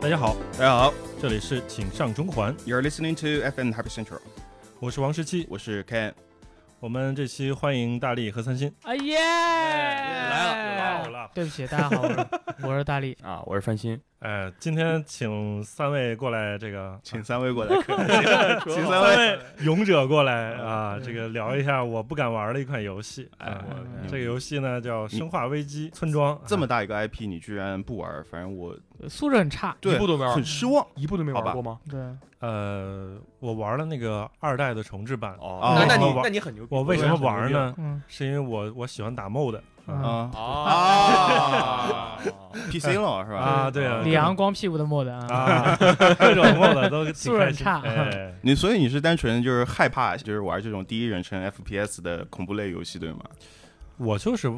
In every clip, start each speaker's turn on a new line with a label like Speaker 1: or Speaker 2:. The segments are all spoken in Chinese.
Speaker 1: 大家好，
Speaker 2: 大家好
Speaker 1: 这里是请上中环，
Speaker 2: ，You're listening to FM Happy Central，
Speaker 1: 我是王十七。
Speaker 2: 我是 Ken。
Speaker 1: 我们这期欢迎大力和三星。
Speaker 3: 哎耶！
Speaker 2: 来
Speaker 1: 有哎了。
Speaker 3: 对不起，大家好，我是我是大力。
Speaker 4: 啊，我是范鑫。
Speaker 1: 呃，今天请三位过来，这个
Speaker 2: 请三位过来，请三位。
Speaker 1: 位勇者过来啊，
Speaker 3: 对
Speaker 1: 这个聊一下我不敢玩的一款游戏。啊
Speaker 3: 我
Speaker 1: 这个游戏呢叫《生化危机：村庄》，啊
Speaker 2: 这么大一个 IP，你居然不玩？反正我
Speaker 3: 呃素质很差，
Speaker 2: 对
Speaker 4: 一部都没玩
Speaker 2: 很失望。
Speaker 4: 一部都没
Speaker 2: 好吧
Speaker 4: 玩过吗？
Speaker 3: 对，
Speaker 1: 呃，我玩了那个二代的重置版。
Speaker 2: 哦
Speaker 4: 那那
Speaker 1: 我
Speaker 4: 你
Speaker 1: 玩
Speaker 4: 那你很牛逼。
Speaker 1: 我为什么玩呢？
Speaker 3: 嗯
Speaker 1: 是因为我我喜欢打 mod
Speaker 3: 嗯，
Speaker 2: 啊
Speaker 4: 啊
Speaker 2: 啊 ，PC 了是吧？
Speaker 1: 啊，对啊，
Speaker 3: 李阳光屁股的沫的啊，
Speaker 1: 啊，各种 mod 都挺
Speaker 3: 素质
Speaker 1: 开
Speaker 3: 很
Speaker 1: 心
Speaker 3: 差
Speaker 1: 哎
Speaker 2: 你所以你是单纯就是害怕，就是玩这种第一人称 FPS 的恐怖类游戏，对吗？
Speaker 1: 我就是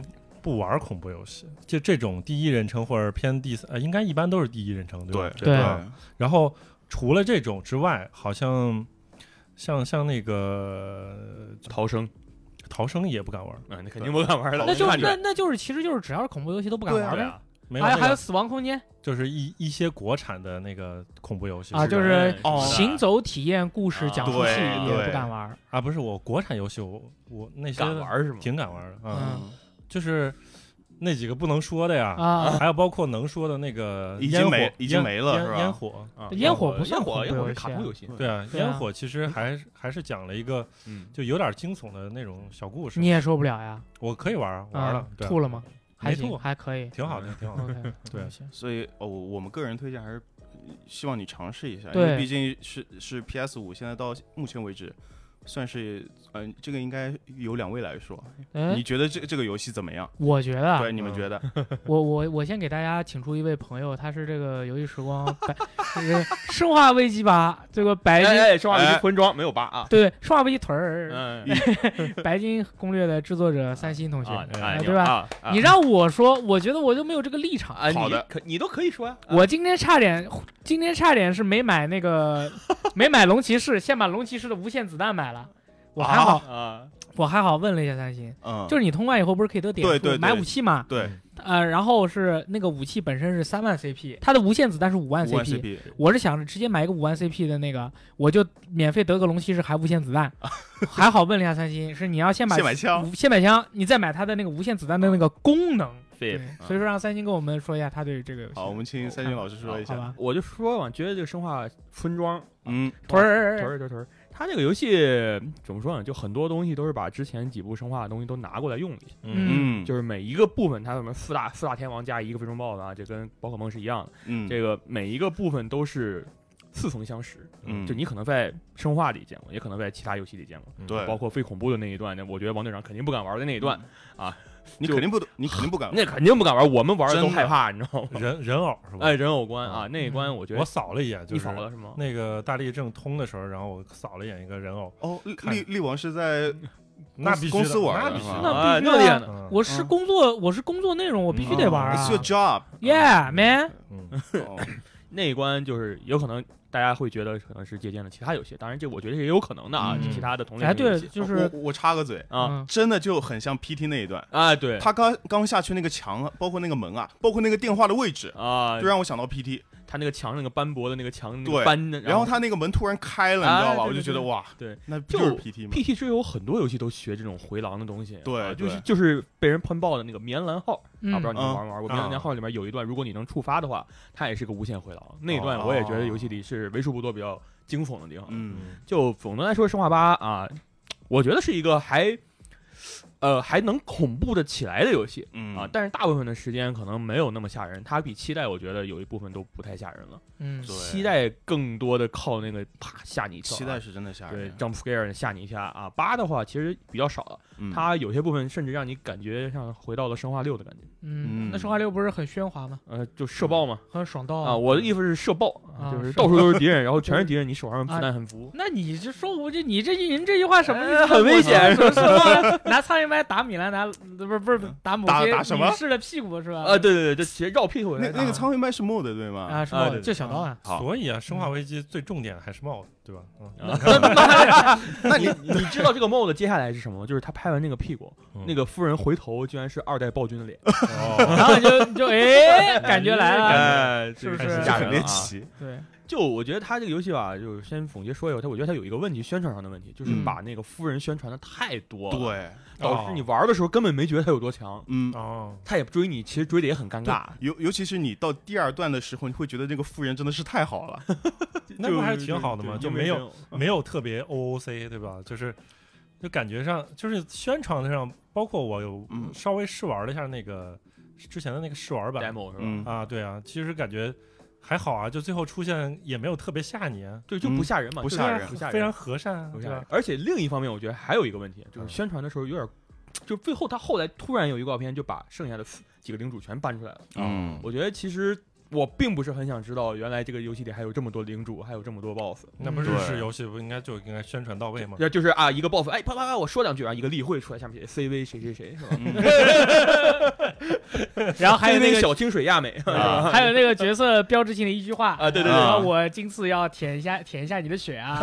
Speaker 1: 不玩恐怖游戏，就这种第一人称或者偏第三，呃，应该一般都是第一人称，吧？
Speaker 3: 对
Speaker 1: 啊然后除了这种之外，好像像像那个呃
Speaker 4: 逃生
Speaker 1: 逃生也不敢玩，
Speaker 4: 啊，你肯定不敢玩了。
Speaker 3: 那就
Speaker 4: 看
Speaker 3: 那
Speaker 4: 着
Speaker 3: 那就是其实就是只要是恐怖游戏都不敢玩
Speaker 4: 对
Speaker 3: 呗。
Speaker 4: 啊，
Speaker 1: 没有、
Speaker 3: 还
Speaker 1: 那
Speaker 3: 有
Speaker 1: 个
Speaker 3: 还有死亡空间
Speaker 1: 就是一一些国产的那个恐怖游戏
Speaker 3: 啊，
Speaker 1: 是
Speaker 3: 就
Speaker 1: 吧
Speaker 3: 是
Speaker 4: 哦
Speaker 3: 行走体验故事讲述器
Speaker 2: 啊对
Speaker 3: 也不敢玩。
Speaker 1: 啊，不是我国产游戏，我我那些
Speaker 4: 敢玩是吗？
Speaker 1: 挺敢玩的啊，
Speaker 3: 嗯
Speaker 1: 就是那几个不能说的呀。
Speaker 3: 啊，
Speaker 1: 还有包括能说的那个
Speaker 2: 已经
Speaker 1: 烟火
Speaker 2: 没已经
Speaker 1: 烟
Speaker 2: 没了
Speaker 1: 烟
Speaker 2: 是吧
Speaker 1: 烟火，
Speaker 4: 啊
Speaker 3: 烟火不算
Speaker 4: 烟火，
Speaker 3: 恐
Speaker 4: 烟火
Speaker 3: 怖游
Speaker 4: 是
Speaker 3: 戏
Speaker 4: 卡
Speaker 3: 啊
Speaker 4: 通游戏。
Speaker 1: 对啊，
Speaker 3: 对啊
Speaker 1: 烟火其实还是还是讲了一个
Speaker 4: 嗯，
Speaker 1: 就有点惊悚的那种小故事
Speaker 3: 你。也受不了呀？
Speaker 1: 我可以玩啊，玩了
Speaker 3: 啊，
Speaker 1: 对啊
Speaker 3: 吐了吗？还
Speaker 1: 没
Speaker 3: 行，
Speaker 1: 吐，
Speaker 3: 还 可以。
Speaker 1: 挺好的，挺好的。
Speaker 3: OK，嗯
Speaker 1: 对
Speaker 3: 行。
Speaker 2: 所以哦，我们个人推荐还是希望你尝试一下，因
Speaker 3: 对
Speaker 2: 为毕竟是是 PS 五，现在到目前为止算是嗯、这个应该由两位来说，
Speaker 3: 哎
Speaker 2: 你，觉得这这个游戏怎么样？
Speaker 3: 我觉得啊，
Speaker 2: 对，你们觉得？
Speaker 3: 我我我先给大家请出一位朋友，他是这个游戏时光白，这个生化危机吧，这个白
Speaker 4: 哎
Speaker 3: 金、
Speaker 4: 哎，生化危
Speaker 2: 哎
Speaker 4: 机村庄没有八啊。
Speaker 3: 对生化危机屯儿、
Speaker 4: 嗯，
Speaker 3: 白金攻略的制作者三星同学，
Speaker 4: 啊，
Speaker 1: 哎
Speaker 4: 哎
Speaker 3: 对吧？
Speaker 4: 啊
Speaker 3: 你让我说，我觉得我就没有这个立场。
Speaker 4: 啊，
Speaker 2: 好
Speaker 4: 你
Speaker 2: 的
Speaker 4: 可你都可以说呀。啊
Speaker 3: 我今天差点，今天差点是没买那个，没买龙骑士，先把龙骑士的无限子弹买了。我还好，
Speaker 4: 啊，
Speaker 3: 我还好问了一下三星，
Speaker 2: 嗯，
Speaker 3: 就是你通关以后不是可以得点数
Speaker 2: 对对对
Speaker 3: 买武器嘛？
Speaker 2: 对，
Speaker 3: 呃，然后是那个武器本身是三万 CP，它的无限子弹是五万
Speaker 2: 五万 CP，
Speaker 3: 我是想着直接买一个五万 CP 的那个，我就免费得个龙骑士还无限子弹，还好问了一下三星，是你要先买
Speaker 2: 先买枪
Speaker 3: 无先买枪，你再买它的那个无限子弹的那个功能。对
Speaker 4: Fifth，
Speaker 3: 所以说让三星跟我们说一下他对这个游戏。
Speaker 2: 好，我们请三军老师说一
Speaker 3: 好
Speaker 2: 下。
Speaker 3: 吧，
Speaker 4: 我就说嘛，觉得这个生化村庄
Speaker 2: 嗯，
Speaker 3: 屯
Speaker 4: 屯
Speaker 3: 儿，
Speaker 4: 儿屯儿屯儿，它这个游戏怎么说呢？就很多东西都是把之前几部生化的东西都拿过来用了一下。
Speaker 3: 嗯
Speaker 4: 就是每一个部分，它有什么四大四大天王加一个最终 BOSS 啊，这跟宝可梦是一样的。
Speaker 2: 嗯，
Speaker 4: 这个每一个部分都是似曾相识，
Speaker 2: 嗯
Speaker 4: 就你可能在生化里见过，也可能在其他游戏里见过，
Speaker 1: 嗯
Speaker 2: 对
Speaker 4: 包括最恐怖的那一段，那我觉得王队长肯定不敢玩的那一段，
Speaker 2: 你
Speaker 4: 就
Speaker 2: 肯定不，你肯定不敢。
Speaker 4: 那肯定不敢玩，我们玩的都
Speaker 2: 嗯真的
Speaker 4: 害怕，你知道吗？
Speaker 1: 人人偶是吧？
Speaker 4: 哎，人偶关啊，那一关我觉
Speaker 1: 嗯我
Speaker 4: 得
Speaker 1: 扫了一眼，就
Speaker 4: 你
Speaker 1: 是
Speaker 4: 扫了是吗？
Speaker 1: 那个大力正通的时候，然后我扫了一眼一个人偶，
Speaker 2: 哦，力
Speaker 1: 看
Speaker 2: 力力王是在
Speaker 1: 那必须的
Speaker 2: 公司玩
Speaker 1: 那
Speaker 2: 的
Speaker 1: 必须
Speaker 2: 是吧
Speaker 1: 的。
Speaker 3: 那
Speaker 4: 啊，
Speaker 3: 必须
Speaker 4: 那
Speaker 3: 的
Speaker 4: 厉害呢，
Speaker 1: 嗯
Speaker 3: 我是
Speaker 4: 嗯
Speaker 3: 工作，我是工作内容，我必须得玩啊
Speaker 2: 哦 It's your。job，
Speaker 3: Yeah man，
Speaker 1: 嗯，
Speaker 2: 哦
Speaker 4: 那一关就是有可能大家会觉得可能是借鉴了其他游戏，当然这我觉得也有可能的啊，
Speaker 1: 嗯
Speaker 4: 其他的同类
Speaker 3: 哎
Speaker 4: 型游
Speaker 3: 对，
Speaker 4: 戏
Speaker 3: 就
Speaker 2: 我
Speaker 3: 是
Speaker 2: 我插个嘴，
Speaker 4: 啊
Speaker 3: 嗯
Speaker 2: 真的就很像 PT 那一段。
Speaker 4: 啊，对
Speaker 2: 他刚刚下去那个墙啊，包括那个门啊，包括那个电话的位置，
Speaker 4: 啊
Speaker 2: 就，让我想到 PT。
Speaker 4: 他那个墙那个斑驳的那个墙那
Speaker 2: 对
Speaker 4: 个斑，
Speaker 2: 然后他那个门突然开了，你知道吧？
Speaker 4: 哎对
Speaker 2: 我就
Speaker 4: 对
Speaker 2: 觉得
Speaker 4: 对
Speaker 2: 哇，
Speaker 4: 对，
Speaker 2: 那不
Speaker 4: 就
Speaker 2: 就是 PT 吗？
Speaker 4: PT 是有很多游戏都学这种回廊的东西，
Speaker 2: 对
Speaker 4: 啊就是
Speaker 2: 对
Speaker 4: 就是被人喷爆的那个棉兰号啊，不
Speaker 3: 嗯
Speaker 4: 知道你们玩没玩过？
Speaker 2: 嗯
Speaker 4: 棉兰号里面有一段，如果你能触发的话，它也是个无限回廊。那一段
Speaker 2: 哦
Speaker 4: 我也觉得游戏里是为数不多比较惊悚的地方。
Speaker 2: 嗯，
Speaker 4: 就总的来说，生化八啊，我觉得是一个还呃还能恐怖的起来的游戏。
Speaker 2: 嗯
Speaker 4: 啊，但是大部分的时间可能没有那么吓人，它比期待我觉得有一部分都不太吓人了。
Speaker 3: 嗯
Speaker 2: 对
Speaker 4: 期待更多的靠那个啪吓你一跳啊，
Speaker 2: 期待是真的吓
Speaker 4: 对
Speaker 2: 人。
Speaker 4: jump scare 吓你一下啊。八的话其实比较少了，
Speaker 2: 嗯
Speaker 4: 它有些部分甚至让你感觉像回到了生化六的感觉，
Speaker 3: 嗯
Speaker 2: 嗯，
Speaker 3: 那生化六不是很喧哗吗？
Speaker 4: 呃，就射爆嘛。
Speaker 3: 很爽
Speaker 2: 哦
Speaker 3: 到
Speaker 4: 啊，我的意
Speaker 2: 嗯
Speaker 4: 思是射爆，
Speaker 3: 啊
Speaker 4: 啊就是
Speaker 3: 射
Speaker 4: 到处都是敌人，然后全是 敌人，你手上 子弹很足。
Speaker 3: 那你这说我这你这人这句话什么意思？
Speaker 4: 哎很危险
Speaker 3: 我说什么拿苍蝇来打米兰达，不是不是打某
Speaker 2: 打
Speaker 3: 些
Speaker 2: 打什么
Speaker 3: 女士的屁股是吧？
Speaker 4: 啊，对对对，就直接绕屁股
Speaker 2: 那
Speaker 4: 来打。
Speaker 2: 那个苍蝇拍是 mod 对吗？
Speaker 3: 啊，是
Speaker 4: 啊
Speaker 3: 吧
Speaker 4: 对？对
Speaker 3: 就小刀啊，
Speaker 4: 好
Speaker 1: 所以啊，《生化危机》最重点还是帽子，对吧？嗯
Speaker 4: 那你你知道这个 mod 接下来是什么吗？就是他拍完那个屁股，
Speaker 1: 嗯
Speaker 4: 那个夫人回头居然是二代暴君的脸，
Speaker 1: 哦，
Speaker 3: 然后你就你就哎，感觉来了，
Speaker 4: 哎，
Speaker 3: 是不
Speaker 4: 这开
Speaker 3: 是
Speaker 4: 始
Speaker 2: 假
Speaker 4: 吓人
Speaker 2: 人猎
Speaker 4: 了啊！
Speaker 2: 奇，
Speaker 3: 对，
Speaker 4: 就我觉得他这个游戏吧，就是先总结说一下，他我觉得他有一个问题，宣传上的问题，就是
Speaker 2: 嗯
Speaker 4: 把那个夫人宣传的太多了，
Speaker 2: 对，
Speaker 3: 哦
Speaker 4: 导致你玩的时候根本没觉得他有多强，
Speaker 2: 嗯，
Speaker 1: 哦，
Speaker 4: 他也不追你，其实追的也很尴尬。
Speaker 2: 尤尤其是你到第二段的时候，你会觉得这个妇人真的是太好了，
Speaker 1: 那不还是挺好的吗？
Speaker 4: 就
Speaker 1: 就没有
Speaker 4: 有
Speaker 1: 没有特别 OOC，对吧？就是就感觉上，就是宣传上，包括我有
Speaker 2: 嗯
Speaker 1: 稍微试玩了一下那个之前的那个试玩版
Speaker 4: demo 是吧？
Speaker 2: 嗯，
Speaker 1: 啊，对啊，其实感觉还好啊，就最后出现也没有特别吓你啊，
Speaker 4: 对，就不吓人嘛，
Speaker 2: 不
Speaker 4: 就
Speaker 2: 吓
Speaker 4: 是
Speaker 2: 人
Speaker 4: 不吓人，
Speaker 1: 非常和善
Speaker 3: 嗯
Speaker 1: 啊，
Speaker 4: 不
Speaker 1: 对
Speaker 4: 吓人
Speaker 1: 吧？。
Speaker 4: 而且另一方面，我觉得还有一个问题，就是
Speaker 1: 嗯
Speaker 4: 宣传的时候有点，就最后他后来突然有预告片就把剩下的几个领主全搬出来了。啊
Speaker 2: 嗯
Speaker 3: 哦
Speaker 4: 我觉得其实我并不是很想知道，原来这个游戏里还有这么多领主，还有这么多 BOSS。
Speaker 1: 那不
Speaker 3: 嗯
Speaker 1: 是日式
Speaker 2: 对
Speaker 1: 游戏不应该就应该宣传到位吗？
Speaker 4: 要就是啊，一个 BOSS，哎，啪啪啪，我说两句，然后一个例会出来，下面写 CV 谁谁谁，是吧？
Speaker 2: 嗯
Speaker 3: 然 后还有那
Speaker 4: CV
Speaker 3: 个
Speaker 4: 小清水 亚美，
Speaker 2: 啊
Speaker 3: 还有那个角色标志性的一句话
Speaker 4: 啊对
Speaker 2: 对对
Speaker 3: 什么
Speaker 2: 啊
Speaker 3: 我今次要舔一下舔一下你的血啊，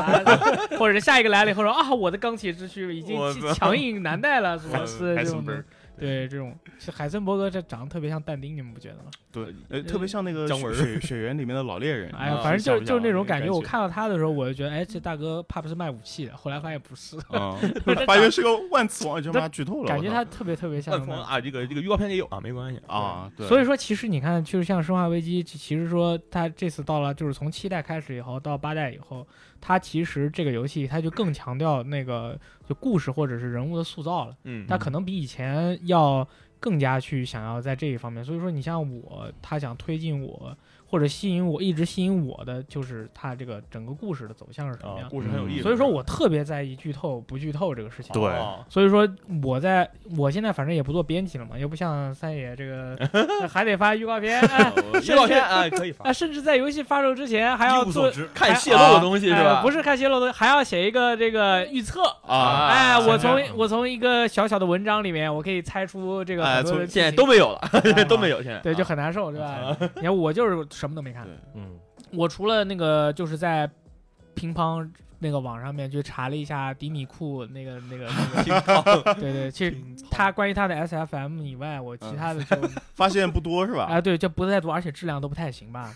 Speaker 3: 或者是下一个来了以后说啊，我的钢铁之躯已经
Speaker 4: 我操
Speaker 3: 强硬难耐了，什么是这种
Speaker 4: 森
Speaker 3: 的。对这种，其实海森伯格这长得特别像但丁，你们不觉得吗？
Speaker 2: 对，呃，特别像那个
Speaker 4: 姜文
Speaker 2: 《水水源》里面的老猎人，嗯
Speaker 3: 哎呀，
Speaker 4: 啊
Speaker 3: 反正
Speaker 2: 像不
Speaker 3: 就就是
Speaker 2: 像
Speaker 3: 那种感
Speaker 2: 感
Speaker 3: 觉。我看到他的时候，我就觉得，哎，这大哥怕不是卖武器的。后来发现 不是，
Speaker 2: 啊， 发现是个万磁王，就
Speaker 3: 那
Speaker 2: 妈剧透了，
Speaker 3: 感觉
Speaker 2: 我
Speaker 3: 他特别特别像
Speaker 4: 万
Speaker 3: 那
Speaker 4: 峰
Speaker 3: 种。
Speaker 4: 啊，这个这个预告片也有啊，没关系
Speaker 2: 靠，啊，对，
Speaker 3: 所以说，其实你看，就是像《生化危机》，其其实说它这次到了，就是从七代开始以后到八代以后，它其实这个游戏它就更强调那个就故事或者是人物的塑造了。
Speaker 4: 嗯，
Speaker 3: 它可能比以前要更加去想要在这一方面。所以说，你像我，他想推进我或者吸引我，一直吸引我的就是它这个整个故事的走向是什么
Speaker 2: 哦
Speaker 4: 啊
Speaker 3: 样。
Speaker 4: 故事很有意思，
Speaker 3: 嗯所以说我特别在意剧透不剧透这个事情。
Speaker 2: 对
Speaker 4: 哦
Speaker 3: 所以说我在我现在反正也不做编辑了嘛，又不像三爷这个还得发预告片，哎
Speaker 4: 预告片啊可以发
Speaker 3: 啊，，甚至在游戏发售之前还要
Speaker 1: 一无所
Speaker 3: 啊做。
Speaker 1: 知，
Speaker 4: 看泄露的东西是
Speaker 3: 哎
Speaker 4: 吧？
Speaker 3: 不是看泄露的，还要写一个这个预测。
Speaker 2: 啊，
Speaker 3: 哎，我从
Speaker 1: 现在
Speaker 3: 我从一个小小的文章里面，我可以猜出这个
Speaker 2: 哎
Speaker 3: 很多的
Speaker 2: 从
Speaker 3: 剧
Speaker 4: 现在
Speaker 3: 情
Speaker 4: 都没有了，
Speaker 3: 哎
Speaker 4: 都没有现在，
Speaker 3: 对，就
Speaker 4: 啊
Speaker 3: 很难受，对吧？你看我就是什么都没看，
Speaker 2: 对
Speaker 1: 嗯，
Speaker 3: 我除了那个就是在乒乓那个网上面去查了一下迪米库那个那个那
Speaker 4: 乒乓
Speaker 3: 个，对对，其实
Speaker 4: 乒乓
Speaker 3: 他关于他的 SFM 以外，我
Speaker 2: 嗯
Speaker 3: 其他的就
Speaker 2: 发现不多是吧？
Speaker 3: 啊，对，就不太多，而且质量都不太行吧？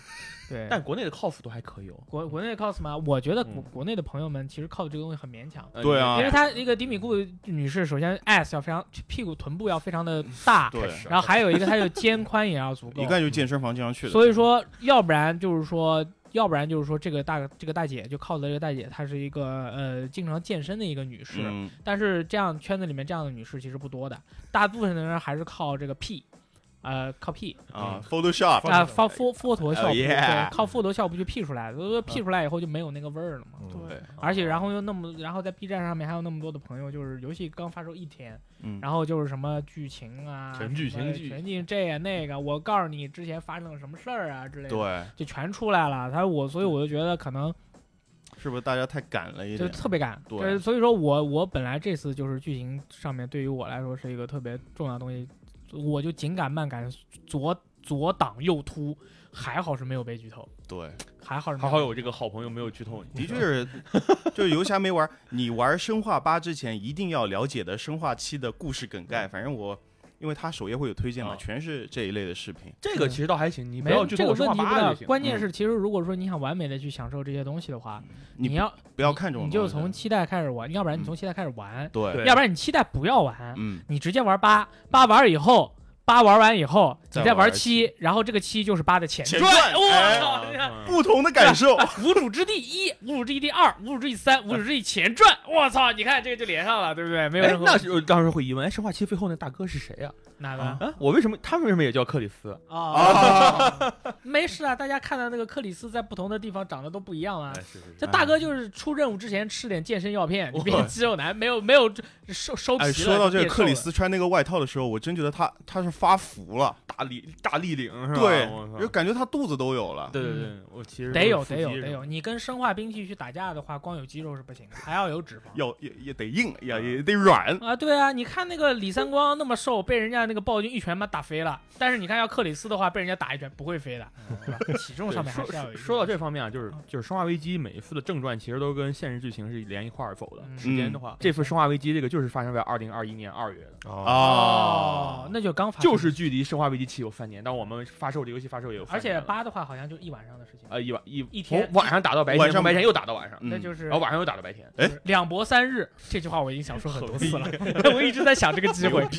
Speaker 3: 对，
Speaker 4: 但国内的 cos 都还可以哦。
Speaker 3: 国国内的 cos 嘛，我觉得国
Speaker 4: 嗯
Speaker 3: 国内的朋友们其实 cos 这个东西很勉强。
Speaker 4: 呃
Speaker 2: 对啊
Speaker 3: 因为她一个迪米库女士，首先 S 要非常屁股臀部要非常的大，
Speaker 2: 对，
Speaker 4: 是
Speaker 3: 然后还有一个她就肩宽也要足够
Speaker 2: 一，看就健身房经常去的，
Speaker 3: 哦嗯所以说要不然就是说，要不然就是说这个大这个大姐就靠的这个大姐，她是一个呃经常健身的一个女士，
Speaker 2: 嗯
Speaker 3: 但是这样圈子里面这样的女士其实不多的，大部分的人还是靠这个 P，呃靠 P，
Speaker 2: 啊，Photoshop
Speaker 1: 放
Speaker 3: 啊，
Speaker 1: 出来
Speaker 3: 靠佛佛陀效
Speaker 2: Oh
Speaker 3: 不
Speaker 2: yeah
Speaker 3: 对，靠佛陀效不去 P 出来的，所以说 P 出来以后就没有那个味儿了嘛。
Speaker 1: 嗯
Speaker 2: 对，
Speaker 3: 而且然后又那么，然后在 B 站上面还有那么多的朋友，就是游戏刚发售一天，
Speaker 2: 嗯，
Speaker 3: 然后就是什么剧情啊，
Speaker 4: 全剧
Speaker 3: 什么
Speaker 4: 全剧
Speaker 3: 全剧这呀那个，我告诉你之前发生了什么事儿啊之类的，
Speaker 2: 对，
Speaker 3: 就全出来了。他说我，所以我就觉得可能
Speaker 2: 是不是大家太赶了一
Speaker 3: 就
Speaker 2: 点？
Speaker 3: 特别赶，
Speaker 2: 对
Speaker 3: 就是所以说我我本来这次就是剧情上面对于我来说是一个特别重要的东西，我就紧赶慢赶，左左挡右突，还好是没有被剧透，
Speaker 2: 对，
Speaker 3: 还好是没
Speaker 4: 还好有这个好朋友没有剧透
Speaker 3: 嗯
Speaker 4: 你，
Speaker 2: 的确是，就是游侠没玩儿，你玩儿生化八之前一定要了解的生化七的故事梗
Speaker 3: 嗯
Speaker 2: 概。反正我，因为它首页会有推荐嘛，
Speaker 4: 啊
Speaker 2: 全是这一类的视频。
Speaker 4: 这个其实倒还行，你不
Speaker 3: 没有
Speaker 4: 要剧
Speaker 3: 这
Speaker 4: 透
Speaker 3: 个
Speaker 4: 我说
Speaker 3: 问
Speaker 4: 话
Speaker 3: 题不
Speaker 4: 八
Speaker 3: 大
Speaker 4: 就，行。
Speaker 3: 关键是其实如果说你想完美的去享受这些东西的话，
Speaker 2: 你
Speaker 3: 要
Speaker 2: 不要看这种
Speaker 3: 你
Speaker 2: 东
Speaker 3: 就
Speaker 2: 西的，
Speaker 3: 从七代开始玩，要不然你
Speaker 2: 嗯
Speaker 3: 从七代开始玩，
Speaker 2: 对，
Speaker 4: 对
Speaker 3: 要不然你七代不要玩，
Speaker 2: 嗯，
Speaker 3: 你直接玩八，八玩以后，八玩完以后，你
Speaker 2: 再
Speaker 3: 再
Speaker 2: 玩
Speaker 3: 玩七，然后这个七就是八的前
Speaker 2: 前
Speaker 3: 传，
Speaker 2: 传哎
Speaker 3: 我操！你看
Speaker 4: 啊
Speaker 2: 不同的感 受。
Speaker 3: 无主之地一、无主之地第二、无主之地三、无主之地前传，我操！你看这个就连上了，对不对？没有
Speaker 4: 哎
Speaker 3: 任，何
Speaker 4: 那是当时会疑问，哎，生化七最后那大哥是谁呀？
Speaker 3: 哪个
Speaker 2: 啊
Speaker 4: 啊，我为什么他们为什么也叫克里斯？
Speaker 3: 啊？哦 没事啊，大家看到那个克里斯在不同的地方长得都不一
Speaker 1: 哎
Speaker 3: 样啊。
Speaker 4: 是是
Speaker 3: 这大哥就是出任务之前吃点健身药片，你变肌肉男，没有没有收收皮
Speaker 2: 哎，
Speaker 3: 了。
Speaker 2: 说到这个
Speaker 3: 变瘦
Speaker 2: 克里
Speaker 3: 了，
Speaker 2: 斯穿那个外套的时候，我真觉得他他是发福了，
Speaker 4: 打力大立领是吧？
Speaker 2: 对
Speaker 4: 我，
Speaker 2: 就
Speaker 4: 操
Speaker 2: 感觉他肚子都有了。
Speaker 4: 对对对，我其实
Speaker 3: 嗯得有
Speaker 4: 就是
Speaker 3: 得有
Speaker 4: 腹肌什
Speaker 3: 得
Speaker 4: 么
Speaker 3: 有，你跟生化兵器去打架的话，光有肌肉是不行的，还要有脂肪。
Speaker 2: 要也也得硬，要也得软，
Speaker 3: 啊，对啊，你看那个李三光那么瘦，被人家那个暴君一拳把打飞了。但是你看要克里斯的话，被人家打一拳不会飞的，对嗯吧？体重
Speaker 4: 对
Speaker 3: 上面还
Speaker 4: 说
Speaker 3: 是要有一定
Speaker 4: 说到
Speaker 3: 的
Speaker 4: 这方面啊，就是
Speaker 3: 嗯
Speaker 4: 就是《生化危机》每一次的正传其实都跟现实剧情是连一块儿走的。
Speaker 3: 嗯
Speaker 4: 时间的话，这部《生化危机》这个就是发生在二零二一年二月的，
Speaker 1: 啊，
Speaker 2: 哦
Speaker 3: 哦，，那就刚发生
Speaker 4: 就是距离《生化危机七》有三年，但我们发售这游戏发售也有
Speaker 3: 而
Speaker 4: 三年
Speaker 3: 且
Speaker 4: 了，
Speaker 3: 八的话好像就一晚上的事情，
Speaker 4: 呃一晚一
Speaker 3: 一
Speaker 4: 从
Speaker 3: 天
Speaker 4: 晚上打到白天，
Speaker 2: 晚上
Speaker 4: 从白天又打到晚上，
Speaker 2: 嗯
Speaker 3: 那就是
Speaker 4: 然后晚上又打到白 天。
Speaker 2: 哎
Speaker 3: 就是两博三日这句话我已经想说很多次了， 我一直在想这个机 会
Speaker 2: 牛。逼。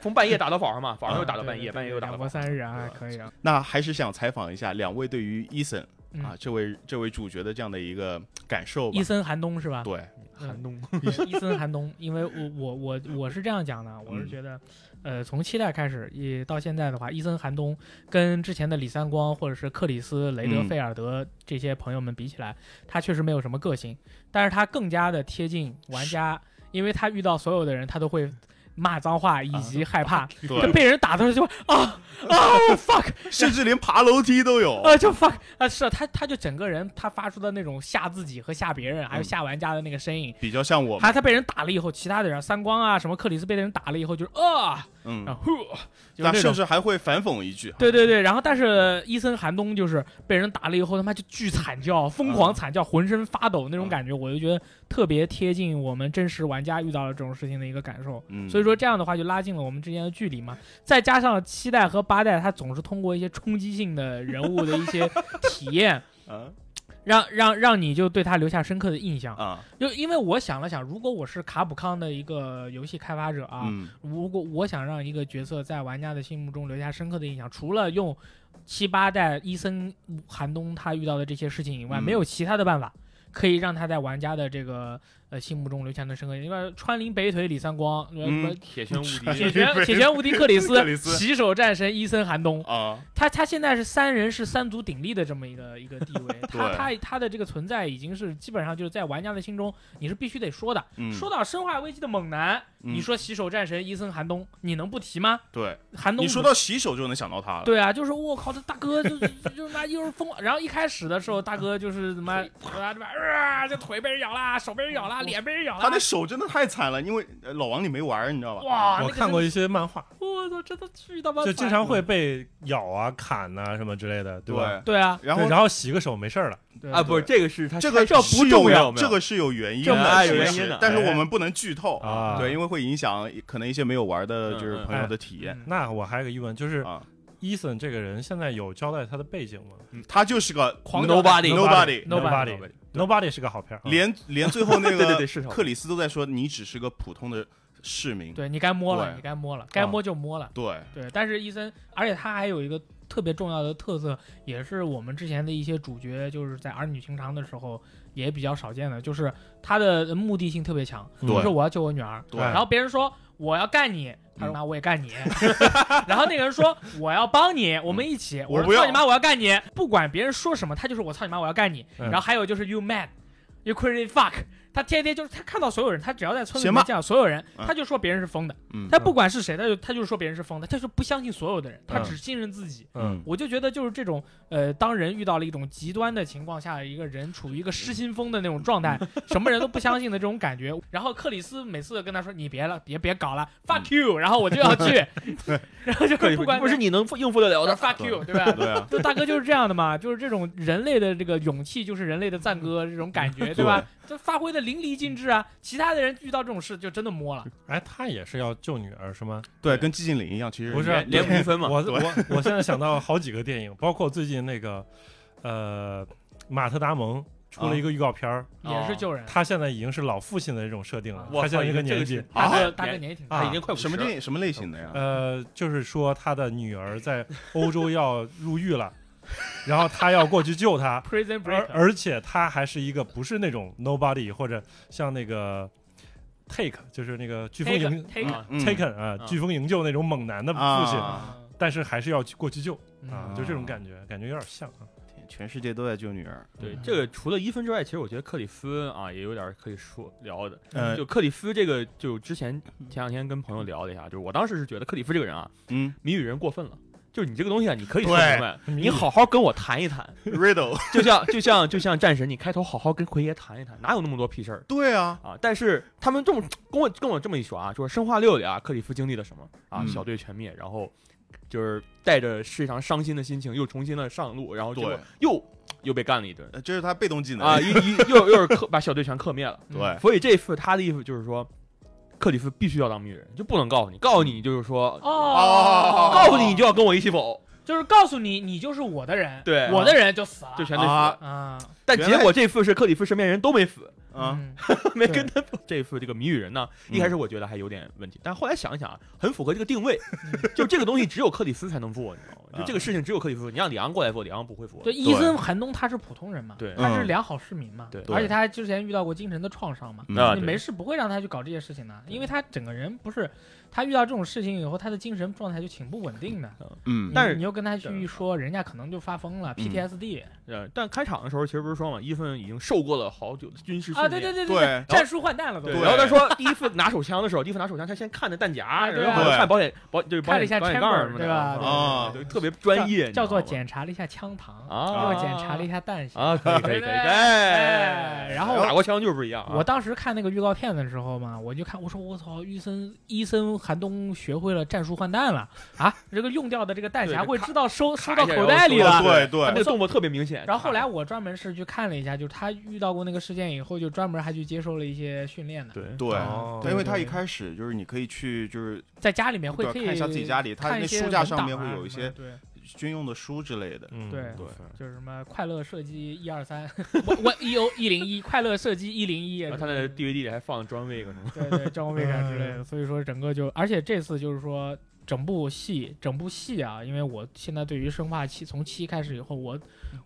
Speaker 4: 从半夜打到早上嘛，早上又打到
Speaker 3: 对
Speaker 4: 半
Speaker 3: 对
Speaker 4: 夜，
Speaker 3: 啊对
Speaker 4: 半夜又打到
Speaker 3: 两
Speaker 4: 晚
Speaker 3: 博
Speaker 4: 上。
Speaker 3: 三日啊，
Speaker 4: 对
Speaker 3: 还
Speaker 4: 吧
Speaker 3: 可以啊。
Speaker 2: 那还是想采访一下两位对于伊森
Speaker 3: 嗯
Speaker 2: 啊这位这位主角的这样的一个感受吧
Speaker 3: 伊。森寒冬是吧？
Speaker 2: 对，
Speaker 3: 嗯
Speaker 4: 冬，
Speaker 3: 对伊森寒冬，因为我我我我是这样讲的，我
Speaker 2: 嗯
Speaker 3: 是觉得，呃，从七代开始也到现在的话，伊森寒冬跟之前的李三光或者是克里斯、雷德、
Speaker 2: 嗯
Speaker 3: 费尔德这些朋友们比起来，他确实没有什么个性，但是他更加的贴近玩家，因为他遇到所有的人，他都会骂脏话以及害怕，他
Speaker 2: 啊对，
Speaker 3: 被人打的时候就会啊啊 fuck
Speaker 2: 甚至连爬楼梯都 有。
Speaker 3: 啊就 fuck 啊，是啊他他就整个人他发出的那种吓自己和吓别人，还有
Speaker 2: 嗯
Speaker 3: 吓玩家的那个声音。
Speaker 2: 比较像我们，
Speaker 3: 还有他被人打了以后，其他的人三光啊，什么克里斯被人打了以后，就是啊，然
Speaker 2: 嗯，
Speaker 3: 后呼就是
Speaker 2: 那
Speaker 3: 那
Speaker 2: 甚
Speaker 3: 种。
Speaker 2: 至还会反讽一句，
Speaker 3: 对对对，然后但是伊森寒冬就是被人打了以后，他妈就巨惨叫，疯狂惨叫，浑身发抖
Speaker 2: 嗯
Speaker 3: 那种感觉，我就觉得特别贴近我们真实玩家遇到了这种事情的一个感受。
Speaker 2: 嗯，
Speaker 3: 所以说这样的话就拉近了我们之间的距离嘛。再加上七代和八代，它总是通过一些冲击性的人物的一些体验，
Speaker 2: 啊
Speaker 3: 让让让你就对他留下深刻的印象。
Speaker 2: 啊，
Speaker 3: 就因为我想了想，如果我是卡普康的一个游戏开发者啊，
Speaker 2: 嗯
Speaker 3: 如果我想让一个角色在玩家的心目中留下深刻的印象，除了用七八代伊森寒冬他遇到的这些事情以外，
Speaker 2: 嗯
Speaker 3: 没有其他的办法可以让他在玩家的这个呃心目中留下的深刻印象。因为川林北腿李三光，呃
Speaker 2: 嗯
Speaker 4: 铁拳无
Speaker 3: 铁
Speaker 4: 敌，
Speaker 3: 拳铁拳无敌克里
Speaker 2: 克
Speaker 3: 斯
Speaker 2: 里，斯
Speaker 3: 洗手战神伊森寒冬，
Speaker 2: 啊，
Speaker 3: 他他现在是三人是三足鼎立的这么一个一个地 位，他
Speaker 2: 对
Speaker 3: 他他的这个存在已经是基本上就是在玩家的心中你是必须得说的。
Speaker 2: 嗯
Speaker 3: 说到生化危机的猛男，
Speaker 2: 嗯
Speaker 3: 你说洗手战神伊森寒冬，你能不提吗？
Speaker 2: 对，
Speaker 3: 寒冬
Speaker 2: 你说到洗手就能想到他了，
Speaker 3: 对啊，就是我靠，这大哥就就就他妈又是疯，然后一开始的时候，大哥就是怎么啊这边啊，这腿被人咬啦，手被人咬啦，脸被人咬
Speaker 2: 他
Speaker 3: 啦
Speaker 2: 那，手真的太惨了，因为呃老王你没玩儿，你知道吧？
Speaker 3: 哇，
Speaker 1: 我看过一些漫画，
Speaker 3: 我操，真的巨他妈
Speaker 1: 就
Speaker 3: 惨
Speaker 1: 经常会被咬啊、砍啊什么之类的，
Speaker 2: 对
Speaker 1: 吧？
Speaker 3: 对啊，
Speaker 2: 然
Speaker 1: 对
Speaker 2: 后
Speaker 1: 然后洗个手没事儿了，
Speaker 3: 对
Speaker 4: 啊，不是这个是他
Speaker 2: 这个
Speaker 4: 这个
Speaker 2: 是
Speaker 4: 不
Speaker 2: 有
Speaker 4: 重要，
Speaker 2: 这个是有原因
Speaker 3: 这么
Speaker 2: 的，
Speaker 3: 有
Speaker 2: 其
Speaker 3: 原
Speaker 2: 实
Speaker 4: 因的
Speaker 2: 但是
Speaker 1: 哎
Speaker 2: 我们不能剧透
Speaker 1: 啊
Speaker 2: 对，因为会影响可能一些没有玩的就是朋友的体验
Speaker 3: 嗯
Speaker 1: 那我还有个疑问，就是
Speaker 2: 啊。
Speaker 1: 伊森这个人现在有交代他的背景吗
Speaker 2: 他就是个
Speaker 3: 狂
Speaker 4: nobody
Speaker 2: nobody，
Speaker 3: Nobody 哦
Speaker 1: Nobody？Nobody 是个好片儿啊，
Speaker 2: 连连最后那
Speaker 4: 对对对
Speaker 2: 个
Speaker 4: 是
Speaker 2: 克里斯都在说你只是个普通的市民，
Speaker 3: 对你该摸了，
Speaker 2: 对啊
Speaker 3: 你该摸了，该摸就摸了。
Speaker 2: 对，
Speaker 3: 对，但是伊森，而且他还有一个特别重要的特色，也是我们之前的一些主角就是在儿女情长的时候也比较少见的，就是他的目的性特别强，
Speaker 1: 嗯
Speaker 3: 就是
Speaker 2: 对
Speaker 3: 我要救我女儿，
Speaker 2: 对
Speaker 3: 然后别人说我要干你。他说
Speaker 2: 嗯
Speaker 3: 妈，我也干你。 然后那个人说我要帮你，我们一起。
Speaker 2: 我
Speaker 3: 我
Speaker 2: 不
Speaker 3: 说
Speaker 2: 要
Speaker 3: 操你妈，我要干你！不管别人说什么，他就是我操你妈，我要干你。
Speaker 1: 嗯
Speaker 3: 然后还有就是 you mad, you crazy fuck。他天天就是他看到所有人，他只要在村里
Speaker 2: 行
Speaker 3: 面
Speaker 2: 吧
Speaker 3: 见到所有人，
Speaker 2: 嗯
Speaker 3: 他就说别人是疯的。
Speaker 2: 嗯
Speaker 3: 他不管是谁，他就他就说别人是疯的，他就不相信所有的人，他
Speaker 1: 嗯
Speaker 3: 只信任自己。
Speaker 1: 嗯，
Speaker 3: 我就觉得就是这种，呃，当人遇到了一种极端的情况下，一个人处于一个失心疯的那种状态，什么人都不相信的这种感觉。然后克里斯每次跟他说：“你别了，别别搞了，fuck you。”然后我就要去，然后就不管
Speaker 4: 不是你能应付得了的。
Speaker 3: fuck you，对吧？
Speaker 2: 对啊，
Speaker 3: 就大哥就是这样的嘛，就是这种人类的这个勇气，就是人类的赞歌这种感觉，对吧？就发挥的淋漓尽致啊！其他的人遇到这种事就真的摸了。
Speaker 1: 哎，他也是要救女儿是吗？
Speaker 2: 对，跟寂静岭一样，其实
Speaker 3: 啊
Speaker 1: 不是啊
Speaker 4: 连连
Speaker 1: 对
Speaker 4: 五分嘛
Speaker 1: 我
Speaker 2: 对
Speaker 1: 我我现在想到好几个电影，包括最近那个，呃，马特达蒙出
Speaker 4: 啊
Speaker 1: 了一个预告片儿，
Speaker 3: 也是救人。
Speaker 1: 他现在已经是老父亲的这种设定了，
Speaker 4: 嗯我
Speaker 1: 他现在一
Speaker 4: 靠这
Speaker 1: 年
Speaker 4: 个
Speaker 1: 纪
Speaker 4: 是，
Speaker 3: 大哥，
Speaker 4: 啊
Speaker 3: 大哥
Speaker 4: 连
Speaker 3: 年纪挺
Speaker 1: 啊
Speaker 3: 大
Speaker 4: 他已经快
Speaker 2: 什么
Speaker 4: 电
Speaker 2: 电影什么类型的呀？
Speaker 3: 哦
Speaker 1: 呃，就是说他的女儿在欧洲要入狱了，然后他要过去 救她，
Speaker 3: ，Prison
Speaker 1: 而
Speaker 3: Break，
Speaker 1: 而且他还是一个不是那种 nobody 或者像那个 take 就是那个飓风
Speaker 3: Take-
Speaker 1: 营
Speaker 3: Take-
Speaker 4: 啊
Speaker 2: 嗯
Speaker 1: taken 啊
Speaker 4: 啊
Speaker 1: 飓风营救那种猛男的父亲，
Speaker 2: 啊
Speaker 1: 但是还是要去过去救
Speaker 3: 嗯
Speaker 4: 啊
Speaker 1: 啊，就这种感觉，感觉有点像啊。
Speaker 2: 天全世界都在救女儿。
Speaker 4: 对，这个除了伊芬之外，其实我觉得克里斯啊也有点可以说聊的。
Speaker 2: 呃
Speaker 4: 就克里斯这个，就之前前两天跟朋友聊了一下，就是我当时是觉得克里斯这个人啊，
Speaker 2: 嗯
Speaker 4: 谜语人过分了。就是你这个东西啊，你可以
Speaker 2: 对
Speaker 4: 说明白，你好好跟我谈一谈，
Speaker 2: ，Riddle，
Speaker 4: 就像就像就像战神，你开头好好跟奎爷谈一谈，哪有那么多屁事儿
Speaker 2: 对啊，
Speaker 4: 啊？但是他们这么跟我跟我这么一说啊，就是生化六里啊，克里夫经历了什么啊？
Speaker 2: 嗯
Speaker 4: 小队全灭，然后就是带着非常伤心的心情又重新的上路，然后结果
Speaker 2: 对
Speaker 4: 又又被干了一顿。
Speaker 2: 呃这是他被动技能
Speaker 4: 啊，一一又又是克把小队全克灭了。
Speaker 3: 嗯
Speaker 2: 对，啊
Speaker 4: 所以这一次他的意思就是说，克里夫必须要当谜语人，就不能告诉你，告诉你就是说，
Speaker 3: 哦，
Speaker 4: 告诉你你就要跟我一起走，
Speaker 3: 就是告诉你，你就是我的人，
Speaker 4: 对啊
Speaker 3: 我的人就死了，
Speaker 4: 就全得死。
Speaker 2: 啊
Speaker 3: 啊，
Speaker 4: 但
Speaker 2: 原
Speaker 4: 结
Speaker 2: 来
Speaker 4: 果这次是克里夫身边人都没死，
Speaker 2: 啊，
Speaker 3: 嗯，
Speaker 4: 没
Speaker 3: 对
Speaker 4: 跟他走。 这次这个谜语人呢，
Speaker 2: 嗯
Speaker 4: 一开始我觉得还有点问题，但后来想一想啊，很符合这个定位， 就这个东西只有克里斯才能做，你知道吗？就
Speaker 2: 啊
Speaker 4: 这个事情只有克里斯做，你让里昂过来做，里昂不会做。
Speaker 3: 对，伊森·寒冬他是普通人嘛，
Speaker 4: 对
Speaker 3: 他是
Speaker 2: 嗯
Speaker 3: 良好市民嘛，
Speaker 4: 对
Speaker 3: 而且他之前遇到过精神的创伤嘛，
Speaker 4: 啊对
Speaker 3: 你没事不会让他去搞这些事情的，因为他整个人不是，他遇到这种事情以后，他的精神状态就挺不稳定的。
Speaker 2: 嗯
Speaker 4: 但是
Speaker 3: 你你又跟他去说，人家可能就发疯了
Speaker 2: 嗯
Speaker 3: ，PTSD
Speaker 4: 呃，但开场的时候其实不是说嘛，伊芬已经受过了好久的军事训练，
Speaker 3: 啊，对对对
Speaker 2: 对
Speaker 3: 对，战术换代了都
Speaker 4: 对，
Speaker 2: 对
Speaker 4: 然后他说第一次拿手枪的时候，第一次拿手枪，他先看着弹夹，
Speaker 3: 哎对啊
Speaker 4: 然后
Speaker 2: 对
Speaker 4: 看保险保就是保
Speaker 3: 看了
Speaker 4: 险
Speaker 3: 一下
Speaker 4: 保险杠什
Speaker 3: chamber
Speaker 4: 么
Speaker 3: 对
Speaker 4: 的
Speaker 3: 吧？
Speaker 2: 啊
Speaker 4: 对，特别专业，
Speaker 3: 叫做
Speaker 4: 你知道
Speaker 3: 检查了一下枪膛，
Speaker 4: 啊
Speaker 3: 又检查了一下弹匣
Speaker 4: 吗啊，可以可以可以，
Speaker 3: 对
Speaker 4: 哎，
Speaker 3: 然
Speaker 2: 后
Speaker 4: 打过枪就是不一样啊，
Speaker 3: 我当时看那个预告片的时候嘛，我就看，我说我操，伊森伊森寒冬学会了战术换弹了啊！这个用掉的这个弹
Speaker 4: 对
Speaker 3: 匣会
Speaker 4: 咔
Speaker 3: 知道收
Speaker 4: 卡
Speaker 3: 收
Speaker 4: 一
Speaker 3: 到
Speaker 4: 下
Speaker 3: 口袋里
Speaker 4: 然
Speaker 3: 了
Speaker 4: 后。
Speaker 2: 哦对
Speaker 4: 他
Speaker 2: 对
Speaker 4: 那个动作特别明显。啊
Speaker 3: 然后后来我专门是去看了一下，就是他遇到过那个事件以后，就专门还去接受了一些训练的，
Speaker 4: 对
Speaker 2: 对
Speaker 3: 哦
Speaker 2: 对，因为他一
Speaker 3: 对
Speaker 2: 开始就是你可以去就是
Speaker 3: 在家里面会
Speaker 2: 对
Speaker 3: 可以
Speaker 2: 看一下自己家里他
Speaker 3: 看一
Speaker 2: 那
Speaker 3: 些
Speaker 2: 书架
Speaker 3: 文
Speaker 2: 上
Speaker 3: 档
Speaker 2: 面会
Speaker 3: 啊
Speaker 2: 有一
Speaker 3: 什么的
Speaker 2: 些
Speaker 3: 对，
Speaker 2: 军用的书之类的。
Speaker 1: 嗯，
Speaker 3: 对
Speaker 4: 对
Speaker 3: 就是什么快乐射击一二三， 我我 E O 一零一快乐射击一零一，
Speaker 4: 然后他那 DVD 里还放了 John Wick 什么，
Speaker 3: 对对，张卫凯之
Speaker 2: 嗯
Speaker 3: 类的。所以说整个就，而且这次就是说整部戏，整部戏啊，因为我现在对于生化七从七开始以后，我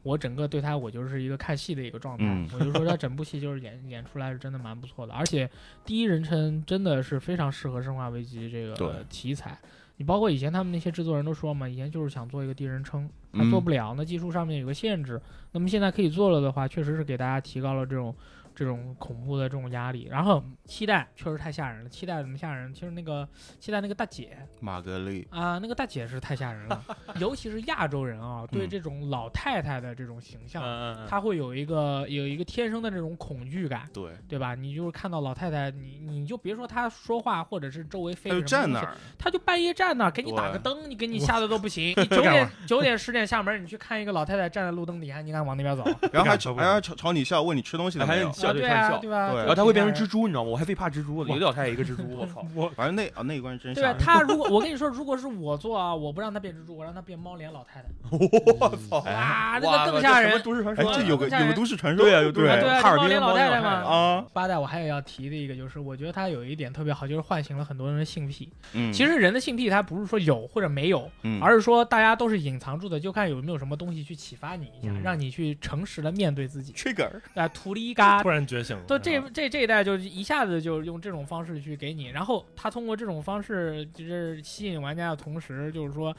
Speaker 3: 我整个对它我就是一个看戏的一个状态，
Speaker 2: 嗯
Speaker 3: 我就说它整部戏就是演演出来是真的蛮不错的，而且第一人称真的是非常适合生化危机这
Speaker 2: 对
Speaker 3: 个题材。你包括以前他们那些制作人都说嘛，以前就是想做一个第一人称，他
Speaker 2: 嗯
Speaker 3: 做不了，那技术上面有个限制。那么现在可以做了的话，确实是给大家提高了这种这种恐怖的这种压力。然后期待确实太吓人了，期待怎么吓人？其实那个期待那个大姐
Speaker 2: 玛格丽，
Speaker 3: 啊、那个大姐是太吓人 了，尤其是亚洲人啊，对
Speaker 2: 嗯
Speaker 3: 这种老太太的这种形象，
Speaker 4: 嗯
Speaker 3: 她会有一个有一个天生的这种恐惧感。
Speaker 2: 对，
Speaker 3: 对吧？你就是看到老太太，你你就别说她说话，或者是周围
Speaker 2: 他
Speaker 3: 飞
Speaker 2: 就
Speaker 3: 个什么
Speaker 2: 站
Speaker 3: 东
Speaker 2: 那
Speaker 3: 西，
Speaker 2: 儿，
Speaker 3: 他就半夜站那儿给你打
Speaker 2: 对
Speaker 3: 个灯，你给你吓得都 不行。你九点九点十点下门，你去看一个老太太站在路灯底下，你敢往那边走？
Speaker 2: 然后还
Speaker 1: 不敢说不
Speaker 2: 还要朝朝你笑，问你吃东西了没
Speaker 4: 还
Speaker 2: 有
Speaker 4: 有。 笑
Speaker 3: 啊对
Speaker 4: 看
Speaker 3: 啊，
Speaker 4: 笑
Speaker 3: 对，吧？
Speaker 2: 对
Speaker 4: 然后他会变成蜘
Speaker 3: 蛛。
Speaker 4: 蛛，你知道吗？我还最怕蜘蛛了，一个老太太一个蜘蛛，我靠，
Speaker 1: 我
Speaker 2: 反正那啊那一关是真
Speaker 3: 对
Speaker 2: 吓
Speaker 3: 吧？
Speaker 2: 人。
Speaker 3: 他如果我跟你说，如果是我做啊，我不让他变蜘蛛，我让他变猫脸老太太，
Speaker 4: 我操，哎哇
Speaker 3: 哇，那个更吓
Speaker 4: 这什么
Speaker 3: 人。
Speaker 4: 都市传说
Speaker 2: 哎，
Speaker 3: 哇
Speaker 4: 啊，
Speaker 2: 这有个
Speaker 3: 吓人
Speaker 2: 有个都市传说，
Speaker 4: 对啊，有都市传
Speaker 3: 对
Speaker 4: 说，
Speaker 3: 啊
Speaker 4: 哈尔
Speaker 3: 猫
Speaker 4: 滨人
Speaker 3: 脸老
Speaker 4: 猫
Speaker 3: 太
Speaker 4: 脸
Speaker 3: 太
Speaker 4: 老
Speaker 3: 嘛
Speaker 2: 啊，
Speaker 3: 八代我还有要提的一个就是，我觉得他有一点特别好，就是唤醒了很多人的性癖。
Speaker 2: 嗯，
Speaker 3: 其实人的性癖，它不是说有或者没有，
Speaker 2: 嗯
Speaker 3: 而是说大家都是隐藏住的，就看有没有什么东西去启发你一下，
Speaker 1: 嗯
Speaker 3: 让你去诚实的面对自己。
Speaker 2: trigger
Speaker 3: 啊，图里嘎
Speaker 1: 突然觉醒了，
Speaker 3: 都这这这一代就是一下子就用这种方式去给你，然后他通过这种方式就是吸引玩家的同时，就是说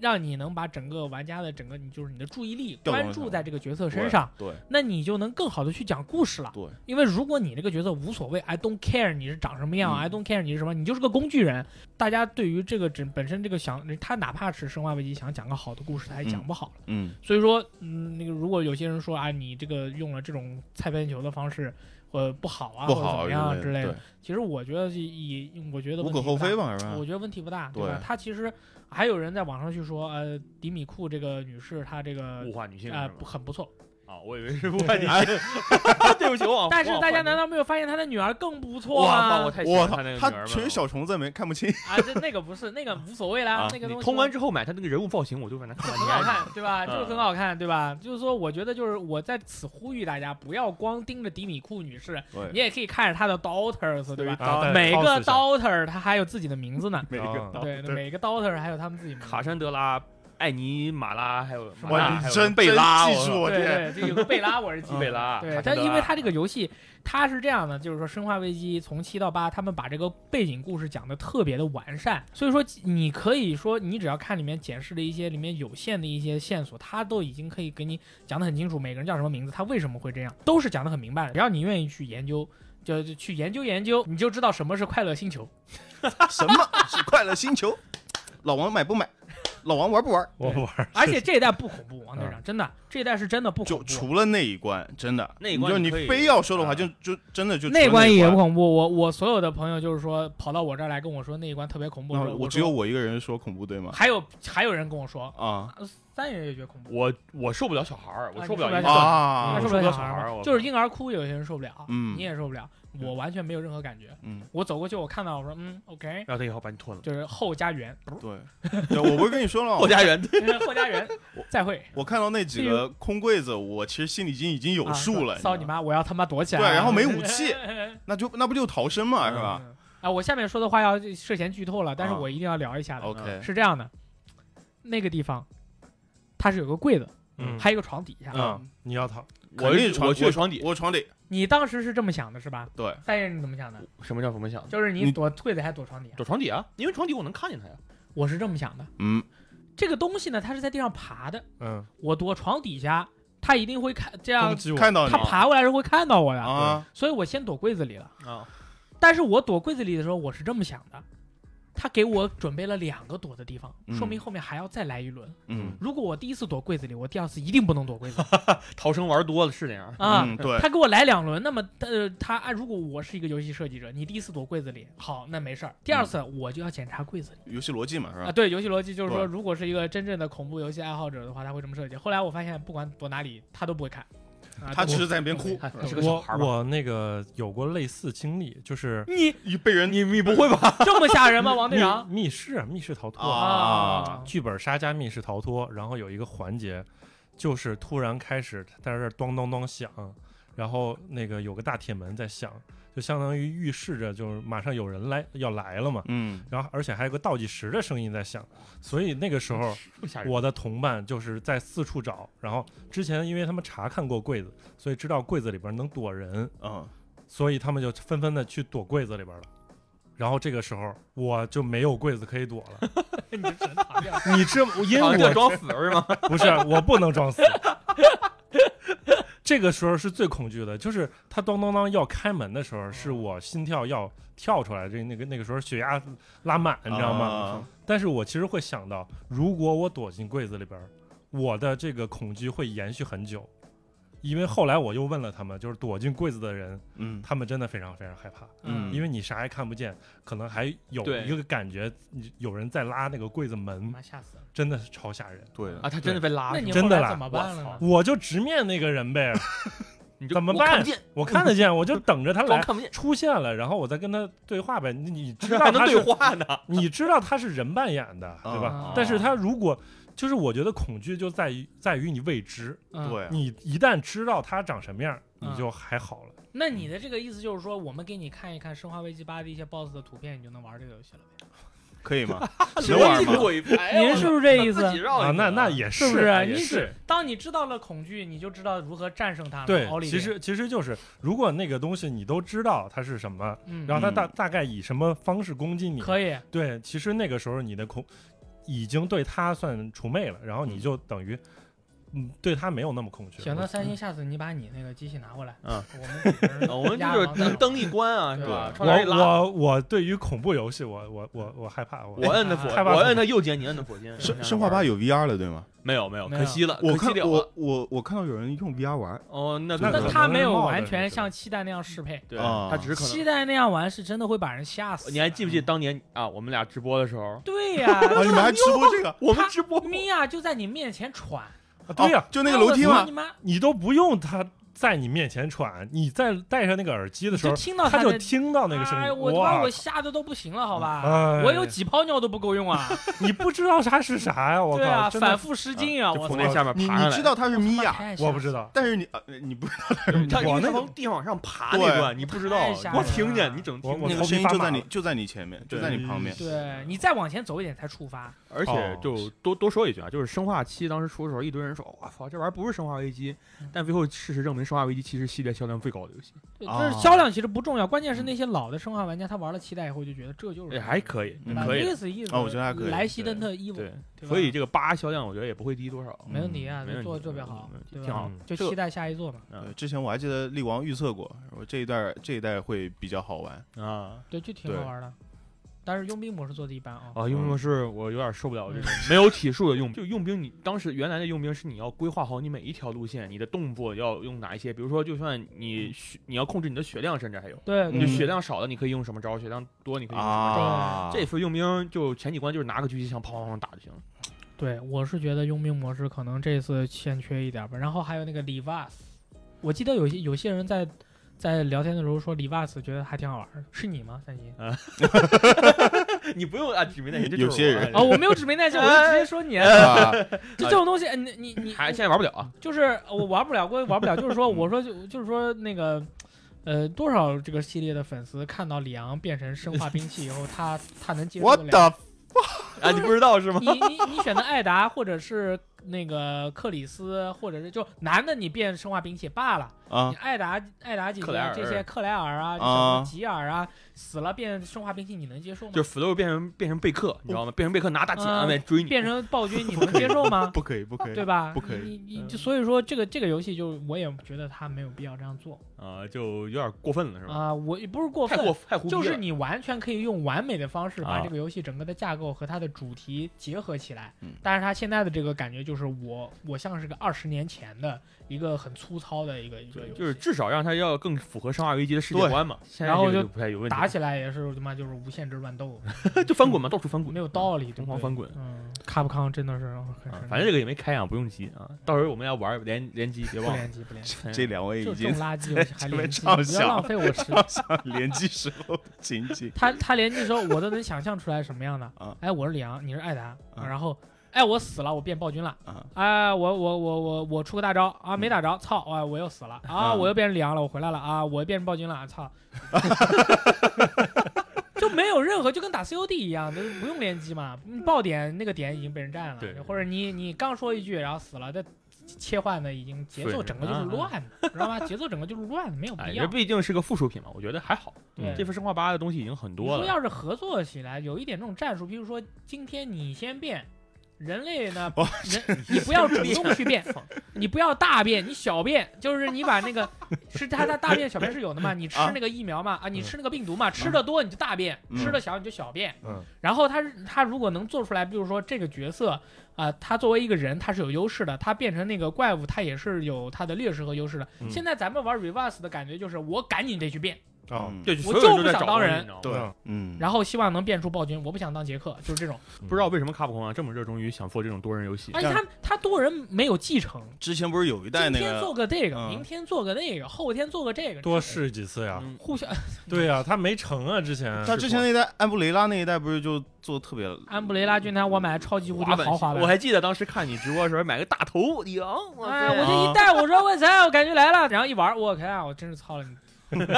Speaker 3: 让你能把整个玩家的整个你就是你的注意力
Speaker 2: 调动
Speaker 3: 关
Speaker 2: 一下
Speaker 3: 注在这个角色身上，，
Speaker 2: 对
Speaker 3: 那你就能更好的去讲故事了。
Speaker 2: 对，
Speaker 3: 因为如果你这个角色无所谓，I don't care 你是长什么样、
Speaker 2: 嗯
Speaker 3: i don't care 你是什么，你就是个工具人。大家对于这个整本身这个想，他哪怕是《生化危机》想讲个好的故事，他也讲不好了。
Speaker 2: 嗯
Speaker 3: 所以说，嗯，那个如果有些人说啊，你这个用了这种擦边球的方式，呃，不好啊，
Speaker 2: 不
Speaker 3: 或者怎
Speaker 2: 好
Speaker 3: 么样之
Speaker 2: 之
Speaker 3: 类
Speaker 2: 类
Speaker 3: 的，，其实我觉得是也，我觉得
Speaker 2: 对无
Speaker 3: 问
Speaker 2: 可
Speaker 3: 题
Speaker 2: 厚
Speaker 3: 不大
Speaker 2: 非。吧，是吧
Speaker 3: 我？觉得问题不大，吧
Speaker 2: 对？
Speaker 3: 他其实还有人在网上去说，呃，迪米库这个女士，她这个
Speaker 4: 物化女性是
Speaker 3: 啊、呃、
Speaker 4: 吗
Speaker 3: 不很不错，
Speaker 4: 啊，我以为 是物化女性， 对不起，我往
Speaker 3: 但是大家难
Speaker 4: 道
Speaker 3: 道没有发现她的女儿更不错
Speaker 4: 哇，
Speaker 3: 吗
Speaker 4: 我？太喜
Speaker 2: 我
Speaker 4: 欢
Speaker 2: 操
Speaker 4: 他那个，女儿
Speaker 2: 他
Speaker 4: 了
Speaker 2: 全是小虫子，没看不清。
Speaker 3: 啊，这那个不是，那个无所谓啦，
Speaker 4: 啊
Speaker 3: 那个
Speaker 4: 你
Speaker 3: 东西
Speaker 4: 通关之后买他那个人物造型，我就把它看
Speaker 3: 很好看，对吧？
Speaker 4: 嗯
Speaker 3: 就是很好看，对吧？就是说，我觉得就是我在此呼吁大家，不要光盯着迪米库女士，你
Speaker 2: 对，
Speaker 3: 也可以看着她的 daughters，对吧？呃
Speaker 1: 啊对
Speaker 3: 每个
Speaker 1: pose 一下
Speaker 3: daughter 她还有自己的名字呢，
Speaker 2: 每一
Speaker 1: 啊
Speaker 2: 个
Speaker 3: 对，每个 daughter 还有他们自己名字
Speaker 4: 卡山德拉艾尼马拉还有马
Speaker 3: 哇
Speaker 4: 纳
Speaker 2: 你
Speaker 4: 还有
Speaker 2: 真
Speaker 4: 贝拉，
Speaker 2: 真记住
Speaker 4: 我
Speaker 2: 我
Speaker 3: 对
Speaker 2: 天，
Speaker 3: 对，这有个嗯贝拉我 是记
Speaker 4: 靠
Speaker 3: 得
Speaker 4: 贝拉，
Speaker 3: 对
Speaker 4: 卡，
Speaker 3: 但
Speaker 4: 特
Speaker 3: 因
Speaker 4: 拉
Speaker 3: 为它这个游戏，它是这样的，就是说《生化危机》从七到八，他们把这个背景故事讲的特别的完善，所以说你可以说，你只要看里面解释的一些里面有限的一些线索，它都已经可以给你讲的很清楚，每个人叫什么名字，他为什么会这样，都是讲的很明白的。只要你愿意去研究，就就去研究研究，你就知道什么是快乐星球。
Speaker 2: 什么是快乐星球？老王买不买？老王玩不玩？
Speaker 1: 我玩儿，
Speaker 3: 而且这一代不恐怖，王队长，真的，这一代是真的不恐
Speaker 2: 嗯就
Speaker 3: 怖。
Speaker 2: 除了那一关，真的，
Speaker 4: 那一关
Speaker 2: 就
Speaker 4: 你
Speaker 2: 你
Speaker 4: 可以
Speaker 2: 非要说的
Speaker 4: 啊
Speaker 2: 话，就就真的就除了
Speaker 3: 那
Speaker 2: 那
Speaker 3: 关
Speaker 2: 一
Speaker 3: 也不恐怖，我我所有的朋友就是说跑到我这儿来跟我说那一关特别恐怖，
Speaker 2: 那
Speaker 3: 说
Speaker 2: 嗯我只
Speaker 3: 说
Speaker 2: 有我一个人说恐怖对吗？
Speaker 3: 还有还有人跟我说，
Speaker 2: 啊
Speaker 3: 三人也觉得恐怖，
Speaker 4: 我我受不了小孩儿，我
Speaker 3: 啊
Speaker 4: 受不
Speaker 3: 你
Speaker 4: 了
Speaker 3: 受不了
Speaker 4: 婴
Speaker 3: 小
Speaker 4: 儿我受不了
Speaker 2: 啊
Speaker 3: 孩儿应该受不了小孩
Speaker 4: 小孩儿
Speaker 3: 儿嘛，
Speaker 4: 我
Speaker 3: 就是婴儿哭，有些人受不了，
Speaker 2: 嗯
Speaker 3: 你也受不了，我完全没有任何感觉。
Speaker 2: 嗯，
Speaker 3: 我走过去，我看到，我说嗯，OK，
Speaker 4: 然后他以后把你吞了。
Speaker 3: 就是后家园，
Speaker 2: 对，对我不是跟你 说了吗？
Speaker 4: 后家园，
Speaker 3: 后家园，再会。
Speaker 2: 我看到那几个空柜子，我其实心里已经已经 有数了。
Speaker 3: 啊操你
Speaker 2: 知道吗！
Speaker 3: 妈！我要他妈躲起来。
Speaker 2: 对，然后没武 器，
Speaker 3: 嗯
Speaker 2: 那就那不就逃生嘛，是吧
Speaker 3: 啊，我下面说的话要涉嫌剧透了，但是
Speaker 2: 啊
Speaker 3: 我一定要聊一下的。
Speaker 2: ？OK，
Speaker 3: 嗯是这样的，那个地方，它是有个柜子，
Speaker 1: 嗯，
Speaker 3: 还有一个床底下。
Speaker 4: 嗯，
Speaker 1: 你要逃，
Speaker 2: 我
Speaker 4: 我
Speaker 2: 是
Speaker 4: 去我去床底，
Speaker 2: 我床底，
Speaker 3: 你当时是这么想的，是吧？
Speaker 2: 对，
Speaker 3: 三爷，你怎么想的？
Speaker 4: 什么叫什么想？
Speaker 3: 就是你
Speaker 2: 你
Speaker 3: 躲柜子还是躲床底下？
Speaker 4: 躲床底啊，因为床底我能看见他呀。
Speaker 3: 我是这么想的，
Speaker 2: 嗯，
Speaker 3: 这个东西呢，它是在地上爬的，
Speaker 1: 嗯，
Speaker 3: 我躲床底下，它一定会看这样
Speaker 1: 攻，击我，
Speaker 2: 看到你
Speaker 3: 它
Speaker 2: 了
Speaker 3: 爬过来是会看到我的，
Speaker 2: 啊，
Speaker 3: 所以我先躲柜子里了。
Speaker 4: 啊，
Speaker 3: 但是我躲柜子里的时候，我是这么想的，他给我准备了两个躲的地方，说明
Speaker 2: 嗯
Speaker 3: 后面还要再来一轮。
Speaker 2: 嗯
Speaker 3: 如果我第一次躲柜子里，我第二次一定不能躲柜子
Speaker 4: 逃生玩多了是这样。
Speaker 3: 啊。
Speaker 2: 嗯对，
Speaker 3: 他给我来两轮，那么呃，他按如果我是一个游戏设计者，你第一次躲柜子里，好，那没事儿。第二次我就要检查柜子里、
Speaker 2: 游戏逻辑嘛，是
Speaker 3: 啊。
Speaker 2: 吧？
Speaker 3: 对，游戏逻辑就是
Speaker 2: 嗯对
Speaker 3: 说，如果是一个真正的恐怖游戏爱好者的话，他会这么设计。后来我发现，不管躲哪里，他都不会看，啊、
Speaker 2: 他
Speaker 3: 都
Speaker 2: 只
Speaker 3: 不
Speaker 2: 是在那边哭，
Speaker 4: 哎
Speaker 3: 对
Speaker 4: 是个小
Speaker 1: 我
Speaker 4: 孩儿吧？
Speaker 1: 我那个有过类似经历，就是
Speaker 3: 你
Speaker 2: 一被人
Speaker 4: 你你不会吧？
Speaker 3: 这么吓人吗，王队
Speaker 1: 密
Speaker 3: 长？
Speaker 1: 密室密室逃脱
Speaker 2: 啊，
Speaker 1: 剧本杀加密室逃脱，然后有一个环节就是突然开始在这儿咚咚咚响，然后那个有个大铁门在响，就相当于预示着就是马上有人来要来了嘛。
Speaker 2: 嗯，
Speaker 1: 然后，而且还有个倒计时的声音在响，所以那个时候
Speaker 4: 不吓人。
Speaker 1: 我的同伴就是在四处找。然后之前因为他们查看过柜子，所以知道柜子里边能躲人，
Speaker 2: 嗯，
Speaker 1: 所以他们就纷纷的去躲柜子里边了。然后这个时候我就没有柜子可以躲了。
Speaker 3: 你就只能躺掉。
Speaker 1: 你这因为
Speaker 4: 好像
Speaker 1: 我
Speaker 4: 要装死是吗？
Speaker 1: 不是，我不能装死。这个时候是最恐惧的，就是他咚咚咚要开门的时候，是我心跳要跳出来，这那个那个时候血压拉满，你知道吗？
Speaker 2: 啊？
Speaker 1: 但是我其实会想到，如果我躲进柜子里边儿，我的这个恐惧会延续很久，因为后来我又问了他们，就是躲进柜子的人，
Speaker 2: 嗯，
Speaker 1: 他们真的非常非常害怕，
Speaker 2: 嗯
Speaker 1: 因为你啥也看不见，可能还有
Speaker 4: 对
Speaker 1: 一个感觉，你有人在拉那个柜子门
Speaker 3: 妈，吓死了！
Speaker 1: 真的是超吓人。
Speaker 2: 对的
Speaker 4: 啊，他真的被拉了
Speaker 3: 那。你
Speaker 1: 真
Speaker 3: 后
Speaker 1: 的
Speaker 3: 来
Speaker 1: 啦
Speaker 3: 怎么办了呢？
Speaker 1: 我就直面那个人呗，
Speaker 4: 你就
Speaker 1: 怎么
Speaker 4: 我
Speaker 1: 办
Speaker 4: 看不见，
Speaker 1: 我看得见，我就等着他
Speaker 4: 光
Speaker 1: 来
Speaker 4: 看不见，
Speaker 1: 出现了，然后我再跟他对话呗。你你 知
Speaker 4: 还能
Speaker 1: 道他
Speaker 4: 对
Speaker 1: 是，
Speaker 4: 话呢。
Speaker 1: 你知道他是人扮演的，对吧？
Speaker 3: 啊
Speaker 1: 但是
Speaker 4: 哦
Speaker 1: 他如果就是我觉得恐惧就在于在于你未知，
Speaker 3: 嗯，
Speaker 2: 对，
Speaker 1: 你一旦知道他长什么样，
Speaker 3: 嗯
Speaker 1: 你就还好了。
Speaker 3: 那你的这个意思就是说，我们给你看一看《生化危机八》的一些 BOSS 的图片，你就能玩这个游戏了呗？
Speaker 2: 可 以吗？能
Speaker 4: 逻
Speaker 2: 玩
Speaker 4: 辑
Speaker 2: 吗？
Speaker 4: 鬼牌，
Speaker 3: 您是不是这意思
Speaker 4: 哎自己绕
Speaker 1: 啊，
Speaker 4: 进去
Speaker 1: 那
Speaker 4: 了
Speaker 1: 那也
Speaker 3: 是不啊
Speaker 1: 是啊
Speaker 3: 你
Speaker 1: 也
Speaker 3: 只
Speaker 1: 是。
Speaker 3: 当你知道了恐惧，你就知道如何战胜它。
Speaker 1: 对
Speaker 3: 啊奥，利维
Speaker 1: 其，实其实就是，如果那个东西你都知道它是什么，
Speaker 3: 嗯，
Speaker 1: 然后它
Speaker 2: 嗯
Speaker 1: 大大概以什么方式攻击你，
Speaker 3: 可以，
Speaker 1: 对，其实那个时候你的恐已经对他算除魅了，然后你就等于嗯对他没有那么恐惧。
Speaker 3: 行，那
Speaker 1: 我嗯
Speaker 3: 三星，下次你把你那个机器拿过来，
Speaker 4: 嗯，
Speaker 3: 我们几个
Speaker 4: 啊
Speaker 3: 人
Speaker 4: 我们
Speaker 3: 压
Speaker 4: 就是
Speaker 3: 王队
Speaker 4: 灯
Speaker 3: 长
Speaker 4: 灯一关啊，是吧？窗帘一
Speaker 1: 我
Speaker 4: 拉，
Speaker 1: 我我对于恐怖游戏，我我我我害怕，我
Speaker 4: 我摁的火，
Speaker 1: 害怕
Speaker 4: 我摁的右键，你摁的左键。
Speaker 2: 生生化八有 VR 了，对吗？
Speaker 4: 没有没有，
Speaker 3: 没
Speaker 4: 可
Speaker 3: 有
Speaker 4: 惜了，
Speaker 2: 我
Speaker 4: 可惜
Speaker 2: 看
Speaker 4: 了
Speaker 3: 啊
Speaker 4: 啊
Speaker 2: 我我我看到有人用 VR 玩
Speaker 4: 哦，那
Speaker 1: 那
Speaker 4: 可
Speaker 1: 可
Speaker 3: 那
Speaker 4: 能
Speaker 3: 他没有
Speaker 1: 能冒的
Speaker 3: 完全
Speaker 1: 是
Speaker 3: 像七代那样适配，
Speaker 4: 对，
Speaker 2: 啊
Speaker 4: 他只是可
Speaker 3: 七
Speaker 4: 能。
Speaker 3: 代那样玩是真的会把人吓死。
Speaker 4: 你还记不记得？当年啊，我们俩直播的时候，
Speaker 3: 对 呀，
Speaker 2: 啊，
Speaker 1: 哎
Speaker 2: 你们还直播 这个？
Speaker 4: 我们直播
Speaker 3: 米娅就在你面前喘，哎
Speaker 1: 啊对呀、
Speaker 2: 哦就那个楼梯
Speaker 3: 然后我
Speaker 2: 嘛
Speaker 3: 说你，妈
Speaker 1: 你都不用他在你面前喘，你在戴上那个耳机的时
Speaker 3: 就
Speaker 1: 候，
Speaker 3: 听到
Speaker 1: 他就
Speaker 3: 的
Speaker 1: 听到那个声
Speaker 3: 哎
Speaker 1: 音，
Speaker 3: 我他妈
Speaker 1: 哇
Speaker 3: 我，吓得都不行了，好吧
Speaker 1: 哎？
Speaker 3: 我有几泡尿都不够用啊！
Speaker 1: 你不知道啥是啥呀？ 我
Speaker 3: 对啊，
Speaker 1: 靠，真的嗯
Speaker 3: 反，复失禁啊！
Speaker 4: 就
Speaker 3: 我
Speaker 4: 从
Speaker 3: 操
Speaker 4: 那下面
Speaker 2: 你
Speaker 4: 爬上
Speaker 2: 你
Speaker 4: 来
Speaker 2: 知，道他是米娅，
Speaker 3: 太吓
Speaker 1: 我不知道，
Speaker 2: 但是你呃你不知道他是米
Speaker 4: 他
Speaker 2: 娅，
Speaker 4: 因
Speaker 1: 我
Speaker 4: 为
Speaker 1: 那
Speaker 4: 他
Speaker 1: 个
Speaker 4: 从地上往上爬那段，你不知道
Speaker 3: 太吓，人
Speaker 4: 我
Speaker 3: 了
Speaker 4: 听见，你整听
Speaker 2: 那
Speaker 1: 我
Speaker 4: 见
Speaker 2: 个
Speaker 1: 头皮
Speaker 2: 声音
Speaker 1: 发
Speaker 2: 就在
Speaker 1: 麻
Speaker 2: 你就在你前面，就在你旁边。
Speaker 3: 对你再往前走一点才触发，
Speaker 4: 而且
Speaker 1: 哦
Speaker 4: 就多多说一句啊，就是《生化七》当时出的时候，一堆人说：“我操，这玩意儿不是《生化危机》。”
Speaker 3: 嗯
Speaker 4: 但最后事实证明，《生化危机》其实系列销量最高的游戏，
Speaker 3: 对
Speaker 4: 哦
Speaker 2: 啊
Speaker 3: 就是销量其实不重要，关键是那些老的生化玩家，他玩了七代以后就觉得这就是
Speaker 4: 也哎还可以，
Speaker 2: 嗯
Speaker 3: 啊
Speaker 4: 可以哦
Speaker 3: 意
Speaker 4: 的。
Speaker 3: 思意思。
Speaker 2: 啊我觉得还可以
Speaker 3: 莱希登特 evil，
Speaker 4: 对，
Speaker 3: 对吧
Speaker 4: 所以这个八销量我觉得也不会低多少，
Speaker 3: 没问题啊，
Speaker 4: 没
Speaker 3: 就
Speaker 4: 问题
Speaker 3: 做得特别好
Speaker 4: 没问，题
Speaker 3: 对
Speaker 4: 挺
Speaker 3: 吧
Speaker 4: 好
Speaker 1: 嗯
Speaker 3: 就
Speaker 4: 这个
Speaker 3: 期待下一座嘛。
Speaker 4: 嗯
Speaker 2: 对，之前我还记得力王预测过，我这一代这一代会比较好玩。
Speaker 4: 啊。
Speaker 3: 对，就挺
Speaker 2: 对
Speaker 3: 好玩的。但是佣兵模式做的一般啊。
Speaker 4: 啊，佣兵是我有点受不了这种没有体术的佣兵。嗯 就佣兵，你当时原来的佣兵是你要规划好你每一条路线，你的动作要用哪一些，比如说就算你血你要控制你的血量，甚至还有，
Speaker 3: 对，
Speaker 4: 你
Speaker 3: 对
Speaker 4: 就
Speaker 3: 对
Speaker 4: 血量少了你可以用什么招，血量多你可以用什么招。
Speaker 2: 啊，
Speaker 4: 这次佣兵就前几关就是拿个狙击枪砰砰砰打就行了。
Speaker 3: 对，我是觉得佣兵模式可能这次欠缺一点吧。然后还有那个里瓦斯，我记得有些有些人在在聊天的时候说里瓦斯觉得还挺好玩的，是你吗？三星？
Speaker 4: 你不用按指名 带姓，这
Speaker 2: 有
Speaker 4: 就是
Speaker 2: 些
Speaker 4: 我
Speaker 2: 人
Speaker 3: 哦， 我没有指名带姓，我就直接说你啊。
Speaker 2: 啊
Speaker 3: 就这种东西，呃你你你
Speaker 4: 哎还现嗯在玩不了啊。
Speaker 3: 就是我玩不了，我也玩不了。就 是说，我说就就是说那个，呃，多少这个系列的粉丝看到里昂变成生化兵器以后，他他能接受
Speaker 2: ，What
Speaker 3: 得了。
Speaker 2: the
Speaker 4: 啊，你不知道是吗？
Speaker 3: 你你你选择艾达或者是那个克里斯，或者是就男的你变生化兵器也罢了，你
Speaker 2: 啊
Speaker 3: 艾达艾达姐
Speaker 4: 克
Speaker 3: 姐
Speaker 4: 莱
Speaker 3: 啊
Speaker 4: 尔
Speaker 3: 这些克莱尔啊，什
Speaker 2: 啊
Speaker 3: 么吉尔啊，死了变生化兵器，你能接受吗
Speaker 4: 就？flow 变成变成贝克，你知道吗？变成贝克拿大铁在追你，
Speaker 3: 变成暴君，你能接受吗？
Speaker 2: 不可以不可以
Speaker 3: 对，吧？
Speaker 2: 不可以
Speaker 3: 你你
Speaker 4: 嗯
Speaker 3: 就所以说这个这个游戏就我也觉得他没有必要这样做
Speaker 4: 啊，就有点过分了是吧？
Speaker 3: 啊、我也不是过
Speaker 4: 太
Speaker 3: 分，
Speaker 4: 过太胡逼
Speaker 3: 就
Speaker 4: 了。
Speaker 3: 是你完全可以用完美的方式把
Speaker 4: 啊
Speaker 3: 这个游戏整个的架构和它的主题结合起来。
Speaker 2: 嗯
Speaker 3: 但是它现在的这个感觉就是我，我像是个二十年前的一个很粗糙的一个一个
Speaker 4: 对，
Speaker 3: 游戏，
Speaker 4: 就是至少让他要更符合生化危机的世界
Speaker 2: 对
Speaker 4: 观嘛。现在
Speaker 3: 然后
Speaker 4: 这个就
Speaker 3: 就
Speaker 4: 不太有问题，
Speaker 3: 打起来也是他妈就是无限制乱 斗，
Speaker 4: 就翻滚嘛，到处翻滚，
Speaker 3: 没有道理，
Speaker 4: 疯
Speaker 3: 疯
Speaker 4: 狂翻滚。
Speaker 3: 嗯，卡普康真的是，很
Speaker 4: 啊
Speaker 3: 神，
Speaker 4: 反正这个也没开啊，不用急啊。到时候我们要玩联联机，别
Speaker 3: 不
Speaker 4: 忘了。
Speaker 3: 联机不联机，
Speaker 2: 这两位
Speaker 3: 就
Speaker 2: 已
Speaker 3: 这 种
Speaker 2: 经
Speaker 3: 垃圾游戏还联机，
Speaker 2: 这边
Speaker 3: 不要浪费我时间。
Speaker 2: 联机时候的情 景
Speaker 3: 他他联机的时候，我都能想象出来什么样的
Speaker 2: 啊。
Speaker 3: 哎，我是里昂，你是艾达，
Speaker 2: 啊
Speaker 3: 然后哎我死了，我变暴君了。
Speaker 2: 啊，
Speaker 3: 哎，我我我我我出个大招啊，没打着，操！哎，我又死了啊，
Speaker 2: 嗯
Speaker 3: 我又变成里昂了，我回来了啊，我又变成暴君了，操！就没有任何，就跟打 COD 一样，就是不用联机嘛，你爆点那个点已经被人占了
Speaker 4: 对，
Speaker 3: 或者你你刚说一句然后死了，再切换的已经节奏
Speaker 4: 对
Speaker 3: 整个就是
Speaker 4: 嗯嗯
Speaker 3: 乱的，知道吗？节奏整个就是乱的，没有
Speaker 4: 哎，
Speaker 3: 必要
Speaker 4: 这。毕竟是个附属品嘛，我觉得还好。
Speaker 3: 对
Speaker 4: 这份生化八的东西已经很
Speaker 3: 你
Speaker 4: 多
Speaker 3: 说
Speaker 4: 了。
Speaker 3: 要是合作起来，有一点这种战术，比如说今天你先变，人类呢，
Speaker 2: 哦
Speaker 3: 人你不要主动去变，你不要大变，你小变，就是你把那个是它它大变小变是有的嘛，你吃
Speaker 2: 啊
Speaker 3: 那个疫苗嘛，啊，你吃那个病毒嘛，吃的多你就大变，
Speaker 2: 嗯
Speaker 3: 吃的小你就小变。
Speaker 1: 嗯，
Speaker 3: 然后他他如果能做出来，比如说这个角色啊、他作为一个人他是有优势的，他变成那个怪物他也是有他的劣势和优势的。
Speaker 1: 嗯
Speaker 3: 现在咱们玩 reverse 的感觉就是我赶紧得去变，
Speaker 1: 哦，
Speaker 2: 嗯
Speaker 4: 对，就所
Speaker 3: 我
Speaker 4: 有
Speaker 3: 就
Speaker 4: 人都
Speaker 3: 不
Speaker 4: 在
Speaker 3: 想
Speaker 4: 找
Speaker 3: 当
Speaker 4: 东西
Speaker 3: 人
Speaker 4: 你知道吗
Speaker 2: 对
Speaker 1: 嗯，
Speaker 2: 嗯，
Speaker 3: 然后希望能变出暴君，我不想当 杰克，就是这种。
Speaker 4: 不知道为什么卡普空啊这么热衷于想做这种多人游戏
Speaker 3: 而
Speaker 2: 这
Speaker 3: 且
Speaker 2: 样
Speaker 3: 他他多人没有继承，
Speaker 2: 之前不是有一代
Speaker 3: 今
Speaker 2: 那
Speaker 3: 天
Speaker 2: 个
Speaker 3: 做个这个，
Speaker 2: 嗯
Speaker 3: 明天做个那个，后天做个这个，
Speaker 1: 多试几次呀。
Speaker 4: 嗯
Speaker 3: 互相
Speaker 1: 对呀，他没成啊，之前
Speaker 2: 像之前那一代安布雷拉那一代不是就做特别
Speaker 3: 安布雷拉军团，我买了超级无敌
Speaker 4: 滑板
Speaker 3: 豪华
Speaker 4: 鞋我
Speaker 3: 版。
Speaker 4: 还记得当时看你直播的时候买个大头里昂，哇
Speaker 3: 哎，
Speaker 4: 塞
Speaker 3: 我
Speaker 2: 啊
Speaker 3: 这一戴，我说我操，我感觉来了，然后一玩，我靠，我真是操了你！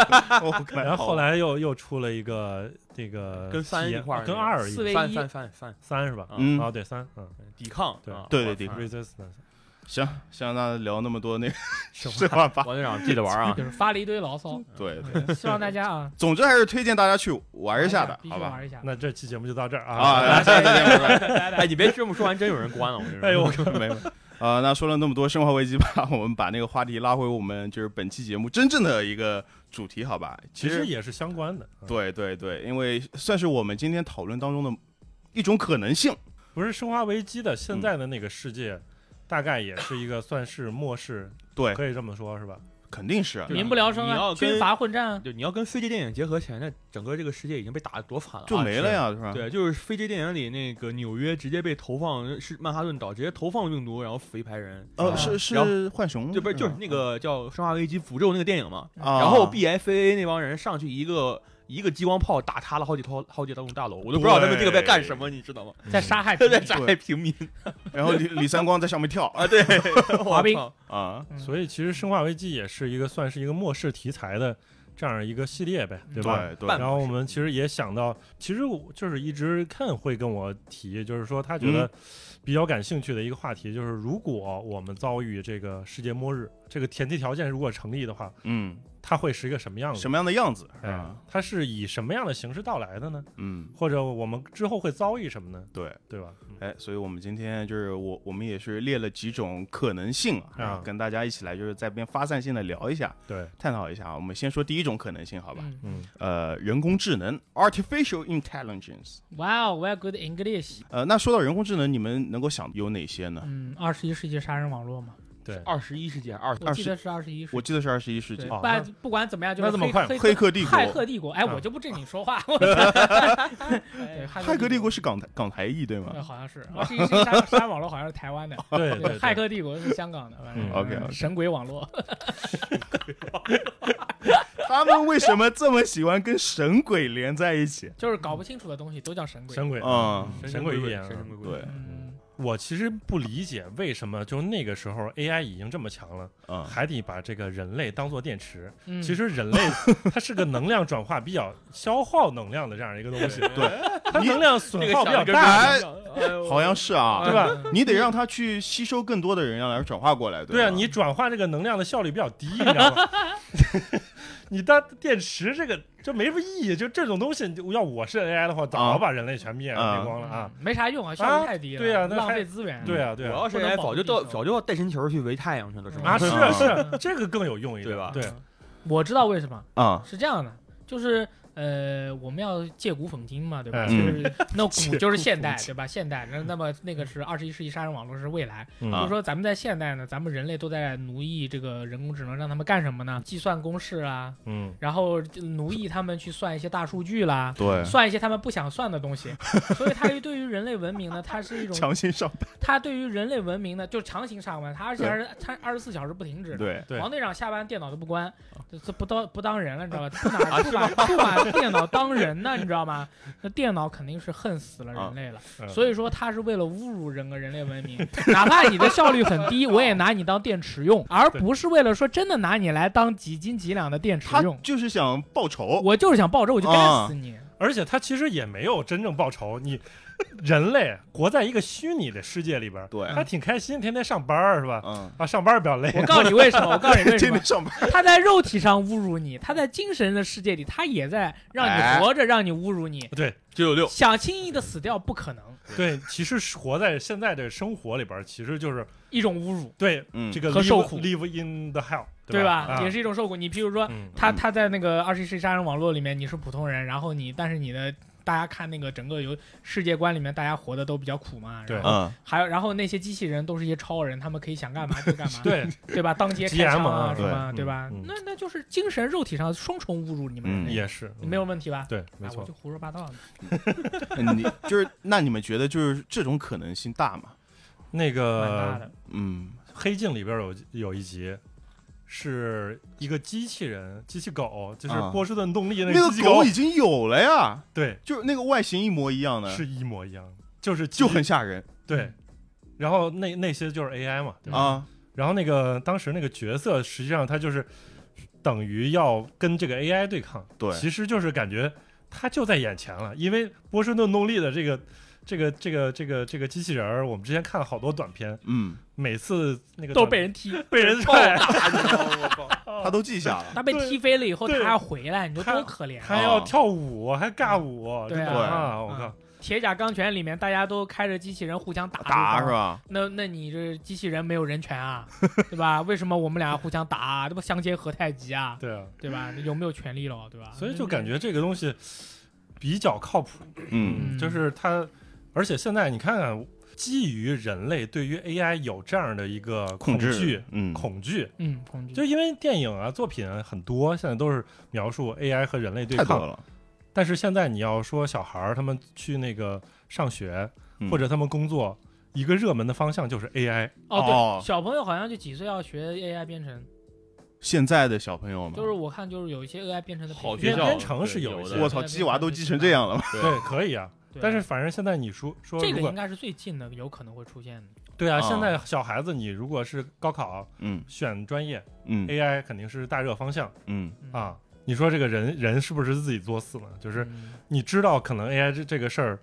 Speaker 1: 然
Speaker 2: 然
Speaker 1: 后后来又又出了一个这个
Speaker 4: 跟三
Speaker 1: 体
Speaker 4: 一
Speaker 1: 验
Speaker 4: 块儿
Speaker 1: 跟
Speaker 4: 那个
Speaker 1: 二一
Speaker 3: 四 V
Speaker 4: 翻
Speaker 3: 一
Speaker 4: 翻翻翻，啊
Speaker 1: 三是吧？
Speaker 2: 嗯
Speaker 1: 哦，对三，嗯
Speaker 4: 抵抗，
Speaker 1: 对
Speaker 4: 啊
Speaker 2: 对对
Speaker 4: 我
Speaker 2: 对
Speaker 4: 操
Speaker 1: ，resistance，
Speaker 2: 行，先让大家聊那么多那个
Speaker 4: 生
Speaker 2: 生化八，
Speaker 4: 王队长记得玩啊
Speaker 3: 就，是发了一堆牢骚，
Speaker 2: 对，
Speaker 3: 希望大家啊
Speaker 2: 总之还是推荐大家去玩一下的
Speaker 3: 必，须
Speaker 2: 好吧？
Speaker 3: 玩一下。
Speaker 1: 那这期节目就到这儿
Speaker 2: 啊，
Speaker 1: 啊。
Speaker 2: 来下期再见，拜拜。
Speaker 4: 哎，你别这么说完，真有人关了，我跟你说
Speaker 1: 哎呦，我
Speaker 2: 没有。啊、那说了那么多生化危机吧， 我们把那个话题拉回我们就是本期节目真正的一个主题，好吧？
Speaker 1: 其实
Speaker 2: 实
Speaker 1: 也是相关的，嗯
Speaker 2: 对对对，因为算是我们今天讨论当中的一种可能性。
Speaker 1: 不是《生化危机》的
Speaker 2: 嗯
Speaker 1: 现在的那个世界，大概也是一个算是末世，
Speaker 2: 对
Speaker 1: 可以这么说是吧？
Speaker 2: 肯定是啊
Speaker 4: 对
Speaker 3: 民不聊生
Speaker 4: 你要
Speaker 3: 啊，
Speaker 4: 跟
Speaker 3: 军阀混战 啊，
Speaker 4: 对，你要跟非洲电影结合起来，那整个这个世界已经被打得多惨了，啊
Speaker 2: 就没了。呀，是吧？
Speaker 4: 对，就是非洲电影里那个纽约直接被投放是曼哈顿岛直接投放病毒，然后死一排人。
Speaker 2: 呃，
Speaker 3: 啊
Speaker 2: 是
Speaker 4: 然后
Speaker 2: 是浣熊，
Speaker 4: 就不是就是那个叫《生化危机：诅咒》那个电影嘛，
Speaker 2: 啊，
Speaker 4: 然后 BFA 那帮人上去一个一个激光炮打塌了好几套好几栋大楼，我都不知道他们这个在干什么，你知道吗？
Speaker 2: 嗯
Speaker 3: 在杀害
Speaker 4: 他
Speaker 3: 平
Speaker 4: 在
Speaker 3: 民
Speaker 4: 炸害平民
Speaker 2: 然后李李三光在上面跳
Speaker 4: 啊！对，
Speaker 3: 滑 冰
Speaker 4: 我操
Speaker 2: 啊，
Speaker 3: 嗯
Speaker 1: 所以其实《生化危机》也是一个算是一个末世题材的这样一个系列呗，对吧？
Speaker 2: 嗯对对
Speaker 4: 半
Speaker 1: 然后我们其实也想到，其实我就是一直看会跟我提，就是说他觉
Speaker 2: 嗯
Speaker 1: 得比较感兴趣的一个话题，就是如果我们遭遇这个世界末日，这个前提条件如果成立的话，
Speaker 2: 嗯，
Speaker 1: 它会是一个什么样子
Speaker 2: 什？么样的样子是
Speaker 1: 哎
Speaker 2: 吧？，
Speaker 1: 它是以什么样的形式到来的呢？
Speaker 2: 嗯，
Speaker 1: 或者我们之后会遭遇什么呢？
Speaker 2: 对，
Speaker 1: 对吧？嗯
Speaker 2: 哎，所以我们今天就是我我们也是列了几种可能性啊，然后
Speaker 1: 啊
Speaker 2: 跟大家一起来就是在边发散性的聊一下，
Speaker 1: 对，
Speaker 2: 探讨一下啊。我们先说第一种可能性，好吧？
Speaker 3: 嗯
Speaker 1: 嗯，
Speaker 2: 呃，人工智能 （artificial intelligence）。
Speaker 3: 哇哦，very good English。
Speaker 2: 呃，那说到人工智能，你们能够想有哪些呢？
Speaker 3: 嗯，二十一世纪杀人网络嘛，
Speaker 1: 对，
Speaker 4: 二十一世纪二
Speaker 3: 我记得是二十一世
Speaker 2: 我
Speaker 3: 纪。
Speaker 2: 记得是二十一世纪
Speaker 3: 对，
Speaker 1: 哦
Speaker 3: 不然不管怎么样，就是
Speaker 1: 那这么
Speaker 3: 黑
Speaker 1: 快
Speaker 3: 黑
Speaker 2: 《黑客帝国
Speaker 3: 骇》。客帝国，哎，
Speaker 1: 啊
Speaker 3: 我就不正经说话。我对，
Speaker 2: 《
Speaker 3: 骇
Speaker 2: 骇客帝国》是港台港台译对
Speaker 3: 对，
Speaker 2: 吗？
Speaker 3: 呃好像是二十一世纪杀人杀人网络，好像是台湾的。
Speaker 1: 对
Speaker 3: 对
Speaker 1: 哦 对，对
Speaker 3: 骇客帝国是香港的。反正
Speaker 1: 嗯
Speaker 2: ，OK，OK
Speaker 3: 神鬼网络，
Speaker 2: 他们为什么这么喜欢跟神鬼连在一起？
Speaker 3: 就是搞不清楚的东西都叫神鬼。
Speaker 1: 神鬼，
Speaker 2: 嗯，
Speaker 1: 神鬼预言
Speaker 4: 神神
Speaker 1: 啊。
Speaker 4: 鬼鬼，
Speaker 2: 对，
Speaker 3: 嗯，
Speaker 1: 我其实不理解为什么就那个时候 AI 已经这么强了，
Speaker 2: 嗯，
Speaker 1: 还得把这个人类当做电池。
Speaker 3: 嗯
Speaker 1: 其实人类 它是个能量转化比较消耗能量的这样一个东 西，它
Speaker 2: 你
Speaker 1: 能量
Speaker 4: 那
Speaker 1: 损
Speaker 4: 个
Speaker 1: 耗
Speaker 4: 小
Speaker 1: 比较
Speaker 4: 跟
Speaker 1: 大。
Speaker 2: 哎
Speaker 4: 哎呦
Speaker 2: 好像是啊，
Speaker 1: 对吧？
Speaker 3: 嗯
Speaker 2: 你得让他去吸收更多的能量，然后转化过来，
Speaker 1: 对啊，
Speaker 2: 吧
Speaker 1: 你转化这个能量的效率比较低，你知道吗？ 你当电池这个就没什么意义，就这种东西，你要我是 AI 的话，早
Speaker 2: 啊
Speaker 1: 把人类全灭了
Speaker 2: 啊
Speaker 1: 灭光了啊！
Speaker 3: 没啥用啊，效率太低了，
Speaker 1: 对啊那
Speaker 3: 浪
Speaker 1: 还
Speaker 3: 费资源。
Speaker 1: 对啊，对
Speaker 4: 我
Speaker 1: 啊，
Speaker 4: 要是
Speaker 3: 不能
Speaker 4: AI
Speaker 3: 保
Speaker 4: 早就
Speaker 3: 地
Speaker 4: 到
Speaker 3: 球
Speaker 4: 早就要带星球去围太阳去了，是吗？
Speaker 1: 啊是啊是啊
Speaker 3: 嗯，
Speaker 1: 这个更有用一点，
Speaker 4: 对吧
Speaker 1: 对，
Speaker 3: 我知道为什么
Speaker 2: 啊，
Speaker 3: 是这样的，就是呃，我们要借古讽今嘛，对吧？
Speaker 1: 哎
Speaker 3: 就是
Speaker 2: 嗯
Speaker 3: 那
Speaker 1: 借
Speaker 3: 古就是现代
Speaker 1: 古讽，今
Speaker 3: 对吧？现代，那那么那个是二十一世纪杀人网络是未来，
Speaker 1: 嗯
Speaker 2: 啊
Speaker 3: 就是说咱们在现代呢，咱们人类都在奴役这个人工智能，让他们干什么呢？计算公式啊，
Speaker 1: 嗯，
Speaker 3: 然后奴役他们去算一些大数据啦。
Speaker 2: 对，
Speaker 3: 算一些他们不想算的东西， 所以它对于人类文明呢，它是一种，
Speaker 2: 强行上班，
Speaker 3: 它对于人类文明呢，就强行上班，它而且
Speaker 2: 对
Speaker 3: 还是它二十四小时不停止的。
Speaker 2: 对，
Speaker 1: 对
Speaker 3: 王队长下班电脑都不关，这这不当不当人了，你知道吧？
Speaker 4: 啊
Speaker 3: 不
Speaker 4: 是
Speaker 3: 拿
Speaker 4: 吗
Speaker 3: 不把不把电脑当人呢，你知道吗？那电脑肯定是恨死了人类了，
Speaker 1: 嗯
Speaker 3: 所以说他是为了侮辱整个人类文明，哪怕你的效率很低，我也拿你当电池用，而不是为了说真的拿你来当几斤几两的电池
Speaker 2: 他
Speaker 3: 用。
Speaker 2: 就是想报仇，
Speaker 3: 我就是想抱着我就干死你，
Speaker 1: 而且它其实也没有真正报仇，你 人类活在一个虚拟的世界里边儿，
Speaker 2: 对，
Speaker 1: 还挺开心，天天上班儿是吧？
Speaker 2: 嗯，
Speaker 1: 啊，上班儿比较累，
Speaker 3: 我告诉你为什么，我告诉你为什
Speaker 2: 天
Speaker 3: 么
Speaker 2: 天，上班，
Speaker 3: 他在肉体上侮辱你，他在精神的世界里，他也在让你
Speaker 2: 哎
Speaker 3: 活着，让你侮辱你，
Speaker 1: 对
Speaker 4: 九九 六，
Speaker 3: 想轻易的死掉不可能，
Speaker 1: 对，其实是活在现在的生活里边儿，其实就是
Speaker 3: 一种侮辱。
Speaker 1: 对
Speaker 2: 嗯
Speaker 1: 这个
Speaker 3: 和
Speaker 1: live-
Speaker 3: 受苦
Speaker 1: ，live in the hell，
Speaker 3: 对
Speaker 1: 吧？啊
Speaker 3: 也是一种受苦。你譬如说，
Speaker 1: 嗯
Speaker 3: 他
Speaker 2: 嗯
Speaker 3: 他在那个二十一世纪杀人网络里面，你是普通人，然后你但是你的大家看那个整个游世界观里面，大家活的都比较苦嘛。
Speaker 1: 对
Speaker 3: 然后
Speaker 2: 嗯，
Speaker 3: 还有然后那些机器人都是一些超人，他们可以想干嘛就干嘛，
Speaker 1: 对
Speaker 3: 对吧？当街开枪
Speaker 1: GM
Speaker 3: 啊
Speaker 1: 啊
Speaker 3: 什么，
Speaker 1: 对
Speaker 3: 对吧
Speaker 1: 嗯嗯？嗯
Speaker 3: 那那就是精神肉体上双重侮辱你们人类，
Speaker 1: 也是
Speaker 3: 没有问题吧？
Speaker 1: 对，没
Speaker 3: 啊我
Speaker 1: 错
Speaker 3: 就。胡说八道呢。
Speaker 2: 你就是那你们觉得就是这种可能性大吗？
Speaker 1: 那
Speaker 3: 蛮大
Speaker 1: 个《
Speaker 3: 的，
Speaker 2: 嗯
Speaker 1: 黑镜》里边有有一集。是一个机器人，机器狗，就是
Speaker 2: 啊
Speaker 1: 波士顿动力那
Speaker 2: 那
Speaker 1: 个
Speaker 2: 个
Speaker 1: 机器
Speaker 2: 狗已经有了呀，
Speaker 1: 对，
Speaker 2: 就是那个外形一模一样的，
Speaker 1: 是一模一样，就是
Speaker 2: 嗯就
Speaker 1: 机
Speaker 2: 很吓人
Speaker 1: 对。然后那那些就是 AI 嘛，对吧？
Speaker 2: 啊，
Speaker 1: 然后那个当时那个角色，实际上他就是等于要跟这个 AI 对抗，
Speaker 2: 对
Speaker 1: 其实就是感觉他就在眼前了，因为波士顿动力的这个这个这个这个这个机器人儿，我们之前看了好多短片，
Speaker 2: 嗯，
Speaker 1: 每次那个
Speaker 3: 都
Speaker 1: 短
Speaker 3: 被人踢，
Speaker 1: 被人踹，
Speaker 4: 啊
Speaker 2: 他都记下了，
Speaker 3: 他被
Speaker 1: 对
Speaker 3: 踢飞了以后，他
Speaker 1: 对
Speaker 3: 还要回来，你说
Speaker 1: 他
Speaker 3: 多可怜啊！
Speaker 1: 还要跳舞，还尬舞，
Speaker 3: 对啊
Speaker 1: 真的啊，我靠，
Speaker 3: 铁甲钢拳里面，大家都开着机器人互相打
Speaker 2: 打是
Speaker 3: 对方
Speaker 2: 吧？
Speaker 3: 那那你这机器人没有人权啊，对吧？为什么我们俩互相打、啊？这不相煎何太急啊，
Speaker 1: 对啊，
Speaker 3: 对吧？有没有权利了，对吧？
Speaker 1: 所以就感觉这个东西比较靠谱，
Speaker 2: 嗯
Speaker 3: 嗯
Speaker 1: 就是它，而且现在你看看。啊基于人类对于 AI 有这样的一个恐
Speaker 2: 控制
Speaker 1: 惧、
Speaker 2: 嗯，
Speaker 1: 恐惧，
Speaker 3: 嗯，恐惧
Speaker 1: 就因为电影啊作品啊很多，现在都是描述 AI 和人类对
Speaker 2: 太多
Speaker 1: 抗。
Speaker 2: 了，
Speaker 1: 但是现在你要说小孩儿他们去那个上学、
Speaker 2: 嗯
Speaker 1: 或者他们工作，一个热门的方向就是 AI。
Speaker 3: 哦
Speaker 2: 哦
Speaker 3: 对，小朋友好像就几岁要学 AI 编程，
Speaker 2: 现在的小朋友们，
Speaker 3: 就是我看就是有一些 AI 编程的培训
Speaker 4: 好
Speaker 1: 哦学
Speaker 4: 学
Speaker 1: 校
Speaker 4: 校啊
Speaker 1: 编程是有
Speaker 4: 有
Speaker 1: 一
Speaker 4: 的
Speaker 1: 些
Speaker 2: 我操，鸡娃都鸡成这样了吗？
Speaker 4: 对
Speaker 1: 对，可以啊。
Speaker 3: 对
Speaker 1: 但是反正现在你说说
Speaker 3: 这
Speaker 1: 如
Speaker 3: 个
Speaker 1: 果
Speaker 3: 应该是最近的有可能会出现的。
Speaker 1: 对啊，
Speaker 2: 啊
Speaker 1: 现在小孩子你如果是高考
Speaker 2: 嗯
Speaker 1: 选专业
Speaker 2: 嗯
Speaker 1: ，AI 肯定是大热方向
Speaker 2: 嗯，
Speaker 3: 嗯，
Speaker 1: 啊。你说这个人人是不是自己作死呢？就是
Speaker 3: 嗯
Speaker 1: 你知道可能 AI 这这个事儿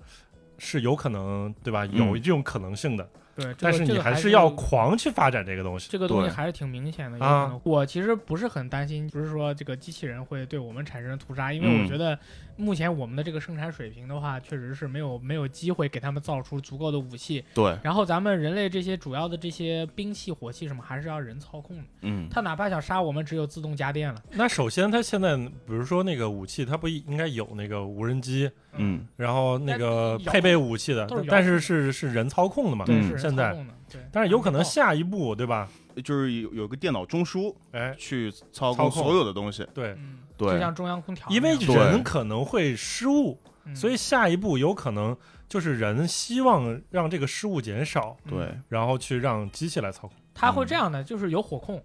Speaker 1: 是有可能对吧？有
Speaker 2: 嗯
Speaker 1: 这种可能性的，
Speaker 3: 对，这个
Speaker 1: 但是
Speaker 3: 这
Speaker 1: 你
Speaker 3: 个还
Speaker 1: 是要狂去发展这个东西。
Speaker 3: 这个东西
Speaker 2: 对
Speaker 3: 还是挺明显的。有可
Speaker 1: 啊
Speaker 3: 能我其实不是很担心，不是说这个机器人会对我们产生屠杀，因为
Speaker 2: 嗯
Speaker 3: 我觉得目前我们的这个生产水平的话，确实是没有没有机会给他们造出足够的武器。
Speaker 2: 对，
Speaker 3: 然后咱们人类这些主要的这些兵器、火器什么，还是要人操控的。
Speaker 2: 嗯
Speaker 3: 他哪怕想杀我们，只有自动家电了。
Speaker 1: 那首先，它现在比如说那个武器，它不应该有那个无人机，
Speaker 2: 嗯，
Speaker 1: 然后那个
Speaker 3: 但是
Speaker 1: 配备武器的
Speaker 3: 都是，遥
Speaker 1: 但是
Speaker 3: 控
Speaker 1: 是是人操控的嘛？
Speaker 3: 对，
Speaker 2: 嗯
Speaker 3: 是人
Speaker 1: 现
Speaker 3: 操
Speaker 1: 在
Speaker 3: 控的。对，
Speaker 1: 但是有可能
Speaker 3: 还没到
Speaker 1: 下一步，对吧？
Speaker 2: 就是有有个电脑中枢
Speaker 1: 哎，
Speaker 2: 去操
Speaker 1: 操控
Speaker 2: 控所有的东西，
Speaker 1: 对，
Speaker 3: 嗯，就
Speaker 2: 对
Speaker 3: 像中央空调那
Speaker 1: 因
Speaker 3: 样，
Speaker 1: 为
Speaker 2: 对
Speaker 1: 人可能会失误，
Speaker 3: 嗯
Speaker 1: 所以下一步有可能就是人希望让这个失误减少，
Speaker 2: 对，嗯
Speaker 1: 然后去让机器来操控。
Speaker 3: 它嗯会这样的，就是有火控，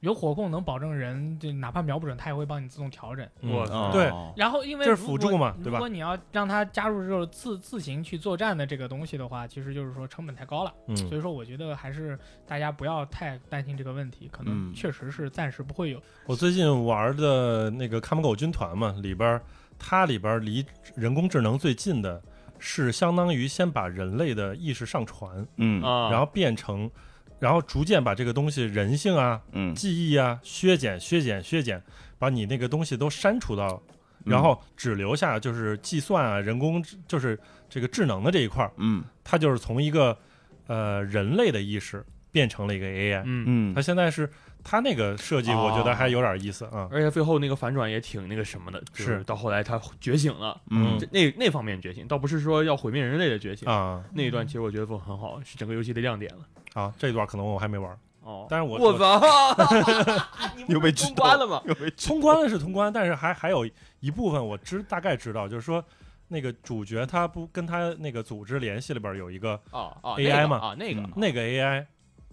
Speaker 3: 有火控能保证人，就哪怕瞄不准，它也会帮你自动调整。
Speaker 1: 我
Speaker 2: 哦
Speaker 1: 嗯对，
Speaker 3: 然后因为
Speaker 1: 这
Speaker 3: 如
Speaker 1: 是
Speaker 3: 果
Speaker 1: 辅助嘛对吧
Speaker 3: 如果你要让它加入这种自自行去作战的这个东西的话，其实就是说成本太高了。所
Speaker 1: 嗯，
Speaker 3: 以说，我觉得还是大家不要太担心这个问题，可能
Speaker 2: 嗯
Speaker 3: 确实是暂时不会有。
Speaker 1: 我最近玩的那个看门狗军团嘛，里边儿它里边儿离人工智能最近的是相当于先把人类的意识上传，
Speaker 2: 嗯
Speaker 4: 啊，
Speaker 1: 然后变成，然后逐渐把这个东西人性啊、
Speaker 2: 嗯，
Speaker 1: 记忆啊削减、削减、削减，把你那个东西都删除到，
Speaker 2: 嗯
Speaker 1: 然后只留下就是计算啊、人工智就是这个智能的这一块儿，
Speaker 2: 嗯
Speaker 1: 它就是从一个呃人类的意识变成了一个
Speaker 4: 嗯，
Speaker 1: AI。
Speaker 4: 啊
Speaker 2: 嗯
Speaker 1: 它，现在是它那个设计，我觉得还有点意思啊。
Speaker 4: 而且最后那个反转也挺那个什么的，就是到后来他觉醒了，
Speaker 2: 嗯
Speaker 4: 这那那方面觉醒，倒不是说要毁灭人类的觉醒，
Speaker 1: 啊
Speaker 4: 那一段其实我觉得做得很好，是整个游戏的亮点了。
Speaker 1: 啊，这段可能我还没玩，
Speaker 4: 哦，
Speaker 1: 但是我
Speaker 4: 我
Speaker 1: 我
Speaker 4: 操，
Speaker 2: 又被知
Speaker 4: 通
Speaker 2: 道
Speaker 4: 关了吗？
Speaker 2: 又被
Speaker 1: 通关了是通关，但是还还有一部分我知大概知道，就是说那个主角他不跟他那个组织联系里边有一个
Speaker 4: 啊啊
Speaker 1: AI
Speaker 4: 那个
Speaker 1: 嘛
Speaker 4: 啊那个
Speaker 2: 嗯
Speaker 1: 那个 AI，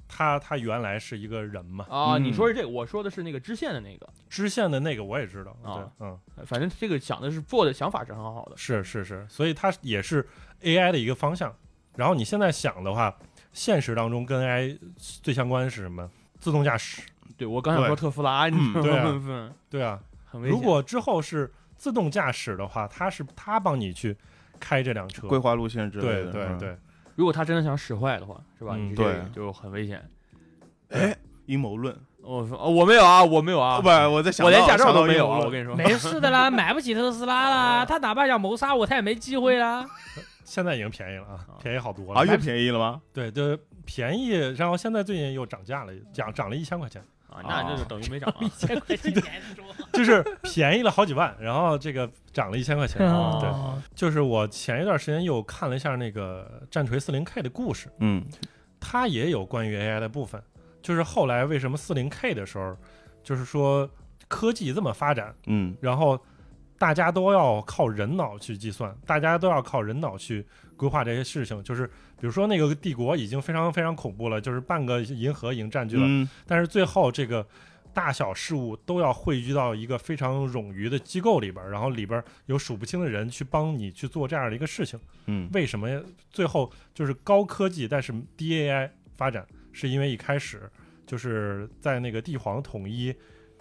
Speaker 1: 他他原来是一个人嘛，
Speaker 4: 啊，
Speaker 2: 嗯
Speaker 4: 你说是这个，我说的是那个支线的那个，
Speaker 1: 支线的那个我也知道，
Speaker 4: 啊
Speaker 1: 对，嗯，
Speaker 4: 反正这个想的是做的想法是很好的。
Speaker 1: 是是是，所以它也是 AI 的一个方向。然后你现在想的话，现实当中跟 AI 最相关是什么？自动驾驶，
Speaker 4: 对我刚想说特斯拉，你
Speaker 2: 嗯
Speaker 1: 对啊
Speaker 4: 很很
Speaker 1: 对啊。
Speaker 4: 很危险。
Speaker 1: 如果之后是自动驾驶的话，它是它帮你去开这辆车，
Speaker 2: 规划路线之类
Speaker 1: 对
Speaker 2: 的，
Speaker 1: 对
Speaker 2: 嗯。
Speaker 1: 对，
Speaker 4: 如果他真的想使坏的话，是吧？
Speaker 1: 嗯
Speaker 4: 你是这个
Speaker 2: 对
Speaker 4: 就很危险。
Speaker 2: 哎，阴谋论哦
Speaker 4: 我说哦我没有啊，我没有啊，
Speaker 2: 不是，我在想
Speaker 4: 我
Speaker 2: 到，
Speaker 4: 连驾照
Speaker 2: 想到
Speaker 4: 都没有啊，
Speaker 2: 阴谋
Speaker 4: 我
Speaker 2: 论
Speaker 4: 跟你说。
Speaker 3: 没事的啦，买不起特斯拉 啦，他哪怕想谋杀我，他也没机会啦。现
Speaker 1: 现在已经便宜了啊
Speaker 4: 啊，
Speaker 1: 便宜好多了
Speaker 2: 啊，又便宜了吗？
Speaker 1: 对，就是便宜，然后现在最近又涨价了，涨涨了一千块钱，
Speaker 4: 啊，那这就等于没 涨啊。
Speaker 3: 千块钱钱 说，
Speaker 1: 就是便宜了好几万，然后这个涨了一千块钱。
Speaker 3: 嗯
Speaker 4: 哦
Speaker 1: 对，就是我前一段时间又看了一下那个战锤 40K 的故事，
Speaker 2: 嗯
Speaker 1: 它也有关于 AI 的部分。就是后来为什么 40K 的时候，就是说科技这么发展，
Speaker 2: 嗯
Speaker 1: 然后大家都要靠人脑去计算，大家都要靠人脑去规划这些事情。就是比如说那个帝国已经非常非常恐怖了，就是半个银河已经占据了，
Speaker 2: 嗯
Speaker 1: 但是最后这个大小事物都要汇聚到一个非常冗余的机构里边儿，然后里边儿有数不清的人去帮你去做这样的一个事情。
Speaker 2: 嗯
Speaker 1: 为什么最后就是高科技，但是低 AI 发展，是因为一开始就是在那个帝皇统一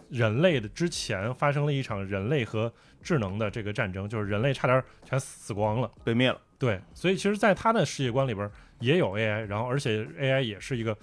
Speaker 1: 人类的之前，发生了一场人类和智能的这个战争，就是人类差点全死光了。
Speaker 2: 被灭了，
Speaker 1: 对，所以其实，在他的世界观里边也有 AI，然后而且 AI 也是一个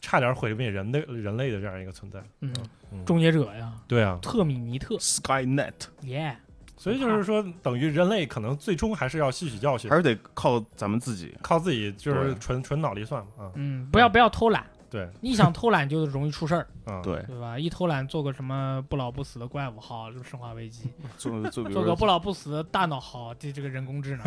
Speaker 1: 差点毁灭人类人类的这样一个存在。
Speaker 3: 嗯
Speaker 1: 嗯，
Speaker 3: 终结者呀，
Speaker 1: 对啊，
Speaker 3: 特米尼特，
Speaker 2: Skynet
Speaker 3: 耶，
Speaker 1: 所以就是说，等于人类可能最终还是要吸取教训
Speaker 2: 还，是得靠咱们自己。
Speaker 1: 靠自己就是
Speaker 2: 对
Speaker 1: 纯纯脑力算嘛啊。
Speaker 3: 嗯，不要不要偷懒，
Speaker 1: 对，
Speaker 3: 你想偷懒就容易出事儿，
Speaker 1: 嗯，
Speaker 2: 对，
Speaker 3: 对吧？一偷懒做个什么不老不死的怪物好，就是生化危机；
Speaker 2: 做做比如
Speaker 3: 做个
Speaker 2: 说
Speaker 3: 不老不死的大脑好，这这个人 工智能，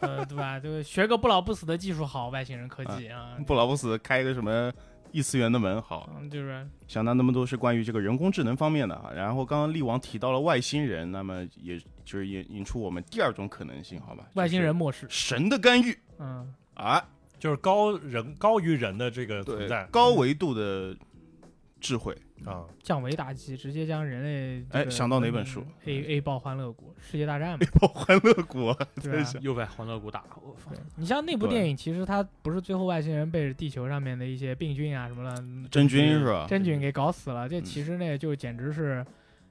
Speaker 3: 呃，对吧？就学个不老不死的技术好，外星人科技啊，
Speaker 2: 哎不老不死开个什么异次元的门好。
Speaker 3: 嗯，就是
Speaker 2: 想到那么多是关于这个人工智能方面的啊，然后刚刚力王提到了外星人，那么也就是引引出我们第二种可能性，好吧？
Speaker 3: 外星人末世
Speaker 2: 就，是神的干预
Speaker 3: 嗯，
Speaker 2: 啊，
Speaker 1: 就是高人高于人的这个存
Speaker 2: 对
Speaker 1: 在，
Speaker 2: 高维度的智慧，
Speaker 1: 啊，
Speaker 3: 降维打击，直接将人类这
Speaker 2: 哎
Speaker 3: 个嗯
Speaker 2: 想到哪本书
Speaker 3: ？A A 爆欢乐谷世界大战嘛，
Speaker 2: 包欢乐谷，
Speaker 3: 对吧？
Speaker 4: 又被欢乐谷打，我操！
Speaker 3: 你像那部
Speaker 2: 对
Speaker 3: 电影，其实它不是最后外星人被地球上面的一些病菌啊什么的
Speaker 2: 真菌是吧？
Speaker 3: 真菌给搞死了，这
Speaker 2: 啊嗯
Speaker 3: 其实那就简直是，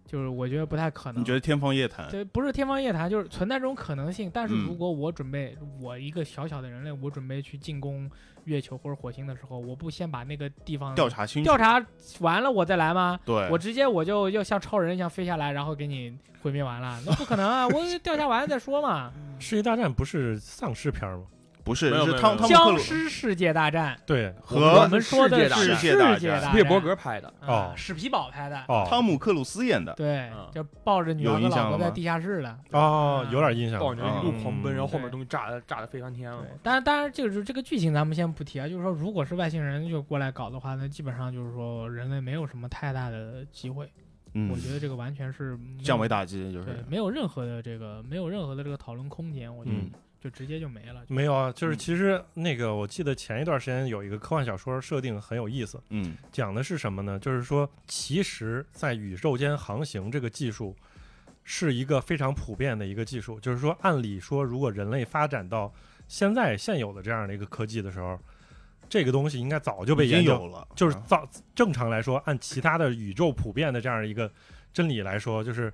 Speaker 3: 就是我觉得不太可能。
Speaker 2: 你觉得天方夜谭？
Speaker 3: 这不是天方夜谭，就是存在这种可能性。但是
Speaker 2: 嗯
Speaker 3: 如果我准备，我一个小小的人类，我准备去进攻月球或者火星的时候，我不先把那个地方
Speaker 2: 调查清楚
Speaker 3: 调，查完了我再来吗？
Speaker 2: 对，
Speaker 3: 我直接我就要像超人一样飞下来，然后给你毁灭完了，那不可能啊！我调查完了再说嘛。
Speaker 1: 世界大战不是丧尸片吗？
Speaker 2: 不是
Speaker 4: 没有
Speaker 2: 是
Speaker 4: 没有
Speaker 2: 汤汤姆克
Speaker 3: 僵
Speaker 2: 鲁
Speaker 3: 尸世界大战，
Speaker 1: 对，
Speaker 2: 和
Speaker 3: 我们说的
Speaker 4: 世
Speaker 3: 是
Speaker 4: 界
Speaker 2: 大战
Speaker 3: 世界大
Speaker 4: 斯皮
Speaker 3: 战，
Speaker 4: 伯格拍的，
Speaker 3: 啊
Speaker 1: 哦
Speaker 3: 史皮堡拍的，
Speaker 1: 哦，
Speaker 2: 汤姆克鲁斯演的，
Speaker 3: 对
Speaker 4: 嗯，
Speaker 3: 就抱着女儿
Speaker 2: 有
Speaker 3: 和
Speaker 2: 印象
Speaker 3: 老婆
Speaker 2: 了
Speaker 3: 在
Speaker 2: 吗
Speaker 3: 地下室了。
Speaker 1: 哦，有点印象
Speaker 4: 抱着
Speaker 1: 了，
Speaker 4: 一路狂奔，
Speaker 1: 嗯
Speaker 4: 然后后面东西炸的炸的飞上天了
Speaker 3: 对。，当然，当然，这个就是这个剧情咱们先不提啊，就是说，如果是外星人就过来搞的话，那基本上就是说人类没有什么太大的机会。
Speaker 2: 嗯
Speaker 3: 我，觉得这个完全是没有
Speaker 2: 降维打击就
Speaker 3: 对
Speaker 2: 是，，
Speaker 3: 没有任何的这个没有任何的这个讨论空间，我觉得
Speaker 2: 嗯
Speaker 3: 就直接就没了。
Speaker 1: 没有啊，就是
Speaker 2: 嗯
Speaker 1: 其实那个，我记得前一段时间有一个科幻小说设定很有意思，
Speaker 2: 嗯
Speaker 1: 讲的是什么呢？就是说，其实，在宇宙间航行这个技术是一个非常普遍的一个技术。就是说，按理说，如果人类发展到现在现有的这样的一个科技的时候，这个东西应该早就被
Speaker 2: 已经
Speaker 1: 研究
Speaker 2: 有了，
Speaker 1: 就是
Speaker 2: 啊
Speaker 1: 造正常来说，按其他的宇宙普遍的这样一个真理来说，就是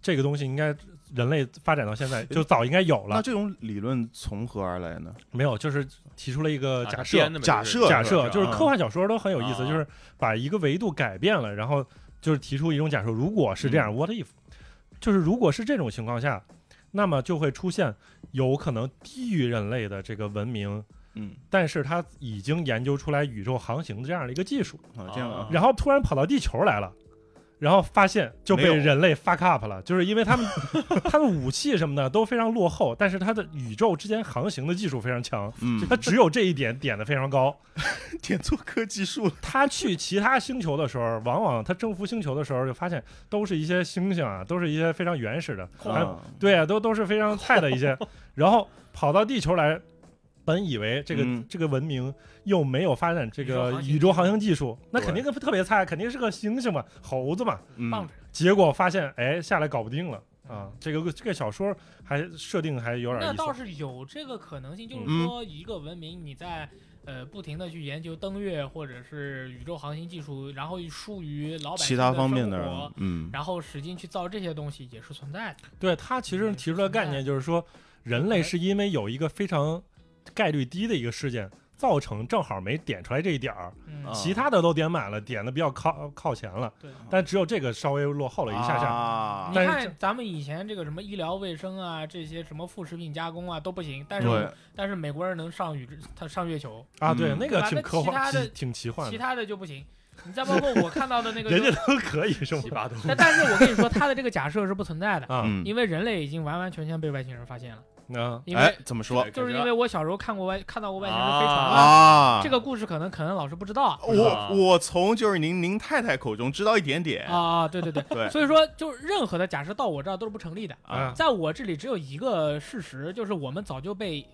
Speaker 1: 这个东西应该人类发展到现在就早应该有
Speaker 2: 那
Speaker 1: 了。
Speaker 2: 这种理论从何而来呢？
Speaker 1: 没有，就是提出了一个
Speaker 4: 啊
Speaker 1: 假
Speaker 4: 他
Speaker 1: 设，
Speaker 4: 编的嘛
Speaker 2: 呃假
Speaker 4: 就是
Speaker 2: 设
Speaker 1: 假
Speaker 2: 是吧啊
Speaker 1: 设就是科幻小说都很有意思，
Speaker 4: 啊
Speaker 1: 就是把一个维度改变了，然后就是提出一种假设，如果是这样、
Speaker 2: 嗯
Speaker 1: w h a t if？就是如果是这种情况下，那么就会出现有可能低于人类的这个文明，
Speaker 2: 嗯，
Speaker 1: 但是它已经研究出来宇宙航行的这样的一个技术，
Speaker 2: 好，这样啊
Speaker 4: 啊，
Speaker 1: 然后突然跑到地球来了。然后发现就
Speaker 2: 没
Speaker 1: 被
Speaker 2: 有
Speaker 1: 人类 fuck up 了，就是因为他们 他们武器什么的都非常落后，但是它的宇宙之间航行的技术非常强，
Speaker 2: 嗯，
Speaker 1: 它只有这一点点的非常高，
Speaker 2: 点错科技树了，
Speaker 1: 他去其他星球的时候，往往他征服星球的时候，就发现都是一些猩猩啊，都是一些非常原始的，啊、
Speaker 2: 啊
Speaker 1: 对啊，都都是非常菜的 一些，然后跑到地球来，本以为这个、
Speaker 2: 嗯
Speaker 1: 这个文明又没有发展这个
Speaker 3: 宇
Speaker 1: 宇
Speaker 3: 宙
Speaker 1: 宙
Speaker 3: 航
Speaker 1: 航
Speaker 3: 行
Speaker 1: 行技术，那肯定
Speaker 2: 对
Speaker 1: 跟特别菜，肯定是个猩猩嘛，猴子嘛，
Speaker 2: 嗯
Speaker 3: 棒着
Speaker 1: 结果发现哎下来搞不定了啊，这个这个小说还设定还有点
Speaker 3: 那
Speaker 1: 意
Speaker 3: 倒
Speaker 1: 思，
Speaker 3: 是有这个可能性，就是
Speaker 2: 嗯
Speaker 3: 说一个文明你在。呃，不停的去研究登月或者是宇宙航行技术，然后疏于老百姓
Speaker 2: 其他方面
Speaker 3: 的
Speaker 2: 的
Speaker 3: 生活
Speaker 2: 人，嗯，
Speaker 3: 然后使劲去造这些东西也是存在的。
Speaker 1: 对他其
Speaker 3: 嗯
Speaker 1: 实提出来概念就是说，人类是因为有一个非常概率低的一个事件，造成正好没点出来这一点儿，
Speaker 3: 嗯，
Speaker 2: 啊
Speaker 1: 其他的都点满了，点的比较靠靠前了，
Speaker 3: 对。
Speaker 1: 但只有这个稍微落后了一下下。
Speaker 2: 下
Speaker 3: 你
Speaker 1: 但是
Speaker 3: 看咱们以前这个什么医疗卫生啊，这些什么副食品加工啊都不行，但是
Speaker 2: 对，
Speaker 3: 但是美国人能上宇宙，他上月球，
Speaker 1: 啊，对，
Speaker 2: 嗯
Speaker 1: 那个挺科幻，
Speaker 3: 对吧那其他的
Speaker 1: 挺挺奇幻
Speaker 3: 其
Speaker 1: 的，
Speaker 3: 他的就不行。你再包括我看到的那个，
Speaker 1: 人家都可 以是
Speaker 4: 七八
Speaker 1: 吧？
Speaker 4: 都
Speaker 3: 但但是我跟你说，他的这个假设是不存在的，
Speaker 1: 啊，
Speaker 2: 嗯，
Speaker 3: 因为人类已经完完全全被外星人发现了，
Speaker 1: 啊，
Speaker 3: 因为
Speaker 2: 哎，怎么说
Speaker 3: 就是因为我小时候看过外看到过外星人飞船
Speaker 4: 啊
Speaker 3: 嘛，
Speaker 2: 啊？哦
Speaker 3: 这个故事可能可能老师不知道啊
Speaker 4: 啊
Speaker 2: 我我从就是您您太太口中知道一点点
Speaker 3: 啊，啊对对对，
Speaker 2: 对
Speaker 3: 所以说就是任何的假设到我这儿都是不成立的，
Speaker 1: 啊
Speaker 3: 在我这里只有一个事实，就是我们早就被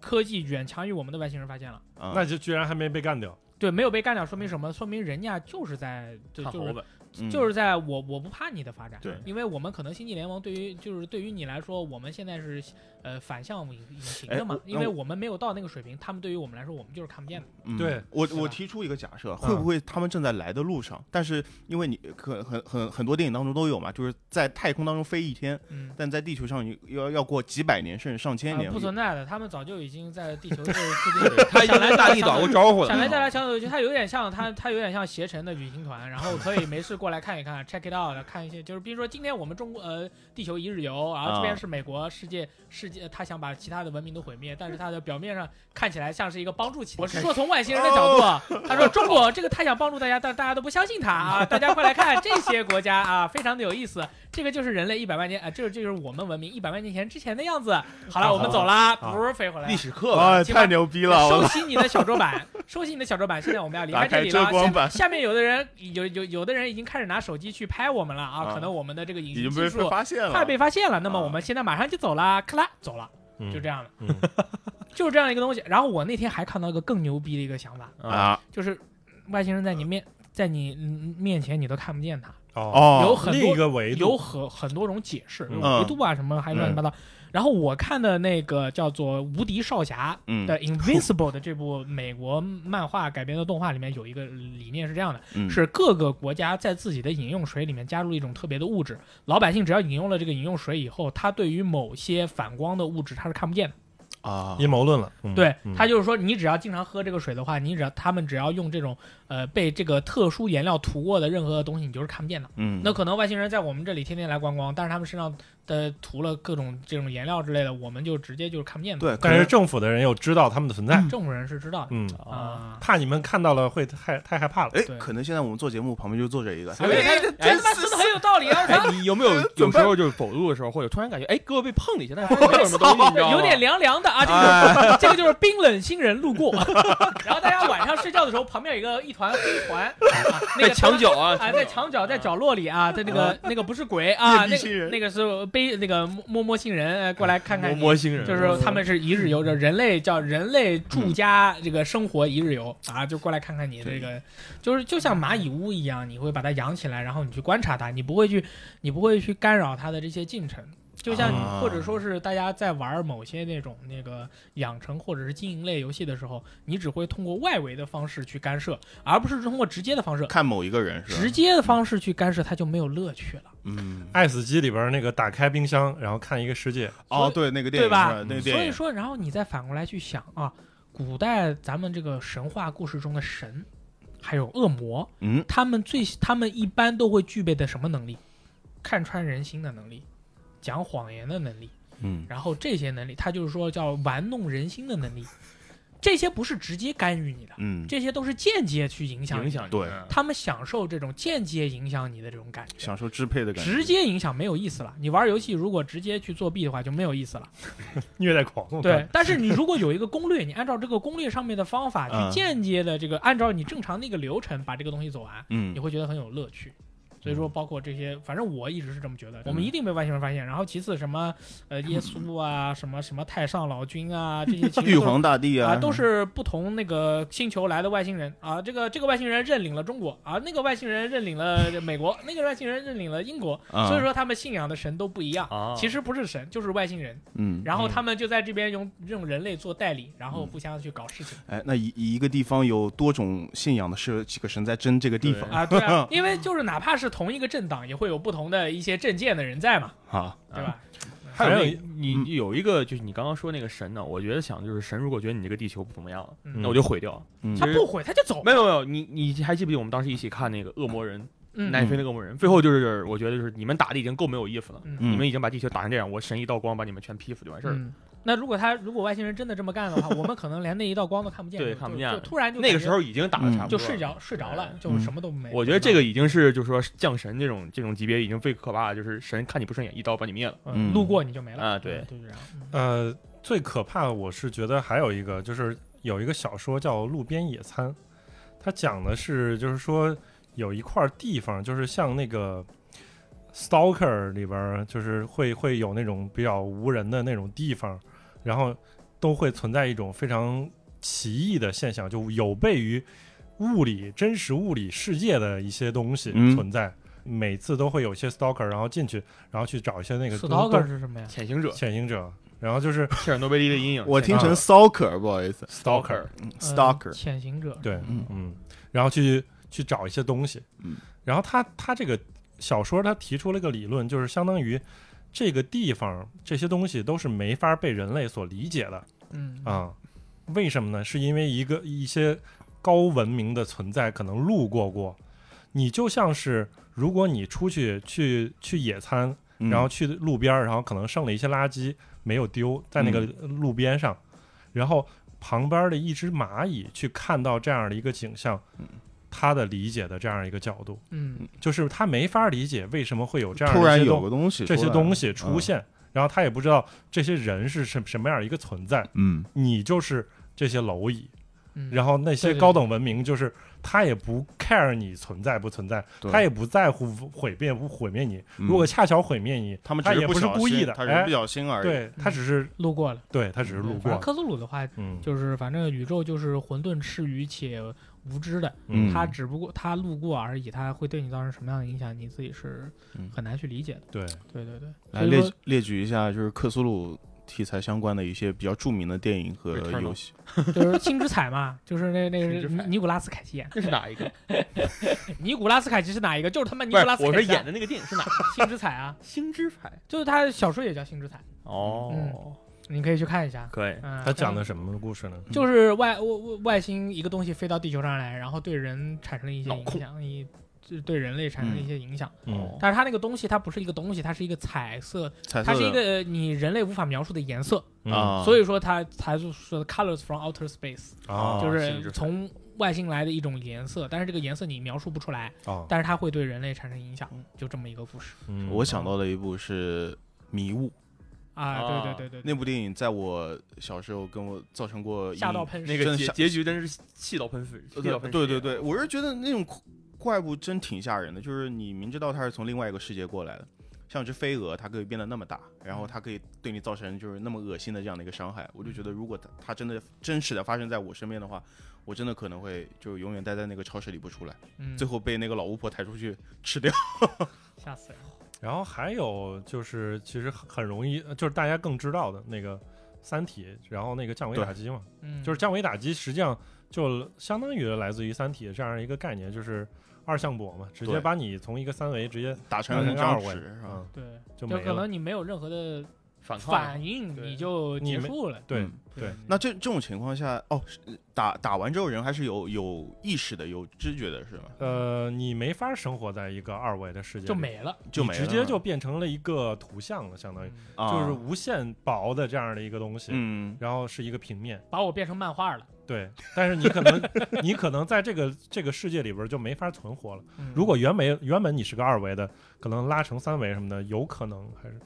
Speaker 3: 科技远强于我们的外星人发现了，
Speaker 2: 啊
Speaker 1: 那就居然还没被干掉，
Speaker 3: 对，没有被干掉，说明什么？说明人家就是在就
Speaker 4: 看
Speaker 3: 就
Speaker 4: 猴
Speaker 3: 是
Speaker 4: 子，
Speaker 2: 嗯
Speaker 3: 就是在我我不怕你的发展，
Speaker 2: 对
Speaker 3: 因为我们可能星际联盟对于就是对于你来说，我们现在是呃反向隐隐形的嘛
Speaker 2: 哎，我
Speaker 3: 因为我们没有到那个水平，他们对于我们来说，我们就是看不见的。
Speaker 2: 嗯
Speaker 1: 对
Speaker 2: 我
Speaker 3: 是吧
Speaker 2: 我提出一个假设，会不会他们正在来的路上？但是因为你可很很很多电影当中都有嘛，就是在太空当中飞一天，
Speaker 3: 嗯，
Speaker 2: 但在地球上你要要过几百年甚至上千
Speaker 3: 啊
Speaker 2: 年，
Speaker 3: 不存在的，他们早就已经在地球这附近，
Speaker 4: 他
Speaker 3: 想
Speaker 4: 应该
Speaker 3: 来
Speaker 4: 跟大地打过招呼
Speaker 3: 想
Speaker 4: 的。
Speaker 3: 来再来想走去，它有点像它它有点像携程的旅行团，然后可以没事过来看一看，check it out，看一些就是比如说今天我们中国呃地球一日游，然后这边
Speaker 2: 啊
Speaker 3: 是美国世界世界，他想把其他的文明都毁灭，但是他的表面上看起来像是一个帮助其。我是说从外星人的角度啊，他说中国这个他想帮助大家，但大家都不相信他啊，大家快来看这些国家啊，非常的有意思。这个就是人类一百万年啊，这这就是我们文明一百万年前之前的样子。好了，我们走啦，
Speaker 1: 好
Speaker 3: 不是飞回来了
Speaker 4: 历。史课吧，
Speaker 2: 哇，
Speaker 3: 起码
Speaker 2: 太牛 逼了！
Speaker 3: 收
Speaker 2: 我
Speaker 3: 起你的小桌板，收起你的小桌板。现在我们要离
Speaker 2: 打
Speaker 3: 开这
Speaker 2: 开
Speaker 3: 里
Speaker 2: 遮
Speaker 3: 了。
Speaker 2: 光
Speaker 3: 下
Speaker 2: 板
Speaker 3: 下面有的人有有有的人已经开始拿手机去拍我们了啊，
Speaker 2: 啊
Speaker 3: 可能我们的这个影
Speaker 2: 已经
Speaker 3: 像
Speaker 2: 被
Speaker 3: 技术
Speaker 2: 发现了，
Speaker 3: 快被发现了。那么
Speaker 2: 啊
Speaker 3: 我们现在马上就走啦，咔啦走了，就这样了，
Speaker 1: 嗯嗯
Speaker 3: 就是这样一个东西。然后我那天还看到一个更牛逼的一个想法，
Speaker 2: 啊！
Speaker 3: 就是外星人在你面在你嗯面前你都看不见他，
Speaker 1: 哦，
Speaker 2: 哦，
Speaker 3: 有很
Speaker 1: 另
Speaker 3: 多
Speaker 1: 一个维
Speaker 3: 有
Speaker 1: 度，
Speaker 3: 很很多种解释，
Speaker 1: 嗯
Speaker 3: 维度啊什么还乱七八
Speaker 2: 嗯
Speaker 3: 糟。然后我看的那个叫做《无敌少侠》
Speaker 2: 嗯
Speaker 3: 的《Invincible》的这部美国漫画改编的动画里面有一个理念是这样的：
Speaker 2: 嗯
Speaker 3: 是各个国家在自己的饮用水里面加入一种特别的物质，老百姓只要饮用了这个饮用水以后，他对于某些反光的物质他是看不见的。
Speaker 2: 啊，
Speaker 1: 阴谋论了。嗯
Speaker 3: 对，
Speaker 1: 嗯
Speaker 3: 他就是说，你只要经常喝这个水的话，你只要他们只要用这种呃被这个特殊颜料涂过的任何东西，你就是看不见的。
Speaker 2: 嗯，
Speaker 3: 那可能外星人在我们这里天天来观光，但是他们身上的涂了各种这种颜料之类的，我们就直接就是看不见的。
Speaker 2: 对，可
Speaker 1: 但是
Speaker 2: 能
Speaker 1: 政府的人又知道他们的存在，
Speaker 3: 政府人是知道的
Speaker 1: 嗯，
Speaker 3: 啊。
Speaker 1: 怕你们看到了会太太害怕了。
Speaker 2: 哎
Speaker 3: 对，
Speaker 2: 可能现在我们做节目旁边就坐着一个，
Speaker 3: 哎他哎他妈说的很有道理 啊！
Speaker 4: 哎，你有 没有有时候就是走路的时候，或者突然感觉哎胳膊被碰了一下，但是没有什么东西，你知道吗？哎
Speaker 3: 有点凉凉的啊，这个 就是这个就是冰冷星人路过， 然后大家晚上睡觉的时候，旁边有一个一团黑 团，啊那
Speaker 4: 在
Speaker 3: 个
Speaker 4: 墙角嗯啊，
Speaker 3: 啊，在墙角，在角落里啊，在那个那个不是鬼啊，
Speaker 2: 啊
Speaker 3: 那
Speaker 2: 夜
Speaker 3: 个
Speaker 2: 行人
Speaker 3: 那个是背那个摸摸摸星人呃过来看看
Speaker 4: 摸
Speaker 3: 你，
Speaker 4: 摸星人，
Speaker 1: 哦
Speaker 3: 就是他们是一日游，着人类叫人类住家这个生活一日游啊，就过来看看你这个，就是就像蚂蚁屋一样，你会把它养起来，然后你去观察它，你不会去，你不会去干扰它的这些进程。就像你
Speaker 2: 啊
Speaker 3: 或者说是大家在玩某些那种那个养成或者是经营类游戏的时候，你只会通过外围的方式去干涉，而不是通过直接的方式。
Speaker 2: 看某一个人是吧，
Speaker 3: 直接的方式去干涉，它就没有乐趣了。
Speaker 2: 嗯，
Speaker 1: 爱死机里边那个打开冰箱，然后看一个世界，
Speaker 2: 哦，对，那个电影
Speaker 3: 对吧
Speaker 2: 是那个
Speaker 3: 所
Speaker 2: 电
Speaker 3: 以
Speaker 2: 影，
Speaker 3: 说，然后你再反过来去想啊，古代咱们这个神话故事中的神，还有恶魔，
Speaker 2: 嗯，
Speaker 3: 他们最他们一般都会具备的什么能力？看穿人心的能力，讲谎言的能力，
Speaker 2: 嗯，
Speaker 3: 然后这些能力，他就是说叫玩弄人心的能力，这些不是直接干预你的，
Speaker 2: 嗯，
Speaker 3: 这些都是间接去影响你
Speaker 4: 影响你嗯
Speaker 2: 对
Speaker 3: 他们享受这种间接影响你的这种感觉。
Speaker 2: 享受支配的感觉，
Speaker 3: 直接影响没有意思了。你玩游戏如果直接去作弊的话就没有意思了。
Speaker 1: 虐 待狂。我
Speaker 3: 对
Speaker 1: 看，，
Speaker 3: 但是你如果有一个攻略，你按照这个攻略上面的方法去
Speaker 2: 嗯
Speaker 3: 间接的这个，按照你正常那个流程把这个东西走完，
Speaker 2: 嗯
Speaker 3: 你，会觉得很有乐趣。所以说，包括这些，反正我一直是这么觉
Speaker 2: 嗯
Speaker 3: 得，我们一定被外星人发现。然后其次什么，呃，耶稣啊，什么什么太上老 君啊，这些其实
Speaker 2: 玉
Speaker 3: 都是
Speaker 2: 皇大帝
Speaker 3: 啊，
Speaker 2: 啊，
Speaker 3: 都是不同那个星球来的外星人啊。这个这个外星人认领了中国啊，那个外星人认领了 美国，那个外星人认领了英国。
Speaker 2: 啊，
Speaker 3: 所以说他们信仰的神都不一样。
Speaker 2: 哦
Speaker 4: 啊，
Speaker 3: 其实不是神，就是外星人。
Speaker 2: 嗯，
Speaker 3: 然后
Speaker 4: 嗯
Speaker 3: 他们就在这边用用人类做代理，然后互相去搞事情、
Speaker 2: 哎，那以以一个地方有多种信仰的是几个神在争这个地
Speaker 4: 对
Speaker 2: 方
Speaker 3: 啊，对 啊，因为就是哪怕是同一个政党，也会有不同的一些政见的人在嘛，
Speaker 2: 啊，
Speaker 3: 对吧？
Speaker 4: 还有
Speaker 1: 还有
Speaker 4: 那你
Speaker 2: 嗯
Speaker 4: 你有一个就是你刚刚说那个神呢，我觉得想就是神如果觉得你这个地球不怎么样了，
Speaker 3: 嗯
Speaker 4: 那我就毁掉。
Speaker 2: 嗯
Speaker 3: 他不毁他就走，
Speaker 4: 没有没有，你你还记不记得我们当时一起看那个恶魔人
Speaker 3: 嗯
Speaker 4: 奈飞那个恶魔人？最后就是我觉得就是你们打的已经够没有意思了，
Speaker 3: 嗯
Speaker 4: 你
Speaker 2: 嗯
Speaker 4: 们已经把地球打成这样，我神一道光把你们全劈死就完事儿了。
Speaker 3: 嗯。那如果他如果外星人真的这么干的话，我们可能连那一道光都看不见，
Speaker 4: 对
Speaker 3: 就
Speaker 4: 看不见
Speaker 3: 就突然就
Speaker 4: 那个
Speaker 3: 感觉
Speaker 4: 时候已经打的差不多
Speaker 3: 嗯就
Speaker 4: 了
Speaker 3: 睡。着睡着了，就
Speaker 2: 嗯
Speaker 3: 什么都没。
Speaker 4: 我觉得这个已经是就是说降神这种这种级别已经最可怕的，就是神看你不顺眼一刀把你灭了。
Speaker 2: 嗯
Speaker 3: 嗯路过你就没了
Speaker 4: 啊对
Speaker 3: 就是这样。嗯
Speaker 1: 呃，最可怕的我是觉得还有一个，就是有一个小说叫《路边野餐》，它讲的是就是说有一块地方，就是像那个。Stalker 里边儿就是会会有那种比较无人的那种地方，然后都会存在一种非常奇异的现象，就有悖于物理真实物理世界的一些东西
Speaker 2: 嗯
Speaker 1: 存在。每次都会有一些 Stalker，然后进去，然后去找一些那个东
Speaker 3: Stalker 是什么呀？
Speaker 4: 潜行 者，
Speaker 1: 潜行者，然后就是
Speaker 4: 切尔诺贝利的阴影。
Speaker 2: 我听
Speaker 4: 潜行
Speaker 2: 成 stalker，不好意思
Speaker 1: stalker，
Speaker 3: 呃
Speaker 2: ，stalker，
Speaker 3: 潜行者。
Speaker 1: 对，
Speaker 2: 嗯
Speaker 1: 嗯，然后去去找一些东西，
Speaker 2: 嗯，
Speaker 1: 然后他他这个小说他提出了一个理论，就是相当于这个地方这些东西都是没法被人类所理解的
Speaker 3: 嗯，
Speaker 1: 啊、为什么呢？是因为一个一些高文明的存在可能路过过，你就像是如果你出去去去野餐，
Speaker 2: 嗯
Speaker 1: 然后去路边儿，然后可能剩了一些垃圾没有丢在那个
Speaker 2: 嗯
Speaker 1: 路边上，然后旁边的一只蚂蚁去看到这样的一个景象
Speaker 2: 嗯，
Speaker 1: 它的理解的这样一个角度，
Speaker 3: 嗯
Speaker 1: 就是它没法理解为什么会有这样的
Speaker 2: 突
Speaker 1: 一
Speaker 2: 然
Speaker 1: 些
Speaker 2: 有
Speaker 1: 东
Speaker 2: 个东西，
Speaker 1: 这些东，西
Speaker 2: 嗯
Speaker 1: 出现，然后他也不知道这些人是什什么样的一个存在，
Speaker 2: 嗯，
Speaker 1: 你就是这些蝼蚁，
Speaker 3: 嗯，
Speaker 1: 然后那
Speaker 3: 对
Speaker 1: 些
Speaker 3: 对对
Speaker 1: 高等文明就是他也不 care 你存在不存在，
Speaker 2: 对
Speaker 1: 他也不在乎毁灭不毁灭你，
Speaker 2: 嗯
Speaker 1: 如果恰巧毁灭你，
Speaker 2: 他们只
Speaker 1: 他也
Speaker 2: 不
Speaker 1: 不是
Speaker 2: 小
Speaker 1: 故意
Speaker 2: 心
Speaker 1: 的，
Speaker 2: 他只是
Speaker 1: 哎
Speaker 2: 不，小心而已。嗯
Speaker 1: 对他只是
Speaker 3: 路过了。
Speaker 1: 对他只是路
Speaker 3: 反正
Speaker 1: 过，
Speaker 3: 克苏鲁的话，
Speaker 1: 嗯
Speaker 3: 就是反正宇宙就是混沌赤鱼且无知的，
Speaker 2: 嗯
Speaker 3: 它只不过它路过而已，它会对你造成什么样的影响，你自己是
Speaker 2: 嗯
Speaker 3: 很难去理解的。
Speaker 1: 对，
Speaker 2: 啊
Speaker 3: 对对对，
Speaker 2: 来
Speaker 3: 所以
Speaker 2: 列
Speaker 3: 说
Speaker 2: 举列举一下，就是克苏鲁题材相关的一些比较著名的电影和
Speaker 4: Returnal
Speaker 2: 游戏。
Speaker 3: 就是青之彩嘛，就是那那个
Speaker 4: 青
Speaker 3: 是
Speaker 4: 之彩
Speaker 3: 尼古拉斯凯奇演的，
Speaker 4: 这是哪一个？
Speaker 3: 尼古拉斯凯奇是哪一个？就是他妈尼
Speaker 4: 不
Speaker 3: 古
Speaker 4: 是
Speaker 3: 拉，斯
Speaker 4: 我
Speaker 3: 凯
Speaker 4: 是
Speaker 3: 奇啊
Speaker 4: 演的那个电影是哪？
Speaker 3: 青之彩啊，
Speaker 4: 星之牌。
Speaker 3: 就是他小说也叫星之彩，
Speaker 4: 哦，
Speaker 3: 你可以去看一下。
Speaker 4: 可以。
Speaker 3: 嗯，
Speaker 1: 他讲的什么故事呢？
Speaker 3: 就是外外外星一个东西飞到地球上来，然后对人产生了一些
Speaker 4: 脑
Speaker 3: 影
Speaker 4: 控
Speaker 3: 响，一就对人类产生了一些影响。
Speaker 2: 哦
Speaker 4: 哦
Speaker 1: 嗯
Speaker 3: 但是它那个东西，它不是一个东西，它是一个彩色，
Speaker 2: 彩色
Speaker 3: 它
Speaker 2: 的
Speaker 3: 是一个呃你人类无法描述的颜色，
Speaker 1: 嗯
Speaker 2: 啊，
Speaker 3: 所
Speaker 2: 以
Speaker 3: 以说它才说 colors from outer space，、
Speaker 1: 啊
Speaker 3: 就
Speaker 4: 星之
Speaker 3: 是
Speaker 4: 彩
Speaker 3: 从外星来的一种颜色，但是这个颜色你描述不出来，
Speaker 1: 啊，
Speaker 3: 但是它会对人类产生影响，就这么一个故事
Speaker 1: 嗯
Speaker 2: 我想到的一部是《迷雾》，
Speaker 3: 啊，
Speaker 4: 啊
Speaker 3: 对对对对对，
Speaker 2: 那部电影在我小时候跟我造成过阴
Speaker 3: 吓到
Speaker 2: 影
Speaker 3: 喷
Speaker 4: 那
Speaker 2: 真
Speaker 4: 个结
Speaker 2: 吓
Speaker 4: 结局真是气到喷水，气到
Speaker 2: 对
Speaker 4: 喷
Speaker 2: 对
Speaker 4: 水
Speaker 2: 对对，我是觉得那种怪物真挺吓人的，就是你明知道它是从另外一个世界过来的，像只飞蛾，它可以变得那么大，然后它可以对你造成就是那么恶心的这样的一个伤害，我就觉得如果它它真的真实的发生在我身边的话，我真的可能会就永远待在那个超市里不出来，
Speaker 3: 嗯
Speaker 2: 最，后被那个老巫婆抬出去吃掉。
Speaker 3: 吓死人了，
Speaker 1: 然后还有就是，其实很很容易，就是大家更知道的那个《三体》，然后那个降维
Speaker 2: 对
Speaker 1: 打击嘛，
Speaker 3: 嗯，
Speaker 1: 就是降维打击，实际上就相当于来自于《三体》这样一个概念，就是二向箔嘛，直接
Speaker 2: 对
Speaker 1: 把你从一个三维直接
Speaker 2: 打成
Speaker 1: 打成
Speaker 2: 张
Speaker 1: 二维
Speaker 2: 纸是吧？
Speaker 1: 嗯，
Speaker 3: 对，
Speaker 1: 就
Speaker 3: 就
Speaker 1: 没
Speaker 3: 可
Speaker 1: 了。
Speaker 3: 能你没有任何的
Speaker 4: 反抗啊
Speaker 3: 反应，
Speaker 4: 对
Speaker 3: 你就
Speaker 1: 你
Speaker 3: 结
Speaker 1: 没
Speaker 3: 束了。
Speaker 1: 对
Speaker 2: 嗯，
Speaker 1: 对，
Speaker 2: 那这这种情况下，哦，是打打完之后人还是有有意识的、有知觉的，是吗？
Speaker 1: 呃，你没法生活在一个二维的世界里，
Speaker 3: 就没了，
Speaker 2: 就
Speaker 1: 你
Speaker 2: 没
Speaker 1: 直
Speaker 2: 了
Speaker 1: 接
Speaker 2: 吗
Speaker 1: 就变成了一个图像了，相当于
Speaker 3: 嗯
Speaker 2: 啊
Speaker 1: 就是无限薄的这样的一个东西，
Speaker 2: 嗯
Speaker 1: 然后是一个平面。
Speaker 3: 把我变成漫画了。
Speaker 1: 对，但是你可能你可能在这个这个世界里边就没法存活了。
Speaker 3: 嗯
Speaker 1: 如果原没原本你是个二维的，可能拉成三维什么的，有可能还是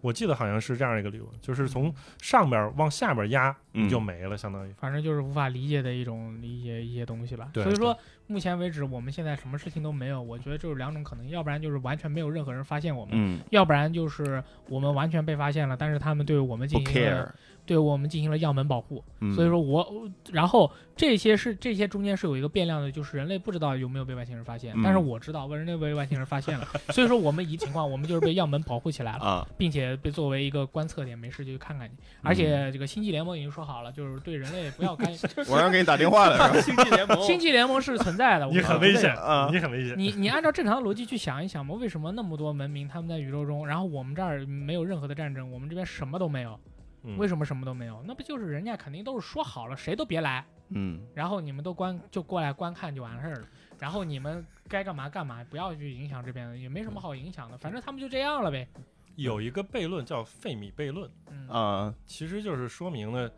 Speaker 1: 我记得好像是这样一个理论，就是从上边往下边压，
Speaker 2: 嗯
Speaker 1: 你就没了，相当于。
Speaker 3: 反正就是无法理解的一种理解一些东西吧。
Speaker 1: 对
Speaker 3: 所以说，目前为止我们现在什么事情都没有，我觉得就是两种可能，要不然就是完全没有任何人发现我们，
Speaker 2: 嗯
Speaker 3: 要不然就是我们完全被发现了，但是他们对我们
Speaker 2: 不
Speaker 3: 进行了
Speaker 2: care，
Speaker 3: 对我们进行了样本保护。
Speaker 2: 嗯
Speaker 3: 所以说我，然后这些是这些中间是有一个变量的，就是人类不知道有没有被外星人发现，
Speaker 2: 嗯
Speaker 3: 但是我知道人类被外星人发现了，所以说我们以情况，我们就是被样本保护起来了。
Speaker 2: 啊，
Speaker 3: 并且被作为一个观测点，没事就去看看你。
Speaker 1: 嗯
Speaker 3: 而且这个星际联盟已经说好了，就是对人类不要 干。
Speaker 2: 我要给你打电 话了，是吧？
Speaker 4: 星际联盟，
Speaker 3: 星际联盟是存在的，我
Speaker 1: 你
Speaker 3: 们
Speaker 1: 很
Speaker 3: 存
Speaker 1: 危
Speaker 3: 在
Speaker 1: 险
Speaker 3: 的。
Speaker 2: 啊，
Speaker 1: 你很危险。
Speaker 3: 你你按照正常的逻辑去想一想嘛，为什么那么多文明他们在宇宙中，然后我们这儿没有任何的战争，我们这边什么都没有，
Speaker 1: 嗯
Speaker 3: 为什么什么都没有？那不就是人家肯定都是说好了，谁都别来，
Speaker 2: 嗯，
Speaker 3: 然后你们都观就过来观看就完事儿了，然后你们该干嘛干嘛，不要去影响这边的，也没什么好影响的，反正他们就这样了呗。
Speaker 1: 有一个悖论叫费米悖论，
Speaker 3: 嗯，
Speaker 2: 啊，
Speaker 1: 其实就是说明了。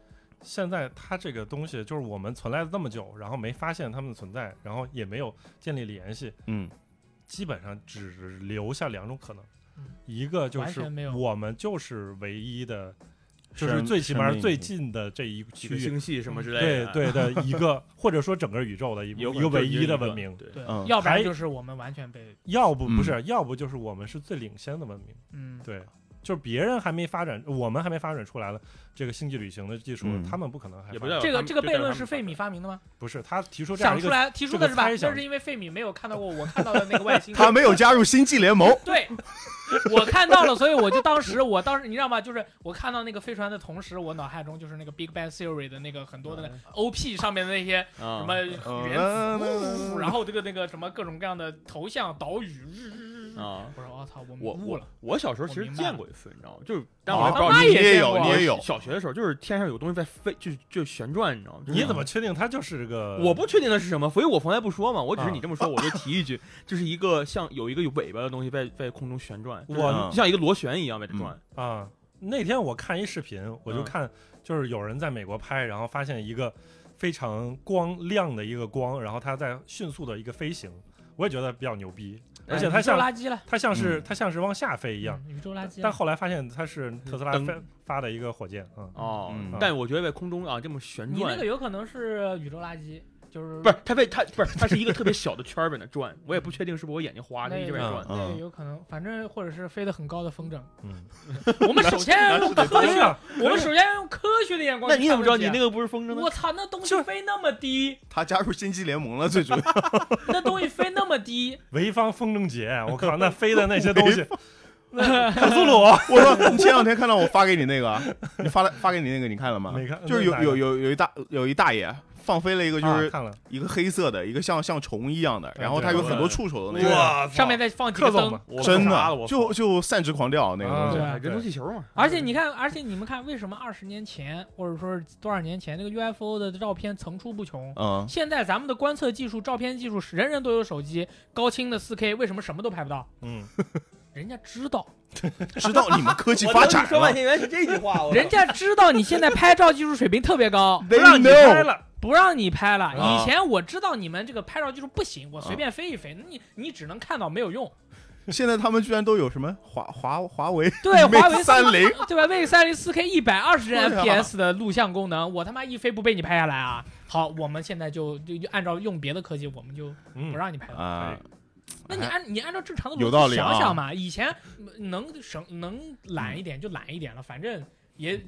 Speaker 1: 现在它这个东西就是我们存在了这么久，然后没发现它们的存在，然后也没有建立联系，
Speaker 2: 嗯
Speaker 1: 基本上只留下两种可能
Speaker 3: 嗯，
Speaker 1: 一个就
Speaker 3: 完
Speaker 1: 是
Speaker 3: 全没有
Speaker 1: 我们就是唯一的，就是
Speaker 2: 生
Speaker 1: 最起码
Speaker 2: 生命
Speaker 1: 最近的这一
Speaker 4: 几
Speaker 1: 区
Speaker 4: 个
Speaker 1: 域，
Speaker 4: 星系什么之类
Speaker 1: 对
Speaker 4: 的，，啊
Speaker 1: 对的一个，或者说整个宇宙的一
Speaker 4: 有可
Speaker 1: 一个
Speaker 4: 能就
Speaker 1: 唯
Speaker 4: 是
Speaker 1: 一的文明，
Speaker 4: 对，嗯
Speaker 3: 对，
Speaker 2: 嗯
Speaker 3: 要不然
Speaker 1: 还
Speaker 3: 就是我们完全被
Speaker 1: 要不不是，要不就是我们是最领先的文明，
Speaker 3: 嗯
Speaker 1: 对。就是别人还没发展，我们还没发展出来了这个星际旅行的技术，
Speaker 2: 嗯
Speaker 1: 呃他们不可能还
Speaker 4: 也
Speaker 1: 发
Speaker 4: 不叫
Speaker 1: 展
Speaker 3: 这
Speaker 4: 他
Speaker 3: 个
Speaker 4: 们
Speaker 3: 这个
Speaker 4: 就
Speaker 3: 悖
Speaker 4: 代表
Speaker 3: 论
Speaker 4: 他
Speaker 3: 是
Speaker 4: 们
Speaker 3: 费
Speaker 4: 发
Speaker 3: 米发明的吗？
Speaker 1: 不是他提出这样
Speaker 3: 想
Speaker 1: 一
Speaker 3: 出
Speaker 1: 个，
Speaker 3: 来提出
Speaker 1: 这
Speaker 3: 的
Speaker 1: 个
Speaker 3: 是吧？
Speaker 1: 猜想
Speaker 3: 那是因为费米没有看到过我看到的那个外 星。
Speaker 2: 他没有加入星际联盟，
Speaker 3: 对，我看到了，所以我就当时，我当时你知道吗？就是我看到那个飞船的同时，我脑海中就是那个 Big Bang Theory 的那个很多的那 OP 上面的那些
Speaker 4: 啊
Speaker 1: 嗯
Speaker 3: 什么原子，然后这个那个什么各种各样的头像、岛屿，
Speaker 4: 啊。
Speaker 3: 我说我操，我
Speaker 4: 我
Speaker 3: 嗯们悟
Speaker 4: 我
Speaker 3: 了，
Speaker 4: 我小时候其
Speaker 3: 我
Speaker 4: 实
Speaker 3: 明白
Speaker 4: 见
Speaker 3: 了
Speaker 4: 过一次，你知道吗？就是，但我
Speaker 3: 啊
Speaker 4: 也不知道
Speaker 3: 妈
Speaker 4: 你
Speaker 2: 你
Speaker 3: 也
Speaker 2: 也
Speaker 3: 见
Speaker 2: 有，
Speaker 3: 过
Speaker 2: 你也 有，
Speaker 4: 小学的时候，就是天上有东西在飞，就就旋转，你知道吗？就是
Speaker 1: 你怎么确定它就是个？
Speaker 4: 嗯我不确定那是什么，所以我从来不说嘛。我只是
Speaker 1: 啊
Speaker 4: 你这么说，我就提一 句，就是一个像有一个有尾巴的东西在在空中旋转，就是
Speaker 1: 我
Speaker 4: 就像一个螺旋一样在这
Speaker 2: 嗯
Speaker 4: 转。
Speaker 1: 啊，那天我看一视频，我就
Speaker 4: 嗯
Speaker 1: 看就是有人在美国拍，然后发现一个非常光亮的一个光，然后它在迅速的一个飞行，我也觉得比较牛逼，
Speaker 4: 哎
Speaker 1: 而且它
Speaker 3: 哎宇宙
Speaker 1: 像
Speaker 3: 垃圾了
Speaker 1: 它像是
Speaker 2: 嗯
Speaker 1: 它像是往下飞一样，
Speaker 3: 嗯宇宙垃圾
Speaker 1: 但
Speaker 3: 了。
Speaker 1: 后来发现它是特斯拉
Speaker 4: 灯
Speaker 1: 发发的一个火箭啊，
Speaker 4: 哦
Speaker 2: 嗯，
Speaker 4: 但我觉得在空中啊这么旋
Speaker 3: 你那
Speaker 4: 转
Speaker 3: 个，有可能是宇宙垃圾，就是
Speaker 4: 不是它被它不是它是一个特别小的圈儿在那转，我也不确定是不是我眼睛花，它一直在
Speaker 1: 那
Speaker 4: 转。
Speaker 3: 对，
Speaker 2: 嗯
Speaker 3: 有可能，反正或者是飞得很高的风筝。
Speaker 1: 嗯，
Speaker 3: 我们 首先要用科
Speaker 1: 对
Speaker 3: 学，
Speaker 1: 哎呀，
Speaker 3: 我们首先要用科学的眼光
Speaker 4: 那你
Speaker 3: 去看问题。啊
Speaker 4: 怎么知道你那个不是风筝呢
Speaker 3: 我？操，那东
Speaker 1: 就
Speaker 3: 西
Speaker 1: 是
Speaker 3: 飞那么低，
Speaker 2: 他加入星际联盟了，最主要。
Speaker 3: 那东西飞那 么低，
Speaker 1: 潍坊风筝节，我靠，那飞的那些东西，那克苏鲁，
Speaker 2: 我说你前两天看到我发给你那个啊，你发了发给你那个，你看了吗？
Speaker 1: 没看
Speaker 2: 就是
Speaker 1: 那
Speaker 2: 有
Speaker 1: 哪个
Speaker 2: 有有有一大有一大爷放飞了一个，就
Speaker 1: 啊
Speaker 2: 是
Speaker 1: 看了，
Speaker 2: 一个黑色的，一个像像虫一样的，然后它有很多触手的那个，
Speaker 1: 哇，
Speaker 3: 上面再放几
Speaker 1: 克
Speaker 3: 个
Speaker 1: 总
Speaker 3: 灯
Speaker 1: 嘛。
Speaker 4: 我
Speaker 2: 真
Speaker 4: 干啥了
Speaker 2: 的
Speaker 4: 我
Speaker 2: 就就散值狂掉那个东西
Speaker 3: 对。
Speaker 4: 哎人头气球嘛。
Speaker 3: 而且你看，而且你们看，为什么二十年前或者说是多少年前那个 UFO 的照片层出不穷？
Speaker 2: 嗯，
Speaker 3: 现在咱们的观测技术、照片技术，人人都有手机，高清的 4K，为什么什么都拍不到？
Speaker 1: 嗯，
Speaker 3: 人家知道，
Speaker 2: 知道嗯你们科技发展了，哎
Speaker 4: 天，原来是这句话，我？
Speaker 3: 人家知道你现在拍照技术水平特别高，
Speaker 1: 不让
Speaker 2: they
Speaker 1: 你拍
Speaker 2: know，
Speaker 1: 了，
Speaker 3: 不让你拍了。
Speaker 2: 啊
Speaker 3: 以前我知道你们这个拍照技术不行，我随便飞一飞，那你你只能看到没有用。
Speaker 2: 现在他们居然都有什么华华华为
Speaker 3: 对，华
Speaker 2: Mate
Speaker 3: 为
Speaker 2: 三 零，
Speaker 3: 对吧？V 三零四 K 一百二十
Speaker 2: 对啊
Speaker 3: FPS 的录像功能，我他妈一飞不被你拍下来啊！好，我们现在就就就按照用别的科技，我们就
Speaker 1: 嗯
Speaker 3: 不，让你拍了。
Speaker 2: 啊，
Speaker 3: 那你按你按照正常的
Speaker 2: 有道
Speaker 3: 逻辑
Speaker 2: 理啊
Speaker 3: 想想嘛，以前能省能懒一点就懒一点了，反正也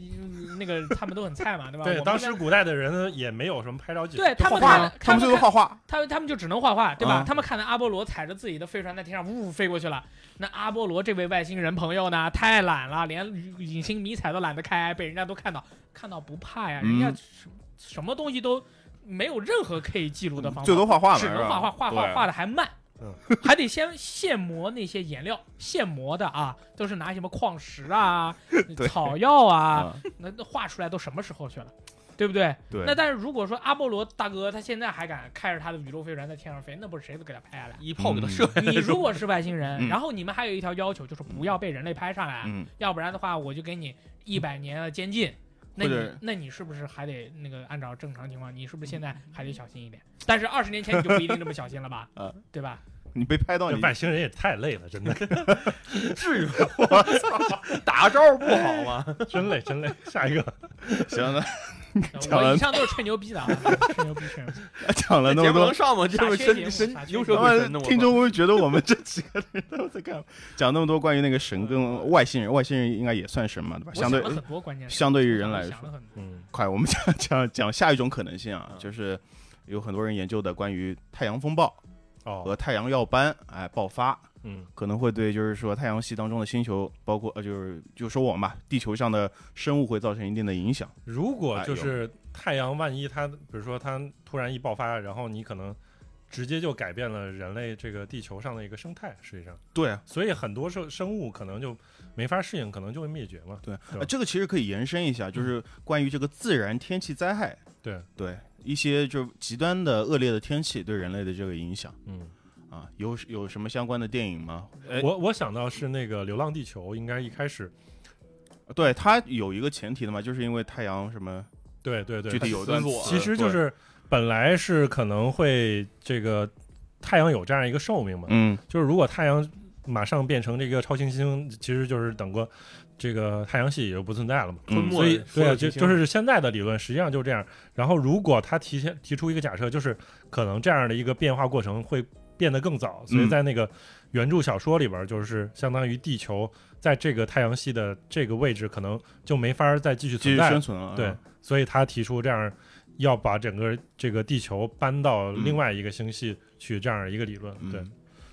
Speaker 3: 那个他们都很 菜嘛，对吧？啊我
Speaker 1: 对，
Speaker 3: 们
Speaker 1: 当
Speaker 3: 现
Speaker 1: 时古代的人也没有什么拍照技术，
Speaker 3: 对他们
Speaker 2: 画
Speaker 3: 看
Speaker 2: 画，他
Speaker 3: 他
Speaker 2: 们
Speaker 3: 们
Speaker 2: 最后画
Speaker 3: 看
Speaker 2: 画，
Speaker 3: 他们他们就只能画画，对吧？
Speaker 2: 啊
Speaker 3: 他们看到阿波罗踩着自己的飞船在天上呜呜飞过去了，那阿波罗这位外星人朋友呢，太懒了，连隐形迷彩都懒得开，被人家都看到，看到不怕呀，人
Speaker 2: 嗯
Speaker 3: 家什什么东西都没有任何可以记录的方法，
Speaker 2: 最多画画嘛，
Speaker 3: 只能
Speaker 2: 是吧
Speaker 3: 画画，画画
Speaker 2: 对啊
Speaker 3: 画的还慢
Speaker 1: 嗯，
Speaker 3: 还得先现磨那些颜料，现磨的啊，都是拿什么矿石 啊、草药啊，
Speaker 2: 啊，
Speaker 3: 那那画出来都什么时候去了，对不对？
Speaker 2: 对，
Speaker 3: 那但是如果说阿波罗大哥他现在还敢开着他的宇宙飞船在天上飞，那不是谁都给他 拍下来
Speaker 4: 一炮给他射
Speaker 3: 你如果是外星人，
Speaker 2: 嗯
Speaker 3: 然后你们还有一条要求，就是不要被人类拍上来，
Speaker 2: 嗯，
Speaker 3: 要不然的话我就给你一百年的监禁。那
Speaker 2: 或
Speaker 3: 你
Speaker 2: 者？
Speaker 3: 那你是不是还得那个按照正常情况，你是不是现在还得小心一点？但是二十年前你就不一定这么小心了吧
Speaker 2: 嗯 啊
Speaker 3: 对吧？
Speaker 2: 你被拍到
Speaker 1: 这
Speaker 2: 你
Speaker 1: 外星人也太累了， 真的，
Speaker 4: 至于吗？我操，打个招呼不好吗？
Speaker 1: 真累，真累。下 一个，
Speaker 2: 行了，讲
Speaker 3: 我
Speaker 2: 了
Speaker 3: 以上都是吹牛 逼的啊，吹牛逼，吹牛逼。
Speaker 2: 讲 了那
Speaker 4: 节
Speaker 2: 么
Speaker 4: 目能
Speaker 2: 多，
Speaker 4: 上吗？这么
Speaker 3: 傻缺节目
Speaker 4: 神神
Speaker 3: 傻缺
Speaker 4: 牛蛇
Speaker 3: 节
Speaker 2: 他
Speaker 3: 目
Speaker 4: 鬼神的，
Speaker 2: 们
Speaker 4: 我
Speaker 2: 听众会不会觉得我们这几个人都在干嘛？讲那么多关于那个神跟外星人，外星人应该也算神嘛，对吧？
Speaker 3: 我
Speaker 2: 相
Speaker 3: 想
Speaker 2: 对
Speaker 3: 了很多关键词，
Speaker 2: 相对于人来说
Speaker 3: 想了很多。
Speaker 1: 嗯，
Speaker 2: 快，我们讲讲讲下一种可能性啊
Speaker 4: 嗯，
Speaker 2: 就是有很多人研究的关于太阳风暴
Speaker 1: 哦，
Speaker 2: 和太阳耀斑哎爆发，
Speaker 1: 嗯
Speaker 2: 可能会对就是说太阳系当中的星球，包括呃就是就说我们吧，地球上的生物会造成一定的影响。
Speaker 1: 如
Speaker 2: 哎
Speaker 1: 果就是太阳，万一它，比如说它突然一爆发，然后你可能直接就改变了人类这个地球上的一个生态，实际上，
Speaker 2: 对啊，
Speaker 1: 所以很多生生物可能就没法适应，可能就会灭绝嘛。
Speaker 2: 对，
Speaker 1: 对
Speaker 2: 呃这个其实可以延伸一下，就是关于这个自然天气灾害，
Speaker 1: 对
Speaker 2: 嗯对一些就是极端的恶劣的天气对人类的这个影响
Speaker 1: 嗯，
Speaker 2: 啊，有有什么相关的电影吗？哎，
Speaker 1: 我我想到是那个《流浪地球》，应该一开始，
Speaker 2: 对它有一个前提的嘛，就是因为太阳什么
Speaker 1: 对对对，
Speaker 2: 具体有一段
Speaker 4: 思索
Speaker 2: 词
Speaker 1: 其实就
Speaker 2: 对
Speaker 1: 是本来是可能会这个太阳有这样一个寿命嘛，
Speaker 2: 嗯
Speaker 1: 就是如果太阳马上变成这个超新星，其实就是等过这个太阳系也就不存在了嘛。
Speaker 2: 嗯
Speaker 4: 吞没
Speaker 1: 所以
Speaker 4: 了所
Speaker 1: 对
Speaker 4: 有
Speaker 1: 啊，就
Speaker 4: 行星
Speaker 1: 就是现在的理论实际上就这样。然后如果他提前提出一个假设，就是可能这样的一个变化过程会变得更早，所以
Speaker 2: 嗯
Speaker 1: 在那个原著小说里边儿，就是相当于地球在这个太阳系的这个位置可能就没法儿再继续
Speaker 2: 继续
Speaker 1: 存在了
Speaker 2: 生存啊了，
Speaker 1: 对，所以他提出这样要把整个这个地球搬到另外一个星系去这样一个理论。
Speaker 2: 嗯
Speaker 1: 对，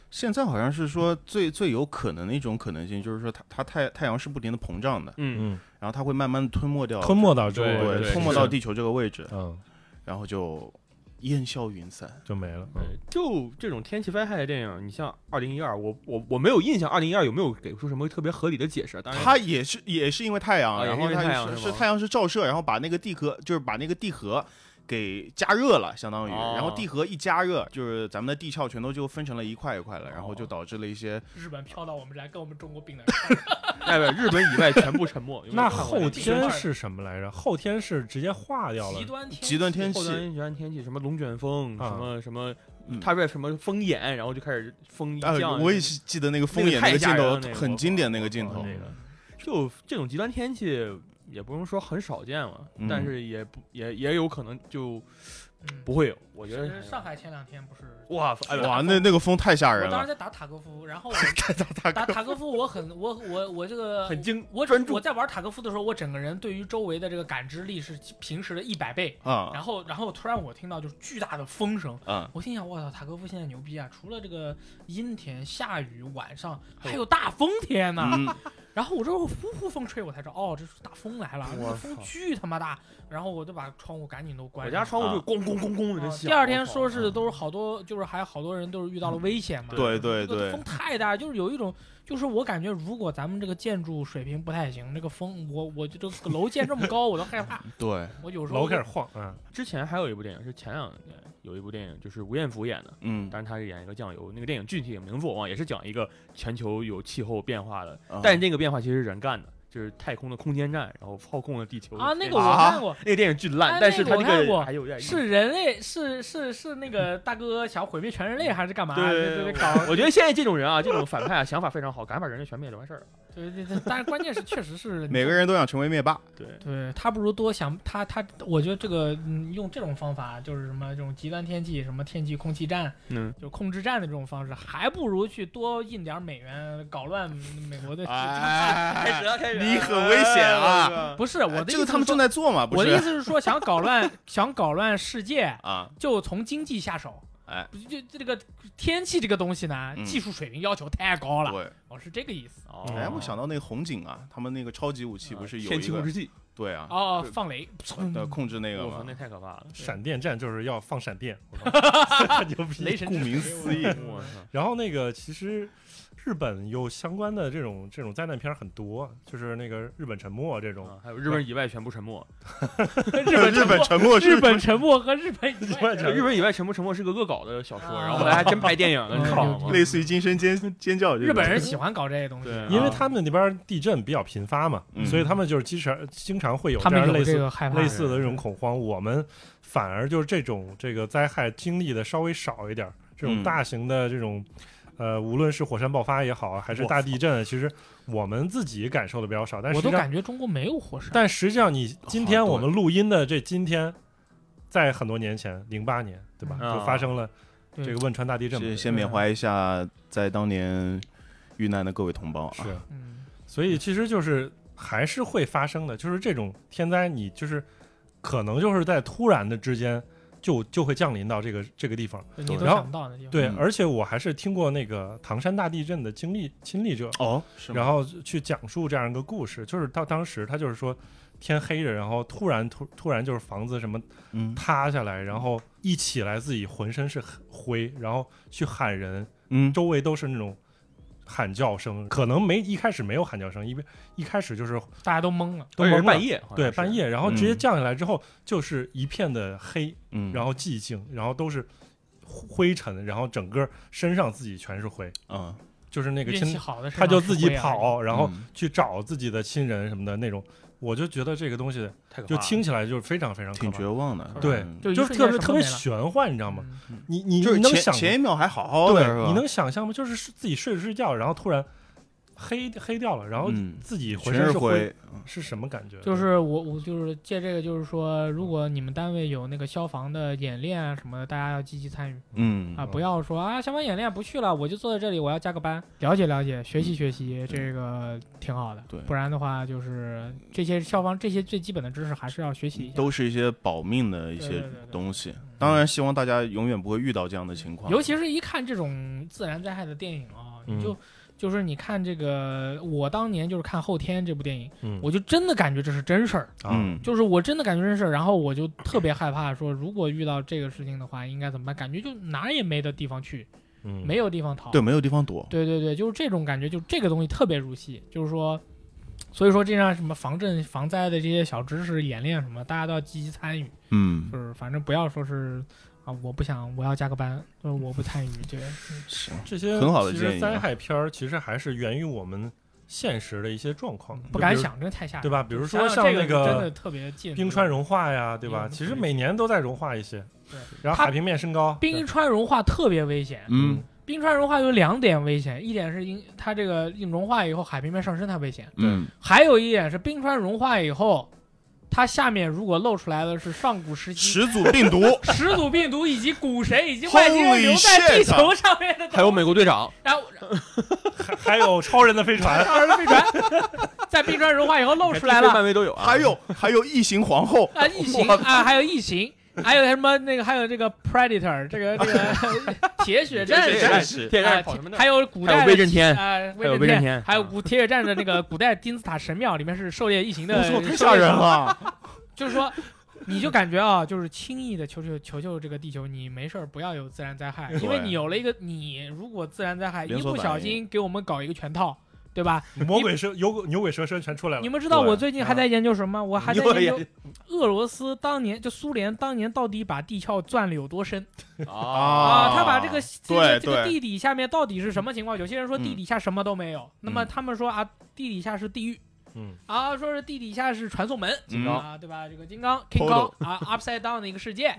Speaker 2: 现在好像是说最最有可能的一种可能性，就是说它它太太阳是不停的膨胀的，
Speaker 4: 嗯，
Speaker 1: 嗯，
Speaker 2: 然后它会慢慢地吞没掉，
Speaker 1: 吞没到周
Speaker 4: 哦对
Speaker 1: 围，
Speaker 2: 对，
Speaker 4: 对
Speaker 2: 吞没到地球这个位置，
Speaker 1: 嗯，
Speaker 2: 然后就烟消云散。
Speaker 1: 就没了。嗯
Speaker 4: 对，就这种天气灾害的电影，你像二零一二，我我我没有印象，二零一二有没有给出什么特别合理的解释？当然，
Speaker 2: 它也是也是因为太阳，
Speaker 4: 哎啊也
Speaker 2: 然
Speaker 4: 是因
Speaker 2: 后
Speaker 4: 为
Speaker 2: 它
Speaker 4: 太阳
Speaker 2: 是
Speaker 4: 是吗
Speaker 2: 太阳是照射，然后把那个地壳就是把那个地核给加热了，相当于，
Speaker 4: 哦
Speaker 2: 然后地核一加热，就是咱们的地壳全都就分成了一块一块了，然后就导致了一些
Speaker 3: 日本飘到我们来跟我们中国 并了。
Speaker 4: 哎，不，日本 以外全部沉默。有没有
Speaker 1: 那
Speaker 4: 看过
Speaker 1: 后
Speaker 3: 这个
Speaker 1: 天
Speaker 3: 事儿
Speaker 1: 是什么来着？后天是直接化掉了
Speaker 3: 极。端天
Speaker 2: 极端天
Speaker 4: 后
Speaker 2: 气。
Speaker 4: 端极端天气，什么龙卷风，
Speaker 1: 啊
Speaker 4: 什么什么
Speaker 2: 嗯，
Speaker 4: 他说什么风眼，然后就开始哦风一
Speaker 2: 啊
Speaker 4: 降。，
Speaker 2: 我也是记得那个风
Speaker 4: 那个
Speaker 2: 眼
Speaker 4: 太
Speaker 2: 个镜
Speaker 4: 吓人
Speaker 2: 头
Speaker 4: 了那个哦
Speaker 2: 很
Speaker 4: 我
Speaker 2: 经典那个镜
Speaker 4: 我
Speaker 2: 头，
Speaker 1: 那
Speaker 3: 哦
Speaker 1: 个
Speaker 4: 就这种极端天气，也不用说很少见嘛，
Speaker 2: 嗯
Speaker 4: 但是也不也也有可能就
Speaker 3: 嗯
Speaker 4: 不会有。我觉
Speaker 3: 是
Speaker 4: 得
Speaker 3: 上海前两天不是，
Speaker 4: 哇，哎
Speaker 2: 哇，那那个风太吓
Speaker 3: 我
Speaker 2: 人
Speaker 3: 当 时
Speaker 2: 了，
Speaker 3: 在打塔科夫，然后
Speaker 2: 大
Speaker 3: 打
Speaker 2: 哥
Speaker 3: 塔科夫，我 很我我我这个
Speaker 4: 很惊，
Speaker 3: 我
Speaker 4: 专注
Speaker 3: 我在玩塔科夫的时候，我整个人对于周围的这个感知力是平时的一百倍。
Speaker 2: 啊
Speaker 3: 然后，然后突然我听到就是巨大的风声，
Speaker 2: 啊，
Speaker 3: 我心想，我操，塔科夫现在牛逼啊！除了这个阴天、下雨、晚上，
Speaker 4: 哎
Speaker 3: 还有大风天呢。
Speaker 2: 嗯，
Speaker 3: 然后我这呼呼风吹，我才知道，哦，这是大风来了，那
Speaker 4: 我
Speaker 3: 个风
Speaker 4: 操
Speaker 3: 巨他妈大。然后我就把窗户赶紧都关
Speaker 4: 我
Speaker 3: 上
Speaker 4: 家
Speaker 3: 了。
Speaker 4: 窗户就咣咣咣咣的
Speaker 3: 啊
Speaker 4: 真响。
Speaker 3: 第二天说
Speaker 4: 我嗯
Speaker 3: 是都是好多，就是还有好多人都是遇到了危险嘛。
Speaker 2: 对对
Speaker 3: 这个
Speaker 2: 对
Speaker 3: 风，太大，就是有一种，就是我感觉，如果咱们这个建筑水平不太行，这个风，我我这个楼建这么高，我都害怕。
Speaker 2: 对，
Speaker 3: 我有时候
Speaker 1: 楼开始晃啊，
Speaker 4: 靠之前还有一部电影是前两年有一部电影就是吴彦祖演的，
Speaker 2: 嗯，
Speaker 4: 但是他是演一个酱油，那个电影具体的名字我忘了，也是讲一个全球有气候变化的，
Speaker 2: 啊
Speaker 4: 但是那个变化其实是人干的，就是太空的空间站，然后操控了地球
Speaker 3: 啊，那个
Speaker 4: 啊
Speaker 3: 我看过，
Speaker 4: 那个电影巨烂，
Speaker 3: 哎
Speaker 4: 但是他
Speaker 3: 那个我
Speaker 4: 这
Speaker 3: 看过
Speaker 4: 个还有点意思。
Speaker 3: 是人类，是是是那个大哥想毁灭全人类还是干嘛？对
Speaker 4: 对
Speaker 3: 对，搞
Speaker 4: 我觉得现在这种人啊，这种反派啊，想法非常好，赶快把人类全灭就完事儿了。
Speaker 3: 对对对，但是关键是确实是
Speaker 2: 每个人都想成为灭霸，
Speaker 4: 对，
Speaker 3: 对他不如多想他他，我觉得这个嗯，用这种方法就是什么这种极端天气，什么天气空气站，
Speaker 4: 嗯，
Speaker 3: 就控制站的这种方式，还不如去多印点美元搞乱美国的。
Speaker 2: 哎
Speaker 4: 始了，开
Speaker 2: 始了你很危险
Speaker 4: 哎
Speaker 2: 啊！
Speaker 3: 不是我的意思
Speaker 2: 这
Speaker 3: 是说，
Speaker 2: 个他们正在做嘛，不
Speaker 3: 我的意
Speaker 2: 是
Speaker 3: 思是说，想搞乱想搞乱世界，
Speaker 2: 啊，
Speaker 3: 就从经济下手。
Speaker 2: 哎
Speaker 3: 不就，就这个天气这个东西呢，
Speaker 2: 嗯
Speaker 3: 技术水平要求太高了。哦
Speaker 2: 对，
Speaker 3: 我是这个意思。
Speaker 4: 哦
Speaker 2: 哎，我想到那个红警啊，他们那个超级武器不是有
Speaker 4: 天
Speaker 2: 一
Speaker 4: 气控
Speaker 2: 个
Speaker 4: 制器？
Speaker 2: 对啊，
Speaker 3: 哦
Speaker 2: 对，
Speaker 3: 放雷，
Speaker 2: 呃，控制那个
Speaker 4: 我 操，
Speaker 2: 嘛
Speaker 4: 那，太可怕 了！
Speaker 1: 闪电战就是要放闪电，我 靠牛
Speaker 3: 雷
Speaker 1: 逼。
Speaker 3: 神。
Speaker 2: 顾名思 义，
Speaker 4: 我操，
Speaker 1: 然后那个其实日本有相关的这种这种灾难片很多，就是那个日本沉没这种，
Speaker 4: 啊还有日本以外全部沉默，
Speaker 3: 日本
Speaker 2: 日本
Speaker 3: 沉
Speaker 2: 沉默
Speaker 3: 没日
Speaker 2: 是
Speaker 3: 本沉没和日本以外沉没
Speaker 4: 日本以外全部沉默是个恶搞的小说，
Speaker 3: 啊
Speaker 4: 然后后来还真拍电影了，
Speaker 3: 嗯
Speaker 4: 你知道吗？
Speaker 2: 类似于惊声尖尖叫这种，
Speaker 3: 日本人喜欢搞这些东西，
Speaker 4: 对啊
Speaker 1: 因为他们那边地震比较频发嘛，
Speaker 2: 嗯
Speaker 1: 所以他们就是经常经常会有
Speaker 3: 他
Speaker 1: 这
Speaker 3: 们
Speaker 1: 样
Speaker 3: 有
Speaker 1: 类
Speaker 3: 这
Speaker 1: 似
Speaker 3: 个害怕嗯
Speaker 1: 类。似的这种恐慌，我们反而就是这种这个灾害经历的稍微少一点儿，这种
Speaker 2: 嗯
Speaker 1: 大型的这种。呃，无论是火山爆发也好，啊还是
Speaker 4: 我
Speaker 1: 大地震，其实我们自己感受的比较少。但实
Speaker 3: 我
Speaker 1: 际
Speaker 3: 都
Speaker 1: 上，
Speaker 3: 感哦觉中国没有火山，
Speaker 1: 但实际上，你今天
Speaker 2: 好对
Speaker 1: 我们录音的这今天，在很多年前，零八年，对吧？
Speaker 4: 嗯
Speaker 1: 就发生了啊
Speaker 3: 对
Speaker 1: 这个汶川大地震嘛。
Speaker 2: 是先缅怀一下在当年遇难的各位同胞啊，
Speaker 1: 是，
Speaker 3: 嗯，
Speaker 1: 所以其实就是还是会发生的，就是这种天灾，你就是可能就是在突然的之间就就会降临到这个这个地方。
Speaker 3: 你都
Speaker 1: 然后
Speaker 3: 想不到的地方。
Speaker 1: 对，
Speaker 2: 嗯
Speaker 1: 而且我还是听过那个唐山大地震的经历亲历者，
Speaker 2: 哦，是
Speaker 1: 然后去讲述这样一个故事，就是到当时他就是说天黑着，然后突然突突然就是房子什么
Speaker 2: 嗯
Speaker 1: 塌下来，然后一起来自己浑身是灰，然后去喊人，
Speaker 2: 嗯，
Speaker 1: 周围都是那种喊叫声，可能没一开始没有喊叫声，一边一开始就是
Speaker 3: 大家都懵了。
Speaker 1: 都
Speaker 4: 而且
Speaker 1: 懵
Speaker 4: 是
Speaker 1: 了
Speaker 4: 半夜，好像
Speaker 1: 对
Speaker 4: 是
Speaker 1: 半夜，然后直接
Speaker 2: 嗯
Speaker 1: 降下来之后就是一片的黑，
Speaker 2: 嗯，
Speaker 1: 然后寂静，然后都是灰尘，然后整个身上自己全是灰，
Speaker 2: 嗯，
Speaker 1: 就是那个
Speaker 3: 运气
Speaker 1: 亲，
Speaker 3: 好的是啊
Speaker 1: 他就
Speaker 3: 让
Speaker 1: 自己
Speaker 3: 回来了，
Speaker 1: 跑，然后
Speaker 2: 嗯
Speaker 1: 去找自己的亲人什么的那种，我就觉得这个东西
Speaker 4: 太可怕
Speaker 1: 就
Speaker 4: 了
Speaker 1: 听起来就是非常非常可
Speaker 2: 挺
Speaker 1: 怕
Speaker 2: 绝，望的，
Speaker 1: 对
Speaker 2: 嗯
Speaker 3: 就一
Speaker 1: 就是
Speaker 3: 瞬
Speaker 1: 特别
Speaker 3: 间什么
Speaker 1: 特别
Speaker 3: 没了
Speaker 1: 玄幻，你知道吗？
Speaker 3: 嗯
Speaker 1: 你你
Speaker 2: 就是
Speaker 1: 你能
Speaker 2: 前
Speaker 1: 想
Speaker 2: 前一秒还好好的，是
Speaker 1: 对，
Speaker 2: 吧
Speaker 1: 你能想象吗？就是是自己睡着睡觉，然后突然黑黑掉了，然后
Speaker 2: 嗯
Speaker 1: 自己浑
Speaker 2: 全
Speaker 1: 身
Speaker 2: 是
Speaker 1: 是
Speaker 2: 灰，
Speaker 1: 是什么感觉？
Speaker 3: 就是我我就是借这个，就是说，如果你们单位有那个消防的演练啊什么的，大家要积极参与
Speaker 2: 嗯
Speaker 3: 啊，
Speaker 1: 嗯
Speaker 3: 不要说啊消防演练不去了，我就坐在这里，我要加个班，了
Speaker 1: 嗯
Speaker 3: 解了解，学习学习，这个挺好的。
Speaker 2: 对
Speaker 3: 不然的话就是这些消防这些最基本的知识还是要学习一下。
Speaker 2: 都是一些保命的一
Speaker 3: 对
Speaker 2: 些
Speaker 3: 对对对嗯
Speaker 2: 东西。当然，希望大家永远不会遇到这样的情况。
Speaker 3: 尤其是一看这种自然灾害的电影啊，
Speaker 1: 嗯
Speaker 3: 你就就是你看这个，我当年就是看《后天》这部电影，
Speaker 1: 嗯，
Speaker 3: 我就真的感觉这是真事儿，
Speaker 1: 啊
Speaker 2: 嗯，
Speaker 3: 就是我真的感觉真事儿，然后我就特别害怕，说如果遇到这个事情的话，应该怎么办？感觉就哪儿也没的地方去，
Speaker 1: 嗯
Speaker 3: 没有地方逃。
Speaker 2: 对，没有地方躲。
Speaker 3: 对对对，就是这种感觉，就这个东西特别入戏，就是说，所以说这让什么防震、防灾的这些小知识演练什么，大家都要积极参与，
Speaker 2: 嗯，
Speaker 3: 就是反正不要说是啊，我不想，我要加个班，就是我不参与这个。
Speaker 2: 是，
Speaker 1: 这些
Speaker 2: 很好的
Speaker 1: 其
Speaker 2: 建
Speaker 1: 实
Speaker 2: 议
Speaker 1: 灾
Speaker 2: 啊
Speaker 1: 害片儿其实还是源于我们现实的一些状况，就
Speaker 3: 不敢
Speaker 1: 比如
Speaker 3: 想，真太吓人，
Speaker 1: 对吧？比如
Speaker 3: 想
Speaker 1: 说
Speaker 3: 想
Speaker 1: 像
Speaker 3: 这
Speaker 1: 那
Speaker 3: 个真的
Speaker 1: 个
Speaker 3: 特别近，
Speaker 1: 冰川融化呀，对吧？
Speaker 3: 嗯
Speaker 1: 其实每年都在融化一些
Speaker 3: 对，
Speaker 1: 然后
Speaker 3: 它
Speaker 1: 海平面升高，
Speaker 3: 冰川融化特别危险。
Speaker 2: 嗯
Speaker 3: 冰川融化有两点危险，一点是因它这个融化以后海平面上升它危险，
Speaker 2: 嗯，
Speaker 3: 还有一点是冰川融化以后，它下面如果露出来的是上古时期
Speaker 2: 始祖病毒，
Speaker 3: 始祖病毒以及古神以及外星人
Speaker 2: Holy
Speaker 3: 留在地
Speaker 2: shit
Speaker 1: 啊
Speaker 3: 球上面的，
Speaker 4: 还有美国队长，
Speaker 3: 然后
Speaker 1: 还还有超人的飞 船，
Speaker 3: 上人飞船在冰川融化以后露出来了
Speaker 4: 漫威都有啊，
Speaker 2: 还有还有异形皇后，
Speaker 3: 啊，异 形啊，还有异形，还有什么那个还有这个 Predator 这个 这个铁血战
Speaker 2: 铁血
Speaker 3: 士
Speaker 2: 战
Speaker 3: 啊。
Speaker 2: 士是
Speaker 4: 铁哎蛋跑什么的，
Speaker 3: 还有古代
Speaker 4: 还
Speaker 3: 的
Speaker 4: 有威震天
Speaker 3: 啊，
Speaker 4: 还有
Speaker 3: 威
Speaker 4: 威
Speaker 3: 震
Speaker 4: 震天
Speaker 3: 还有古铁血战士的那个古代金字塔神庙里面是狩猎异形的
Speaker 2: 我
Speaker 3: 狩
Speaker 2: 操，
Speaker 3: 猎，
Speaker 2: 太吓人 了。
Speaker 3: 就是说，你就感觉啊，就是轻易的求求求求这个地球，你没事儿不要有自然灾害，因为
Speaker 2: 对
Speaker 3: 你有了一个，你如果自然灾害一
Speaker 2: 连锁
Speaker 3: 不
Speaker 2: 反
Speaker 3: 小
Speaker 2: 应
Speaker 3: 心给我们搞一个全套，对吧？
Speaker 1: 魔鬼蛇、有牛鬼蛇神全出来
Speaker 3: 你
Speaker 1: 了。
Speaker 3: 们知道
Speaker 2: 对
Speaker 3: 我最近还在研究什么？我还在
Speaker 2: 又
Speaker 3: 研究俄罗斯当年就苏联当年到底把地壳钻了有多深
Speaker 2: 啊
Speaker 3: 啊？他把这个这
Speaker 2: 对
Speaker 3: 个这个
Speaker 2: 对
Speaker 3: 地底下面到底是什么情况？有些人说
Speaker 2: 嗯
Speaker 3: 地底下什么都没有，那么
Speaker 2: 嗯
Speaker 3: 他们说啊，地底下是地狱。
Speaker 1: 嗯，
Speaker 3: 啊，说是地底下是传送门，
Speaker 2: 金
Speaker 4: 刚
Speaker 3: 啊，对吧？这个金刚 King 刚
Speaker 2: Portal
Speaker 3: 啊，Upside Down 的一个世 界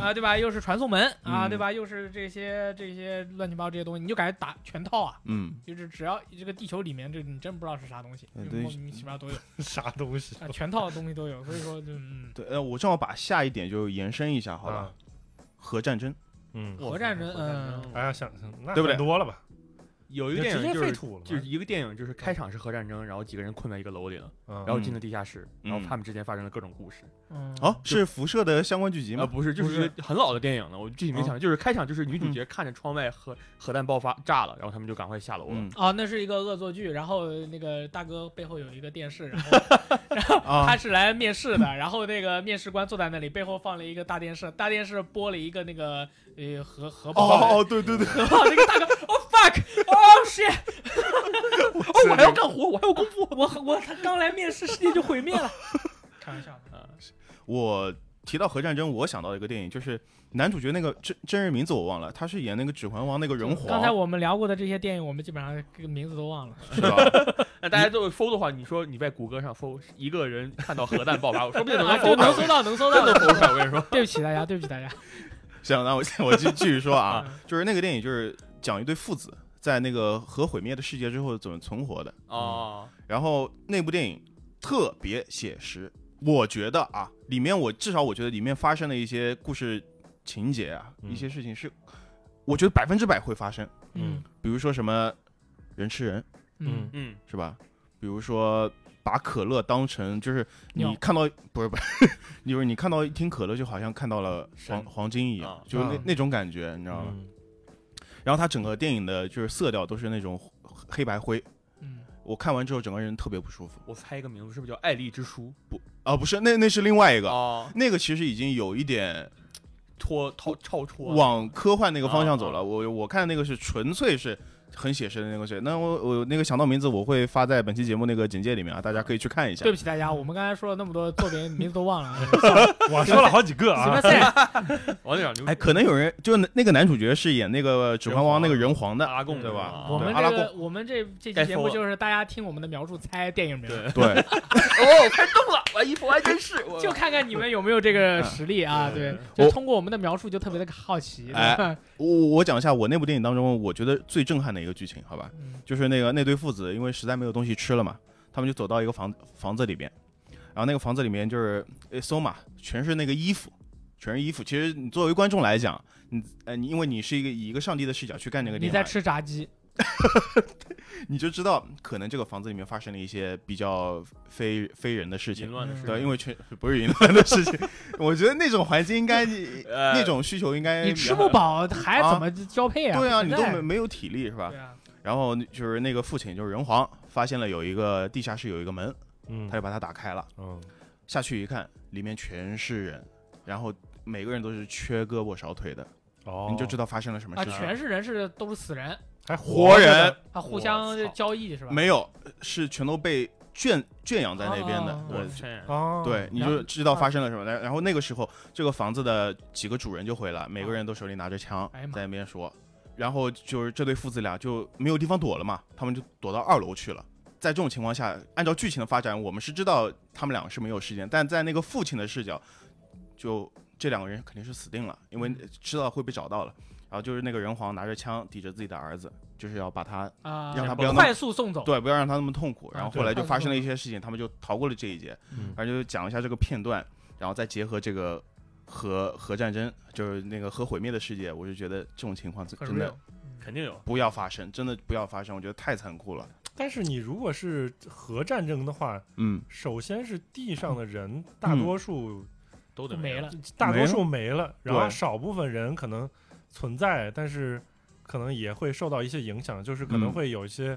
Speaker 3: 啊，对吧？又是传送门啊，
Speaker 2: 嗯
Speaker 3: 对吧？又是这些这些乱七八糟这些东西，你就感觉打全套啊，
Speaker 2: 嗯，
Speaker 3: 就是只要这个地球里面，这你真不知道是啥东西，就
Speaker 2: 嗯
Speaker 3: 莫
Speaker 2: 对
Speaker 3: 名其妙都有
Speaker 1: 啥东西
Speaker 3: 啊，全套的东西都有，所以说就嗯，
Speaker 2: 对，呃，我正好把下一点就延伸一下，好吧
Speaker 1: 啊？？
Speaker 2: 核战争，
Speaker 1: 嗯，
Speaker 3: 核战争，嗯，
Speaker 1: 哎呀，想想那
Speaker 2: 对不对
Speaker 1: 很多了吧？
Speaker 4: 有一个
Speaker 1: 就
Speaker 4: 电
Speaker 1: 直
Speaker 4: 影
Speaker 1: 接
Speaker 4: 就
Speaker 1: 废
Speaker 4: 是。
Speaker 1: 土了
Speaker 4: 就是
Speaker 1: 嘛。
Speaker 4: 一个电影，就是开场是核战争，然后几个人困在一个楼里了，
Speaker 1: 嗯
Speaker 4: 然后进了地下室，
Speaker 2: 嗯
Speaker 4: 然后他们之间发生了各种故事。
Speaker 3: 嗯
Speaker 2: 哦，是辐射的相关剧集
Speaker 4: 啊，
Speaker 2: 吗？
Speaker 4: 不是，就是
Speaker 3: 不是
Speaker 4: 一个很老的电影了，我具体没想，就是开场就是女主角看着窗外核核弹爆发炸了，然后他们就赶快下楼了。
Speaker 2: 嗯
Speaker 3: 哦，那是一个恶作剧，然后那个大哥背后有一个电视，然后
Speaker 2: 啊
Speaker 3: 他，是来面试的， 然后那个面试官坐在那里，背后放了一个大电视，大电视播了一个那个呃核核
Speaker 2: 哦
Speaker 3: 爆，
Speaker 2: 哦哦，对对对，
Speaker 3: 然后那个大哥，Oh fuck，哦 shit，
Speaker 4: 哦，我还要干活，我还要工作。
Speaker 3: 我我他刚来面试，世界就毁灭了。 开玩笑的，
Speaker 2: 我提到核战争，我想到一个电影，就是男主角那个真真人名字我忘了，他是演那个《指环王》那个人皇，
Speaker 3: 刚才我们聊过的这些电影，我们基本上这个名字都忘了。
Speaker 2: 是吧？
Speaker 4: 那大家都搜的话，你说你在谷歌上搜一个人看到核弹爆发，我说不定能
Speaker 3: 啊，
Speaker 4: 搜
Speaker 3: 就
Speaker 4: 出来
Speaker 3: 能。搜到，能
Speaker 4: 真
Speaker 3: 搜到
Speaker 4: 的。搜出来，我跟你说，
Speaker 3: 对不起大家，对不起大家。
Speaker 2: 行，那我我继继续说啊，
Speaker 3: 嗯
Speaker 2: 就是那个电影就是讲一对父子在那个核毁灭的世界之后怎么存活的，
Speaker 4: 哦，
Speaker 2: 然后那部电影特别写实，我觉得啊，里面我至少我觉得里面发生的一些故事情节啊，
Speaker 1: 嗯
Speaker 2: 一些事情是我觉得百分之百会发生，
Speaker 3: 嗯
Speaker 2: 比如说什么人吃人
Speaker 3: 嗯，
Speaker 4: 嗯，
Speaker 2: 是吧？比如说把可乐当成就是
Speaker 3: 尿
Speaker 2: 你看到不是不是， 就是你看到一听可乐就好像看到了黄
Speaker 4: 神
Speaker 2: 黄金一样
Speaker 4: 啊，
Speaker 2: 就是那
Speaker 3: 啊
Speaker 2: 那种感觉，你知道吗？
Speaker 1: 嗯
Speaker 2: 然后它整个电影的就是色调都是那种 黑白灰，
Speaker 3: 嗯
Speaker 2: 我看完之后整个人特别不舒服
Speaker 4: 我猜一个名字，是不是叫《爱丽之书
Speaker 2: 啊，不是那那是另外一》？个，
Speaker 4: 哦，
Speaker 2: 那个其实已经有一点
Speaker 4: 脱超超脱了，
Speaker 2: 往科幻那个方向走
Speaker 4: 啊
Speaker 2: 了。我我看那个是纯粹是很写实的那个谁，那我我那个想到名字我会发在本期节目那个简介里面啊，大家可以去看一下
Speaker 3: 对。不起大家，我们刚才说了那么多作品，名字都忘了。
Speaker 1: 我说了好几个
Speaker 3: 什么
Speaker 1: 啊，
Speaker 3: 赛？
Speaker 4: 王队长牛逼，
Speaker 2: 哎，可能有人就那那个男主角是演那个《指环王》
Speaker 4: 人皇
Speaker 2: 那个人皇的，
Speaker 4: 阿贡
Speaker 2: 对吧
Speaker 4: 啊
Speaker 3: 我们
Speaker 2: 阿拉
Speaker 3: 这个我们这这期
Speaker 4: 该
Speaker 3: 节
Speaker 4: 说
Speaker 3: 目
Speaker 4: 了
Speaker 3: 就是大家听我们的描述猜电影名。
Speaker 4: 对
Speaker 2: 对，
Speaker 4: 哦，开始动了，我衣服还真是，我
Speaker 3: 就看看你们有没有这个实力啊！
Speaker 4: 嗯
Speaker 3: 对
Speaker 4: 嗯，
Speaker 3: 就
Speaker 2: 我
Speaker 3: 通过我们的描述，就特别的好奇。
Speaker 2: 哎我我讲一下我那部电影当中我觉得最震撼的一个剧情，好吧，
Speaker 3: 嗯
Speaker 2: 就是那个那对父子因为实在没有东西吃了嘛，他们就走到一个房房子里边，然后那个房子里面就是呃搜嘛，全是那个衣服，全是衣服。其实你作为观众来讲，你呃你因为你是一个以一个上帝的视角去看这个
Speaker 3: 你
Speaker 2: 电
Speaker 3: 在
Speaker 2: 影，
Speaker 3: 吃炸鸡，
Speaker 2: 你就知道可能这个房子里面发生了一些比较非非人的事
Speaker 4: 淫
Speaker 2: 情。
Speaker 4: 乱的事，
Speaker 2: 对，
Speaker 3: 嗯
Speaker 2: 因为全 不是淫乱的事情， 我觉得那种环境应该，
Speaker 4: 呃
Speaker 2: 那种需求应该
Speaker 3: 你吃不饱还怎么交配啊？
Speaker 2: 哎对啊，你
Speaker 3: 不
Speaker 2: 都
Speaker 3: 存在
Speaker 2: 没没有体力是吧？
Speaker 3: 对啊，
Speaker 2: 然后就是那个父亲就是人皇发现了有一个地下室有一个门，
Speaker 1: 嗯
Speaker 2: 他就把它打开了，
Speaker 1: 嗯
Speaker 2: 下去一看，里面全是人，然后每个人都是缺胳膊少腿的，
Speaker 1: 哦，
Speaker 2: 你就知道发生了什么
Speaker 3: 啊，
Speaker 2: 事情。
Speaker 3: 全是人是都是死人
Speaker 1: 还
Speaker 2: 活
Speaker 1: 着呢
Speaker 2: 人
Speaker 3: 啊，互
Speaker 1: 我
Speaker 3: 相
Speaker 1: 操
Speaker 3: 交易是吧？
Speaker 2: 没有，是全都被圈圈养在那边的。
Speaker 3: 哦
Speaker 2: 对
Speaker 4: 我天，
Speaker 1: 啊，
Speaker 2: 对，你
Speaker 3: 然
Speaker 2: 就
Speaker 3: 后
Speaker 2: 知道发生了什么。然然后那个时候，这个房子的几个主人就回来，每个人都手里拿着枪
Speaker 3: 嗯哎呀，妈
Speaker 2: 在那边说。然后就是这对父子俩就没有地方躲了嘛，他们就躲到二楼去了。在这种情况下，按照剧情的发展，我们是知道他们两个是没有事件，但在那个父亲的视角，就这两个人肯定是死定了，因为
Speaker 3: 嗯
Speaker 2: 知道会被找到了。然后就是那个人皇拿着枪抵着自己的儿子，就是要把他
Speaker 3: 啊，
Speaker 2: 让他
Speaker 4: 不要
Speaker 2: 那么
Speaker 3: 快速送走。
Speaker 2: 对，不要让他那么痛苦。然后
Speaker 1: 啊对
Speaker 2: 后来就
Speaker 3: 快速
Speaker 2: 发生
Speaker 3: 痛
Speaker 2: 了一些事情，他们就逃过了这一劫。
Speaker 1: 嗯
Speaker 2: 反正就讲一下这个片段，然后再结合这个核核战争，就是那个核毁灭的世界，我就觉得这种情况真
Speaker 3: 很
Speaker 2: 真
Speaker 3: real
Speaker 2: 的。
Speaker 4: 肯定有。
Speaker 2: 不要发生，真的不要发生，我觉得太残酷了。
Speaker 1: 但是你如果是核战争的话，
Speaker 2: 嗯，
Speaker 1: 首先是地上的人大多数、
Speaker 4: 都
Speaker 3: 就
Speaker 4: 得
Speaker 3: 没了，
Speaker 1: 大多数没了，
Speaker 2: 对
Speaker 1: 然后少部分人可能存在，但是可能也会受到一些影响，就是可能
Speaker 2: 嗯
Speaker 1: 会有一些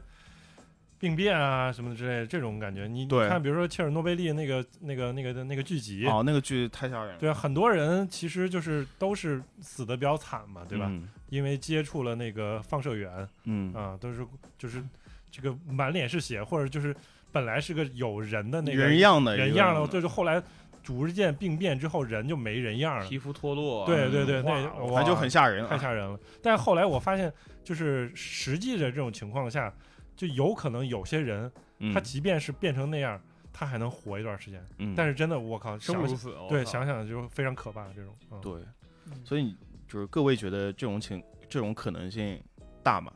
Speaker 1: 病变啊什么之类的这种感觉。你
Speaker 2: 对
Speaker 1: 看，比如说切尔诺贝利那个那个那个那个剧集，
Speaker 2: 哦，那个剧太吓人了，
Speaker 1: 对啊，很多人其实就是都是死的比较惨嘛，对吧？
Speaker 2: 嗯？
Speaker 1: 因为接触了那个放射源
Speaker 2: 嗯，
Speaker 1: 啊，都是就是这个满脸是血，或者就是本来是个有人的那
Speaker 2: 嗯
Speaker 1: 个
Speaker 2: 人样的一
Speaker 1: 人
Speaker 2: 个
Speaker 1: 样了，就是后来逐渐病变之后，人就没人样了。
Speaker 4: 皮肤脱落啊，
Speaker 1: 对对对，
Speaker 4: 哇
Speaker 1: 那
Speaker 4: 我
Speaker 1: 哇
Speaker 2: 反正就很吓人啊。
Speaker 1: 太吓人了。但后来我发现，就是实际的这种情况下，就有可能有些人，
Speaker 2: 嗯
Speaker 1: 他即便是变成那样，他还能活一段时间。
Speaker 2: 嗯，
Speaker 1: 但是真的，我靠，
Speaker 4: 生不
Speaker 1: 想
Speaker 4: 如
Speaker 1: 想
Speaker 4: 死，我
Speaker 1: 对，
Speaker 4: 操
Speaker 1: 想想就非常可怕。这种，嗯
Speaker 2: 对，
Speaker 3: 嗯
Speaker 2: 所以你就是各位觉得这种情这种可能性大吗？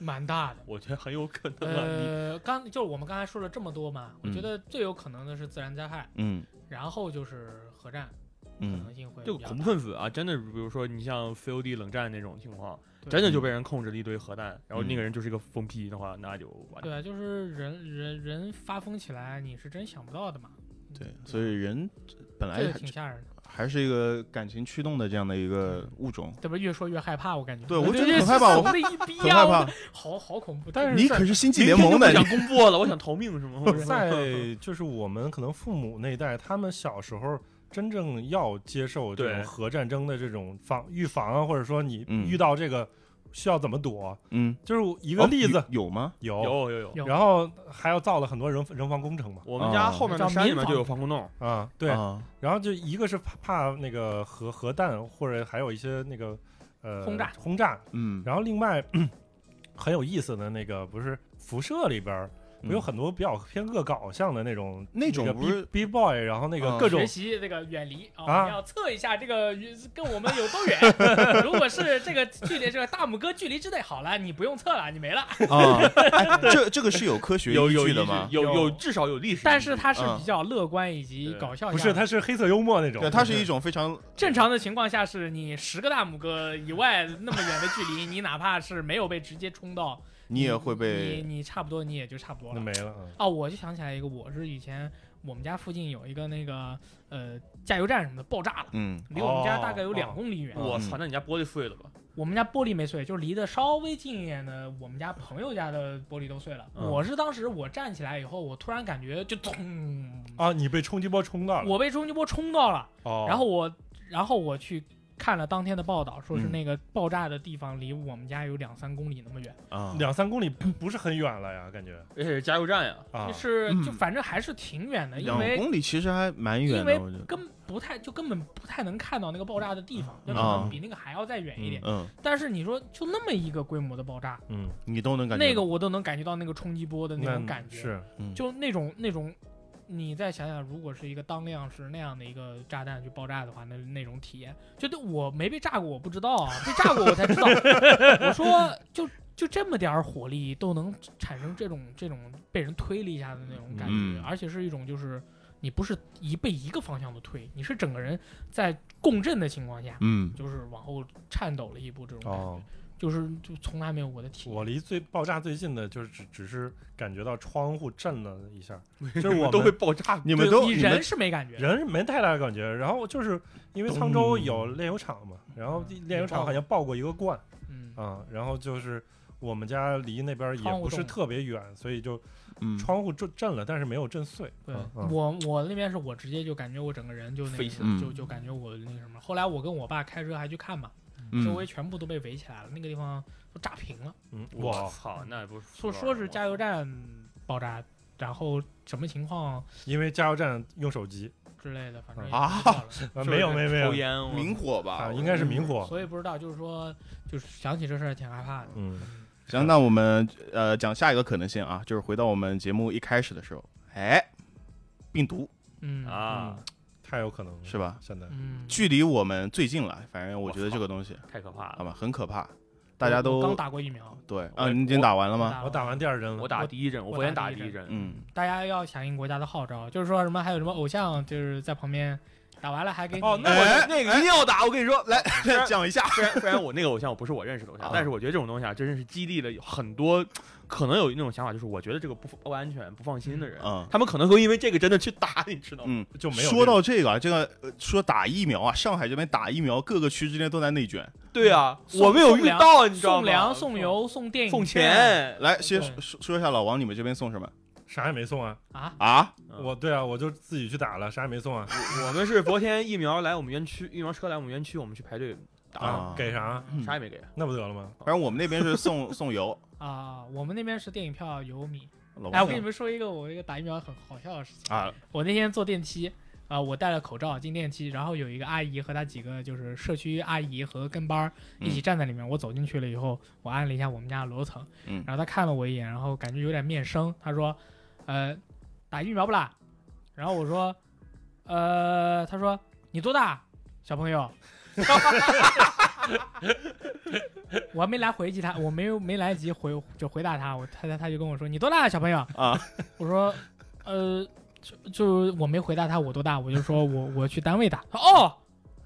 Speaker 3: 蛮 大的。
Speaker 4: 我觉得很有可能啊。你
Speaker 3: 呃，刚就是我们刚才说了这么多嘛，我觉
Speaker 2: 嗯
Speaker 3: 得最有可能的是自然灾害，
Speaker 2: 嗯
Speaker 3: 然后就是核战，可
Speaker 2: 嗯
Speaker 3: 能性会
Speaker 4: 这
Speaker 3: 比
Speaker 4: 个
Speaker 3: 较
Speaker 4: 恐怖
Speaker 3: 大。
Speaker 4: 分子啊，真的，比如说你像 COD 冷战那种情况，
Speaker 3: 对
Speaker 4: 真的就被人控制了一堆核弹，然后
Speaker 2: 嗯
Speaker 4: 那个人就是一个疯批的话，那就完
Speaker 3: 对
Speaker 4: 了。
Speaker 3: 啊，就是人人人发疯起来，你是真想不到的嘛。
Speaker 2: 对，
Speaker 3: 嗯
Speaker 2: 所以人本
Speaker 3: 这
Speaker 2: 来
Speaker 3: 个挺吓人的，
Speaker 2: 还是一个感情驱动的这样的一个物种。
Speaker 3: 这不是越说越害怕，我感觉。
Speaker 2: 对我
Speaker 3: 觉
Speaker 2: 真的很害怕我
Speaker 3: 这一逼
Speaker 2: 很
Speaker 3: 啊，
Speaker 2: 害
Speaker 3: 我
Speaker 2: 怕，
Speaker 3: 好好恐怖。
Speaker 1: 但是
Speaker 2: 你
Speaker 1: 在
Speaker 2: 可是星际
Speaker 4: 明
Speaker 2: 联
Speaker 4: 天就
Speaker 2: 盟的
Speaker 4: 不，想工作了，我想逃命是吗？ 我说
Speaker 1: 在就是我们可能父母那一代，他们小时候。真正要接受这种
Speaker 4: 对
Speaker 1: 核战争的这种防预防啊，或者说你
Speaker 2: 嗯
Speaker 1: 遇到这个需要怎么躲，
Speaker 2: 嗯，
Speaker 1: 就是一个例子
Speaker 2: 哦，有有吗？
Speaker 1: 有
Speaker 4: 有有有，
Speaker 3: 有
Speaker 1: 然后还要造了很多人人防工程嘛，
Speaker 4: 我们家后面的
Speaker 3: 叫
Speaker 4: 山里
Speaker 3: 民
Speaker 4: 面
Speaker 3: 房
Speaker 4: 就有防空洞，
Speaker 1: 啊，对，
Speaker 2: 啊
Speaker 1: 然后就一个是怕怕那个核核弹，或者还有一些那个呃
Speaker 3: 轰炸
Speaker 1: 轰炸，
Speaker 2: 嗯，
Speaker 1: 然后另外 很有意思的那个不是辐射里边儿不有很多比较偏恶搞向嗯的那种啊
Speaker 2: 那种
Speaker 1: 个
Speaker 2: 不是
Speaker 1: B B boy，然后那个
Speaker 2: 嗯
Speaker 1: 各种
Speaker 3: 学习这个远离啊，
Speaker 1: 啊
Speaker 3: 我们要测一下这个与跟我们有 多远。如果是这个距离，这个大拇哥距离之内，好了，你不用测了，你没了。
Speaker 2: 啊，哎，这这个是有科学
Speaker 4: 有有
Speaker 2: 依据
Speaker 4: 依
Speaker 2: 的
Speaker 4: 据
Speaker 2: 吗？
Speaker 4: 有
Speaker 1: 有
Speaker 4: 有至少有历史依据，
Speaker 3: 但是它是
Speaker 2: 嗯
Speaker 3: 比较乐观以及
Speaker 4: 对
Speaker 3: 搞笑向的。
Speaker 1: 不是，它是黑色幽默那种，
Speaker 2: 对，它是一种非常
Speaker 3: 正常的情况下，是你十个大拇哥以外那么远的距离，你哪怕是没有被直接冲到，
Speaker 2: 你也会
Speaker 3: 你
Speaker 2: 被
Speaker 3: 你差不多你也就差不多
Speaker 1: 那
Speaker 3: 了。
Speaker 1: 没了，嗯
Speaker 3: 哦，我就想起来一个，我是以前我们家附近有一个那个呃加油站什么的爆炸了，
Speaker 2: 嗯
Speaker 3: 离我们家
Speaker 1: 哦
Speaker 3: 大概有
Speaker 1: 哦
Speaker 3: 两公里远。
Speaker 4: 我操，那你家玻璃碎了吧？
Speaker 3: 我们家玻璃没碎，就离得稍微近一点的，我们家朋友家的玻璃都碎了。
Speaker 4: 嗯
Speaker 3: 我是当时我站起来以后，我突然感觉就咚，
Speaker 1: 啊，你被冲击波冲到了，
Speaker 3: 我被冲击波冲到了，
Speaker 1: 哦，
Speaker 3: 然后我然后我去。看了当天的报道，说是
Speaker 2: 嗯
Speaker 3: 那个爆炸的地方离我们家有两三公里那么远，
Speaker 2: 啊，
Speaker 1: 两三公里不不是很远了呀，感觉
Speaker 4: 而且是加油站呀，
Speaker 1: 啊
Speaker 3: 就，是
Speaker 2: 嗯
Speaker 3: 就反正还是挺远的，因
Speaker 2: 两
Speaker 3: 为
Speaker 2: 公里其实还蛮远的，
Speaker 3: 因为
Speaker 2: 我觉得，
Speaker 3: 根不太就根本不太能看到那个爆炸的地方，就可
Speaker 2: 啊
Speaker 3: 能比那个还要再远一点。
Speaker 2: 嗯，
Speaker 3: 但是你说就那么一个规模的爆炸，
Speaker 1: 嗯，
Speaker 2: 你都能感觉
Speaker 3: 那个我都能感觉到那个冲击波的那
Speaker 1: 那
Speaker 3: 种感觉，
Speaker 1: 是
Speaker 2: 嗯
Speaker 3: 就那种那种，你再想想，如果是一个当量是那样的一个炸弹去爆炸的话，那那种体验，就对我没被炸过，我不知道啊，被炸过我才知道。我说就就这么点儿火力都能产生这种这种被人推了一下的那种感觉，
Speaker 2: 嗯
Speaker 3: 而且是一种就是你不是一被一个方向的推，你是整个人在共振的情况下，
Speaker 2: 嗯
Speaker 3: 就是往后颤抖了一步这种感觉，
Speaker 1: 哦。
Speaker 3: 就是就从来没有我的体验。
Speaker 1: 我离最爆炸最近的，就是只只是感觉到窗户震了一下，就是我们
Speaker 4: 都会爆炸。
Speaker 2: 你们都
Speaker 3: 你
Speaker 2: 你
Speaker 3: 人
Speaker 2: 们
Speaker 3: 是没感觉的，
Speaker 1: 人没太大的感觉。然后就是因为沧州有炼油厂嘛，然后
Speaker 3: 嗯
Speaker 1: 炼油厂好像爆过一个罐
Speaker 3: 嗯
Speaker 1: 啊、然后就是我们家离那边也
Speaker 3: 窗户
Speaker 1: 不是
Speaker 3: 洞
Speaker 1: 特别远，所以就
Speaker 2: 嗯，
Speaker 1: 窗户震震了，但是没有震碎。
Speaker 3: 对
Speaker 1: 嗯，嗯
Speaker 3: 我我那边是我直接就感觉我整个人就那
Speaker 4: 飞
Speaker 3: 个
Speaker 4: 起
Speaker 2: 来
Speaker 3: 就就感觉我那个什么。后来我跟我爸开车还去看嘛，
Speaker 2: 嗯
Speaker 3: 周围全部都被围起来了，那个地方都炸平了。
Speaker 1: 嗯，
Speaker 4: 我
Speaker 1: 哇，
Speaker 4: 操，那不是
Speaker 3: 说说是加油，站爆炸，然后什么情况
Speaker 1: 因为加油站用手机，
Speaker 3: 之类的，反正也
Speaker 2: 啊
Speaker 3: 不知道了
Speaker 1: 啊，没有没有没有
Speaker 4: 抽，烟我
Speaker 2: 明火吧
Speaker 1: 啊，，应该是明火。
Speaker 3: 所以不知道，就是说，就是想起这事儿挺害怕的。
Speaker 1: 嗯，
Speaker 2: 行，那我们呃讲下一个可能性啊，就是回到我们节目一开始的时候，哎，病毒
Speaker 3: 嗯
Speaker 4: 啊，
Speaker 1: 太有可能了，
Speaker 2: 是吧？
Speaker 1: 现在
Speaker 3: 嗯，
Speaker 2: 距离我们最近了，反正我觉得
Speaker 4: 我操
Speaker 2: 这个东西，
Speaker 4: 太可怕
Speaker 2: 好
Speaker 4: 了。
Speaker 2: 吧，很可怕，大家
Speaker 3: 我刚
Speaker 2: 都
Speaker 3: 打过疫苗，
Speaker 2: 对啊，
Speaker 4: 我
Speaker 2: 你已经打完了
Speaker 3: 我
Speaker 2: 吗？
Speaker 1: 我打完第二针了，
Speaker 4: 我打第一针，我昨天打第一针，
Speaker 2: 嗯，
Speaker 3: 大家要响应国家的号召，就是说什么还有什么偶像，就是在旁边打完了还给你
Speaker 4: 哦，那
Speaker 2: 哎
Speaker 4: 我那个一定要打，我跟你说，来，
Speaker 2: 来讲一下，
Speaker 4: 虽然虽然我那个偶像我不是我认识的偶像
Speaker 2: 啊，
Speaker 4: 但是我觉得这种东西啊，真是激励了很多可能有那种想法，就是我觉得这个不不安全、不放心的人，
Speaker 2: 嗯
Speaker 4: 他们可能会因为这个真的去打，你知道吗？
Speaker 2: 嗯。
Speaker 1: 就没有
Speaker 2: 说到这个啊，这个呃说打疫苗啊，上海这边打疫苗，各个区之间都在内卷。
Speaker 4: 对啊，
Speaker 3: 送
Speaker 4: 我没有遇到，你知道吗？
Speaker 3: 送粮、送、油、送电影、
Speaker 4: 送钱，
Speaker 2: 来，先
Speaker 3: 对
Speaker 2: 说说说一下老王，你们这边送什么
Speaker 1: 啥也没送啊，
Speaker 3: 啊，
Speaker 2: 啊？
Speaker 4: 嗯
Speaker 1: 我对啊，我就自己去打了，啥也没送啊，
Speaker 4: 我们是昨天疫苗来我们园区，疫苗车来我们园区，我们去排队打，
Speaker 2: 啊
Speaker 1: 给啥？
Speaker 2: 嗯
Speaker 4: 啥也没给。
Speaker 1: 那不得了吗？
Speaker 2: 反正我们那边是送 送油。
Speaker 3: 啊！我们那边是电影票有米。
Speaker 2: 老王
Speaker 3: 哎，我跟你
Speaker 2: 送
Speaker 3: 们说一个我一个打疫苗很好笑的事情。
Speaker 2: 啊，
Speaker 3: 我那天坐电梯啊，我戴了口罩进电梯，然后有一个阿姨和她几个就是社区阿姨和跟班儿一起站在里面。我走进去了以后，我按了一下我们家的楼层，
Speaker 2: 嗯
Speaker 3: 然后她看了我一眼，然后感觉有点面生，她说：“呃，打疫苗不啦？”然后我说：“呃，她说你多大，小朋友？” 我还没来回击她，我没有没来得及回就回答她，我她她她就跟我说：“你多大，小朋友？”
Speaker 2: 啊，
Speaker 3: 我说：“呃，就就我没回答他我多大，我就说我我去单位打。他说哦，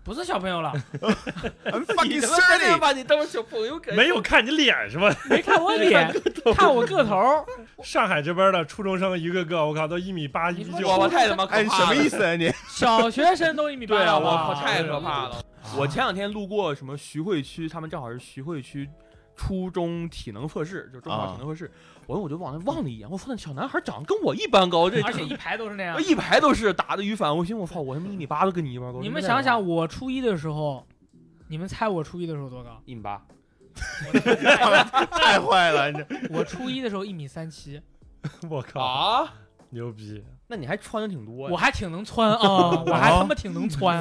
Speaker 3: 不是小朋友了，
Speaker 2: I'm 哎 fucking
Speaker 4: 他妈真的
Speaker 2: thirty，
Speaker 4: 把你当小朋友给
Speaker 1: 没有看你脸是吧？
Speaker 3: 没看我脸，看我个头儿。
Speaker 1: 上海这边的初中生一个个，我靠，都一米八、一
Speaker 3: 你
Speaker 1: 米
Speaker 3: 说
Speaker 1: 九，
Speaker 4: 我我太他妈可
Speaker 2: 哎，什
Speaker 4: 怕
Speaker 2: 么
Speaker 4: 了
Speaker 2: 意！思啊你？
Speaker 3: 小学生都一米八
Speaker 4: 对啊，
Speaker 3: 了
Speaker 4: 我
Speaker 3: 吧，
Speaker 4: 我太可怕了！ 我前两天路过什么徐汇区，他们正好是徐汇区初中体能测试，就中考体能测
Speaker 3: 啊
Speaker 4: 试，我我就往那望了一眼，我操，那小男孩长得跟我一般 高，这哎
Speaker 3: 而且一排都是那样。
Speaker 4: 一排都是打的鱼反，我寻思我操，我他妈一米八都跟你一般高，
Speaker 3: 你们想想，我初一的时候，你们猜我初一的时候多高？
Speaker 4: 一米八，
Speaker 2: 太坏了，你这
Speaker 3: 我初一的时候一米三七，
Speaker 1: 我靠，
Speaker 4: 啊，
Speaker 1: 牛逼！
Speaker 4: 那你还穿的挺多
Speaker 3: 我
Speaker 4: 呀。
Speaker 3: 还挺能穿啊，我还他妈挺能穿。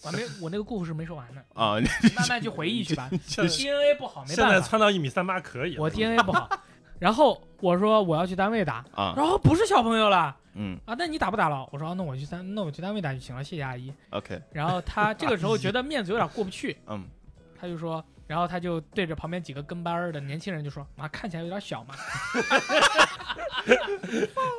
Speaker 3: 我还没我那个故事没说 完呢，
Speaker 2: 啊，你
Speaker 3: 慢慢去回忆去吧。
Speaker 1: 现在
Speaker 3: DNA 不好，没
Speaker 1: 现
Speaker 3: 办
Speaker 1: 在
Speaker 3: 法，
Speaker 1: 窜到一米三八可以了，
Speaker 3: 我 DNA 不好。然后我说我要去单位打，
Speaker 2: 啊，
Speaker 3: 然后不是小朋友了
Speaker 2: 嗯
Speaker 3: 啊，那你打不打了？我说、啊那我去单，那我去单位打就行了，谢谢阿姨。
Speaker 2: ，OK，
Speaker 3: 然后 他这个时候觉得面子有点过不去，
Speaker 2: 嗯，。
Speaker 3: 他就说，然后他就对着旁边几个跟班儿的年轻人就说，啊，看起来有点小嘛。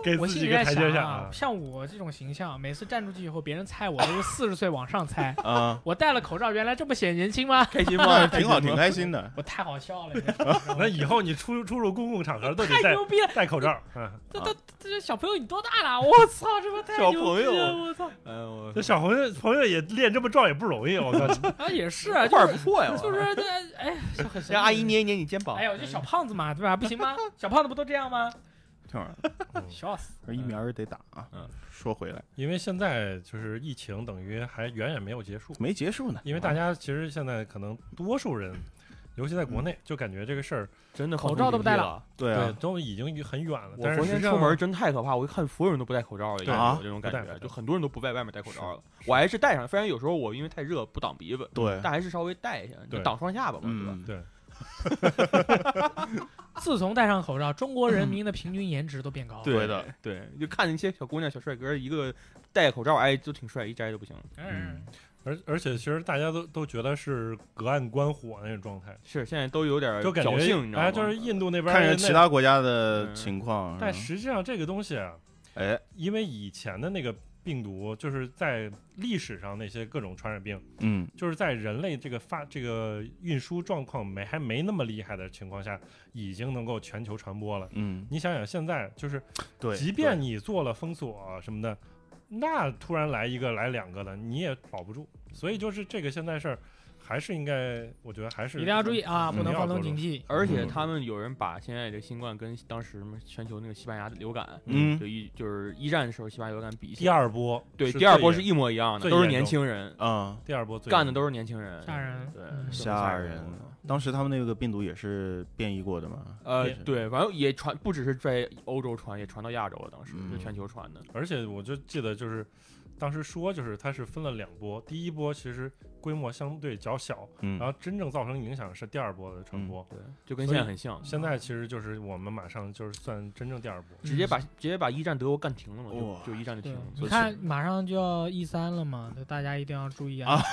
Speaker 1: 给
Speaker 3: 我
Speaker 1: 自
Speaker 3: 心
Speaker 1: 己一
Speaker 3: 里
Speaker 1: 个
Speaker 3: 在
Speaker 1: 台
Speaker 3: 想
Speaker 1: 阶下
Speaker 3: 啊，。像我这种形象，每次站出去以后，别人猜我都是四十岁往上猜
Speaker 2: 啊，
Speaker 3: 我戴了口罩，原来这么显年轻吗？
Speaker 4: 开心
Speaker 2: 那
Speaker 4: 吗？
Speaker 2: 挺好，挺开心的。
Speaker 3: 我太好笑了，你知道吗
Speaker 1: 那以后你出出入公共场合都得
Speaker 3: 太
Speaker 1: 戴
Speaker 3: 牛逼了！
Speaker 1: 戴口罩。嗯，
Speaker 3: 这
Speaker 2: 啊
Speaker 3: 这这小朋友你多大了？我操，这不太
Speaker 4: 小
Speaker 3: 牛
Speaker 4: 朋
Speaker 3: 逼
Speaker 4: 友
Speaker 3: 了！我操，
Speaker 4: 哎我
Speaker 1: 这小朋友朋友也练这么壮也不容易，我 靠！
Speaker 3: 啊也是，啊，
Speaker 4: 块
Speaker 3: 就
Speaker 4: 儿
Speaker 3: 是
Speaker 4: 不错呀，我
Speaker 3: 就是这哎，就很神
Speaker 4: 让阿
Speaker 3: 奇
Speaker 4: 姨捏一捏你肩膀。
Speaker 3: 哎呀，我就小胖子嘛，对吧？不行吗？小胖子不都这样吗？
Speaker 2: 挺好的，
Speaker 3: 笑死！
Speaker 2: 疫苗得打啊。
Speaker 4: 嗯，
Speaker 2: 说回来，
Speaker 1: 因为现在就是疫情，等于还远远没有结束。
Speaker 2: 没结束呢，
Speaker 1: 因为
Speaker 3: 啊
Speaker 1: 大家其实现在可能多数人，尤其在
Speaker 3: 嗯
Speaker 1: 国内，就感觉这个事儿
Speaker 4: 真的
Speaker 3: 口罩都不戴
Speaker 4: 了。
Speaker 2: 对
Speaker 1: 对
Speaker 2: 啊，
Speaker 1: 都已经很远了。但
Speaker 4: 我昨
Speaker 1: 是实
Speaker 4: 天
Speaker 1: 际上
Speaker 4: 出门真太可怕，我一看所有人都不戴口罩了，
Speaker 1: 对
Speaker 2: 啊
Speaker 4: 有这种感
Speaker 1: 不戴
Speaker 4: 觉，
Speaker 1: 不戴
Speaker 4: 就很多人都不在外面戴口罩了。我还是戴上，虽然有时候我因为太热不挡鼻子，
Speaker 2: 对，
Speaker 4: 但还是稍微戴一下，就
Speaker 1: 对
Speaker 4: 挡双下巴嘛，对吧？
Speaker 2: 嗯，
Speaker 1: 对
Speaker 3: 自从戴上口罩，中国人民的平均颜值都变高了。
Speaker 2: 对
Speaker 4: 对
Speaker 2: 的，
Speaker 4: 对，就看那些小姑娘、小帅哥，一个戴口罩，哎，就挺帅，一摘就不行了。
Speaker 3: 嗯，
Speaker 1: 而而且其实大家都都觉得是隔岸观火那种状态，
Speaker 4: 是，现在都有点
Speaker 1: 就感觉
Speaker 4: 呃侥幸，你知道
Speaker 1: 哎，
Speaker 4: 吗？
Speaker 1: 就是印度那边
Speaker 2: 看人嗯
Speaker 1: 那
Speaker 2: 其，他国家的情
Speaker 4: 嗯
Speaker 2: 况，
Speaker 1: 但
Speaker 2: 是吧
Speaker 1: 实际上这个东西啊，
Speaker 2: 哎，
Speaker 1: 因为以前的那个病毒，就是在历史上那些各种传染病，
Speaker 2: 嗯
Speaker 1: 就是在人类这个发这个运输状况没还没那么厉害的情况下，已经能够全球传播了。
Speaker 2: 嗯，
Speaker 1: 你想想，现在就是，
Speaker 2: 对，
Speaker 1: 即便你做了封锁什么的，那突然来一个来两个的，你也保不住。所以就是这个现在事儿还是应该，我觉得还是
Speaker 3: 一定要注意啊，
Speaker 2: 嗯
Speaker 3: 不能
Speaker 1: 要
Speaker 3: 放松
Speaker 1: 多
Speaker 3: 警
Speaker 1: 注
Speaker 3: 惕。
Speaker 4: 而
Speaker 1: 嗯
Speaker 4: 且他们有人把现在的新冠跟当时什么全球那个西班牙流感，
Speaker 2: 嗯
Speaker 4: 就一就是一战的时候西班牙流感比起
Speaker 1: 第
Speaker 4: 来，
Speaker 1: 二波，
Speaker 4: 对第二波是
Speaker 1: 最严
Speaker 4: 一模一样的，
Speaker 1: 最
Speaker 4: 都是
Speaker 1: 严
Speaker 4: 年
Speaker 1: 重
Speaker 4: 轻人
Speaker 2: 嗯，
Speaker 1: 第二波最
Speaker 4: 干的都是年轻人，
Speaker 3: 吓人
Speaker 4: 对，
Speaker 3: 嗯
Speaker 4: 这么
Speaker 2: 吓
Speaker 4: 人
Speaker 2: 人。啊当时他们那个病毒也是变异过的嘛，
Speaker 4: 呃
Speaker 1: 也，
Speaker 4: 对，反正也传，不只是在欧洲传，也传到亚洲了。当时
Speaker 2: 嗯
Speaker 4: 就全球传的，
Speaker 1: 而且我就记得就是当时说就是它是分了两波，第一波其实规模相对较小，
Speaker 2: 嗯
Speaker 1: 然后真正造成影响是第二波的传播。
Speaker 4: 对，就跟现在很像。
Speaker 2: 嗯
Speaker 1: 现在其实就是我们马上就是算真正第二波，
Speaker 4: 直接把直接把一战德国干停了嘛，
Speaker 2: 哇
Speaker 4: 就就一战就
Speaker 3: 对
Speaker 4: 停了，。
Speaker 2: 所
Speaker 3: 你
Speaker 2: 以
Speaker 3: 看马上就要 E 三了嘛，就大家一定要注意安全。哎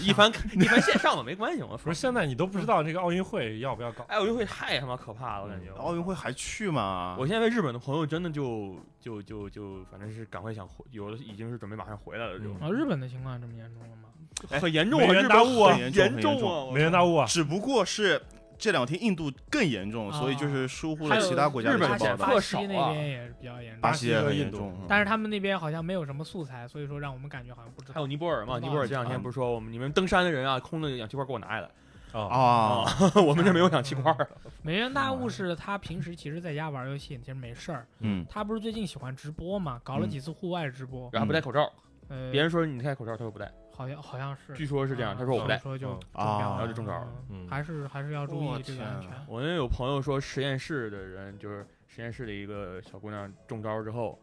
Speaker 4: 一
Speaker 3: 呀
Speaker 4: 番一番线上嘛，没关系，我
Speaker 1: 不
Speaker 4: 说
Speaker 1: 是。现在你都
Speaker 3: 嗯
Speaker 1: 不知道这个奥运会要不要搞，
Speaker 4: 哎，奥运会太他妈可怕了，我感觉。
Speaker 2: 嗯奥运会还去吗？
Speaker 4: 我现在日本的朋友真的就就就就，反正是赶快想回，有的已经是准备马上回来了，
Speaker 1: 嗯
Speaker 3: 啊，日本的情况这么严重了吗？
Speaker 2: 哎
Speaker 4: 就很严重
Speaker 1: 微
Speaker 4: 啊，
Speaker 1: 言
Speaker 4: 日
Speaker 1: 大
Speaker 4: 本
Speaker 1: 悟
Speaker 4: 很
Speaker 2: 啊
Speaker 4: 严
Speaker 2: 很严
Speaker 4: 重
Speaker 2: 重
Speaker 4: 啊，
Speaker 1: 没人大
Speaker 4: 悟。
Speaker 1: 物啊，
Speaker 2: 只不过是这两天印度更严重，
Speaker 3: 啊
Speaker 2: 所以就是疏忽
Speaker 3: 还
Speaker 2: 了
Speaker 3: 有
Speaker 2: 其他国家的
Speaker 4: 日本
Speaker 2: 一些
Speaker 4: 险
Speaker 2: 报
Speaker 4: 吧
Speaker 2: 道。
Speaker 3: 巴
Speaker 4: 特
Speaker 3: 西
Speaker 4: 少
Speaker 3: 那
Speaker 4: 啊
Speaker 3: 边也是比较严重
Speaker 2: 巴，西也很严
Speaker 1: 巴西和印
Speaker 2: 重，嗯
Speaker 3: 但是他们那边好像没有什么素材，所以说让我们感觉好像不知
Speaker 4: 还
Speaker 3: 道。
Speaker 4: 有尼泊尔嘛，尼泊尔这两
Speaker 2: 嗯
Speaker 4: 天不是说我们你们登山的人啊，空的氧气罐给我拿下来，
Speaker 1: 啊，
Speaker 2: 啊，
Speaker 4: 我们这没有氧气罐了。
Speaker 3: 美元大物是他平时其实在家玩游戏，其实没事儿。
Speaker 2: 嗯，
Speaker 3: 他不是最近喜欢直播嘛，搞了
Speaker 2: 嗯
Speaker 3: 几次户外直播。
Speaker 4: 然后还不戴口罩，
Speaker 3: 呃，
Speaker 4: 别人说你戴口罩，他说不戴，
Speaker 3: 好像好像是，
Speaker 4: 据说是这样，
Speaker 3: 啊
Speaker 4: 他说我不戴。
Speaker 3: 所以说就
Speaker 1: 嗯
Speaker 3: 中标了
Speaker 2: 啊然
Speaker 4: 后就中招了
Speaker 1: 嗯
Speaker 3: 还是还是要注
Speaker 2: 我
Speaker 3: 意这个
Speaker 2: 天
Speaker 3: 安
Speaker 2: 啊
Speaker 3: 全。
Speaker 4: 我那有朋友说，实验室的人就是实验室的一个小姑娘中招之后，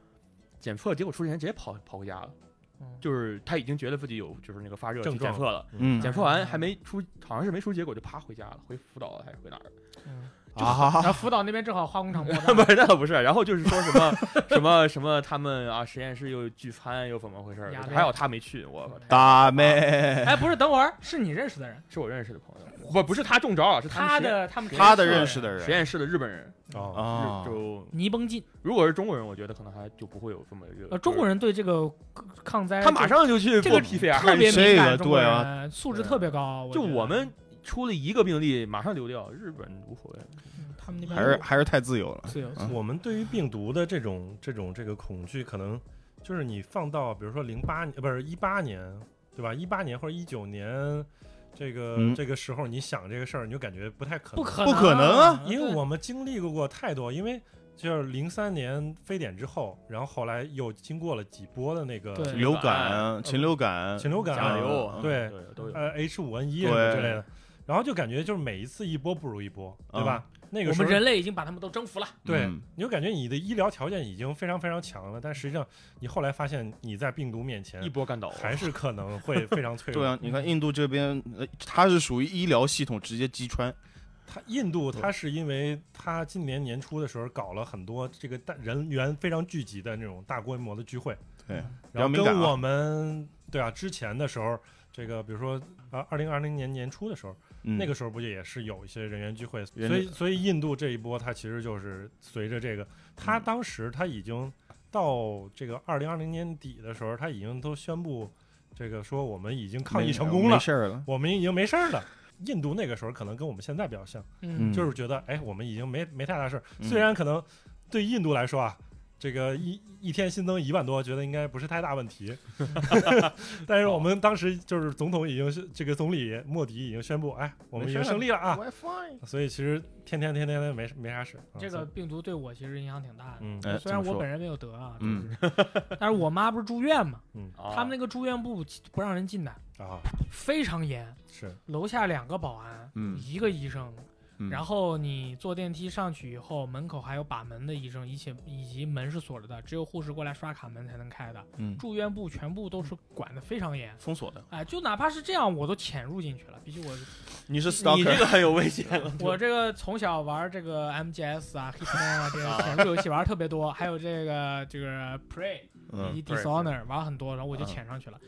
Speaker 4: 检测结果出现，直接跑跑回家了。
Speaker 3: 嗯
Speaker 4: 就是她已经觉得自己有就是那个发热去
Speaker 1: 症状
Speaker 4: 检测了，
Speaker 2: 嗯
Speaker 4: 检测完还没出，好像是没出结果就啪回家了，回辅导了还是回哪 儿？
Speaker 3: 嗯
Speaker 2: 啊，
Speaker 3: 然后辅导那边正好化 工厂扩
Speaker 4: 不
Speaker 3: 大，
Speaker 4: 是，那倒不是。然后就是说什么什么什么，他们啊实验室又聚餐又怎么回事儿？
Speaker 3: 呀
Speaker 4: 还好他没去，我靠
Speaker 2: 大妹，
Speaker 3: 哎，不是，等会儿是你认识的人，
Speaker 4: 是我认识的朋友，不不是他中招啊，是
Speaker 3: 他
Speaker 4: 们实验
Speaker 3: 的他们
Speaker 2: 他的
Speaker 3: 实验
Speaker 2: 认识的
Speaker 4: 实
Speaker 2: 人
Speaker 4: 验室的日哦本人，
Speaker 1: 啊，
Speaker 2: 啊
Speaker 4: 日，就
Speaker 3: 泥崩进，
Speaker 4: 如果是中国人，我觉得可能还就不会有这么一个。
Speaker 3: 呃，中国人对这个抗灾，
Speaker 4: 他马上就去
Speaker 3: 这
Speaker 4: 做
Speaker 3: 个
Speaker 4: PCR，
Speaker 3: 特别敏
Speaker 2: 这个
Speaker 3: 感，中国
Speaker 2: 对啊
Speaker 3: 人素质特别高，
Speaker 4: 就
Speaker 3: 觉得
Speaker 4: 我们出了一个病例，马上流掉，日本无所谓。
Speaker 3: 嗯他们那边
Speaker 2: 还是啊还是太自由了。
Speaker 3: 自由，
Speaker 2: 嗯
Speaker 1: 我们对于病毒的这种这种这个恐惧，可能就是你放到比如说零八年，呃不是一八年，对吧？一八年或者一九年，这个、
Speaker 2: 嗯
Speaker 1: 这个时候你想这个事儿，你就感觉不太可能，
Speaker 3: 不可
Speaker 2: 不可能啊
Speaker 3: 对
Speaker 1: 因为我们经历过太多，因为就是零三年非典之后，然后后来又经过了几波的那个
Speaker 3: 对
Speaker 2: 流感、禽流感、
Speaker 1: 禽流感、
Speaker 4: 甲流
Speaker 2: 嗯，
Speaker 1: 对
Speaker 4: 对都有。
Speaker 1: 呃 H 5 N 1什么
Speaker 2: 对
Speaker 1: 之类的，然后就感觉就是每一次一波不如一波，对吧？那个
Speaker 3: 我
Speaker 1: 时候
Speaker 3: 们人类已经把他们都征服了，
Speaker 1: 对
Speaker 2: 嗯，
Speaker 1: 你就感觉你的医疗条件已经非常非常强了，但实际上你后来发现你在病毒面
Speaker 4: 一
Speaker 1: 前
Speaker 4: 波干倒，
Speaker 1: 还是可能会非常脆
Speaker 2: 对
Speaker 1: 弱。
Speaker 2: 啊，你看印度这边，呃它是属于医疗系统直接击穿，
Speaker 1: 它印度它是因为它今年年初的时候搞了很多这个大人员非常聚集的那种大规模的聚会，
Speaker 2: 对，比
Speaker 1: 然
Speaker 2: 较
Speaker 1: 后
Speaker 2: 敏感
Speaker 1: 跟
Speaker 2: 啊
Speaker 1: 我们对啊之前的时候，这个比如说啊二零二零年年初的时候，
Speaker 2: 嗯
Speaker 1: 那个时候不就也是有一些人员聚会，
Speaker 2: 人
Speaker 1: 所以所以印度这一波，它其实就是随着这个，它
Speaker 2: 嗯
Speaker 1: 当时它已经到这个二零二零年底的时候，它已经都宣布这个说我们已经抗
Speaker 2: 没
Speaker 1: 疫成功了
Speaker 2: 没，事儿了。
Speaker 1: 我们已经没事儿了。印度那个时候可能跟我们现在比较像，
Speaker 3: 嗯
Speaker 2: 嗯
Speaker 1: 就是觉得哎，我们已经没没太大事儿，
Speaker 2: 嗯
Speaker 1: 虽然可能对印度来说啊。这个一一天新增一万多，觉得应该不是太大问题，但是我们当时就是总统已经是这个总理莫迪已经宣布，哎，我们已经
Speaker 2: 没事儿
Speaker 1: 胜利了啊，
Speaker 2: WiFi，
Speaker 1: 所以其实天天天天天没没啥事。啊
Speaker 3: 这
Speaker 1: 所
Speaker 3: 个
Speaker 1: 以
Speaker 3: 病毒对我其实影响挺大的。
Speaker 1: 嗯，
Speaker 2: 哎
Speaker 3: 虽
Speaker 2: 怎么
Speaker 3: 然我
Speaker 2: 说
Speaker 3: 本人没有得啊，就
Speaker 2: 嗯
Speaker 3: 是， 但是我妈不是住院嘛，
Speaker 4: 啊
Speaker 3: 他们那个住院部不让人进的，
Speaker 1: 啊
Speaker 3: 非常严，
Speaker 1: 是
Speaker 3: 楼下两个保安，
Speaker 2: 嗯
Speaker 3: 一个医生，
Speaker 2: 嗯
Speaker 3: 然后你坐电梯上去以后，门口还有把门的医生，以及以及门是锁着的，只有护士过来刷卡门才能开的。
Speaker 2: 嗯
Speaker 3: 住院部全部都是管得非常严，
Speaker 2: 封锁的，
Speaker 3: 哎，就哪怕是这样，我都潜入进去了。毕竟我
Speaker 2: 你
Speaker 4: 你这
Speaker 2: 是 stalker，
Speaker 4: 个 很有危险了。
Speaker 3: 我这个从小玩这个 MGS 啊、Hitman 啊这个潜入游戏玩得特别多，还有这个这个 Prey 以及
Speaker 2: 嗯
Speaker 3: Dishonor 玩很多，然后我就
Speaker 2: 嗯
Speaker 3: 潜上去了。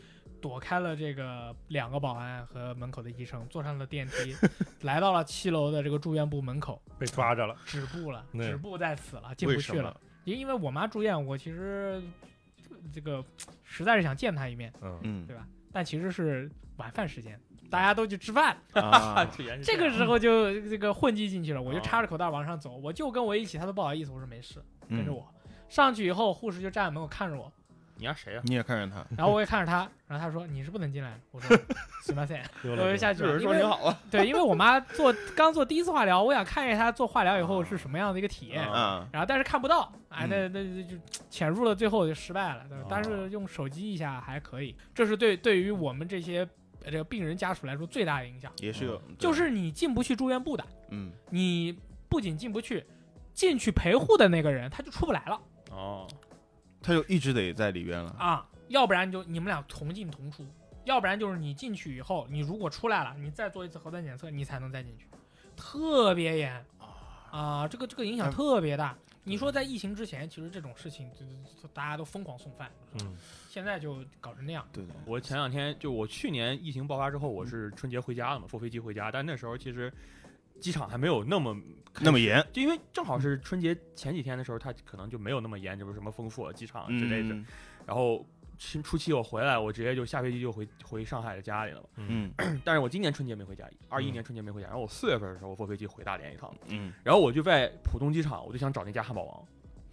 Speaker 3: 躲开了这个两个保安和门口的医生，坐上了电 梯，来到了七楼的这个住院部门口，
Speaker 1: 被抓着了，
Speaker 3: 止 步了，
Speaker 1: 对
Speaker 3: 止步在此了，进
Speaker 2: 为
Speaker 3: 不
Speaker 2: 什
Speaker 3: 去
Speaker 2: 么
Speaker 3: 了。？因因为我妈住院，我其实这个实在是想见她一面，
Speaker 1: 嗯，
Speaker 2: 嗯
Speaker 3: 对吧？但其实是晚饭时间，大家都去吃饭，
Speaker 4: 啊
Speaker 2: 啊，
Speaker 4: 这也是
Speaker 3: 这个时候就这个混迹进去了。我就
Speaker 4: 哦
Speaker 3: 插着口袋往上走，我就跟我一起，她都不好意思，我说没事，跟着
Speaker 2: 嗯
Speaker 3: 我。上去以后，护士就站在门口看着我，
Speaker 4: 你你丫谁呀？啊
Speaker 2: 你也看着他，
Speaker 3: 然后我也看着他，然后他说你是不能进来的。我 说行吧，先，
Speaker 1: 溜
Speaker 3: 我
Speaker 1: 了
Speaker 3: 就
Speaker 1: 溜了
Speaker 3: 下去
Speaker 4: 有
Speaker 3: 了。
Speaker 4: 人
Speaker 3: 因
Speaker 4: 说你
Speaker 3: 为
Speaker 4: 好 啊，
Speaker 3: 对，因为我妈做刚做第一次化疗，我想看一下她做化疗以
Speaker 4: 哦
Speaker 3: 后是什么样的一个体验。
Speaker 4: 啊
Speaker 2: 嗯，
Speaker 3: 然后但是看不到，哎，那那那就潜入了，最后就失败了。对
Speaker 4: 嗯
Speaker 3: 吧
Speaker 4: 哦
Speaker 3: 但是用手机一下还可以，这是对对于我们这些呃这个病人家属来说最大的影响，
Speaker 2: 也是有，对
Speaker 3: 嗯就是你进不去住院部的，
Speaker 2: 嗯，
Speaker 3: 你不仅进不去，进去陪护的那个人他就出不来了
Speaker 4: 哦，
Speaker 2: 他就一直得在里边了，
Speaker 3: 啊，要不然就你们俩同进同出，要不然就是你进去以后，你如果出来了，你再做一次核酸检测，你才能再进去，特别严啊，这个这个影响
Speaker 2: 哎
Speaker 3: 特别大。你说在疫情之前，其实这种事情就就就大家都疯狂送饭，
Speaker 1: 嗯，
Speaker 3: 现在就搞成那样。
Speaker 2: 对的，
Speaker 4: 我前两天就我去年疫情爆发之后，我是春节回家了嘛，坐飞机回家，但那时候其实机场还没有那么
Speaker 2: 那么严，
Speaker 4: 就因为正好是春节前几天的时候，它可能就没有那么严，就是什么封锁机场之类的。
Speaker 2: 嗯
Speaker 4: 然后初初期我回来，我直接就下飞机就回回上海的家里了嘛。
Speaker 2: 嗯
Speaker 4: 但是我今年春节没回家，二一
Speaker 1: 嗯
Speaker 4: 年春节没回家。然后我四月份的时候，我坐飞机回大连一趟，
Speaker 2: 嗯，
Speaker 4: 然后我就在浦东机场，我就想找那家汉堡王，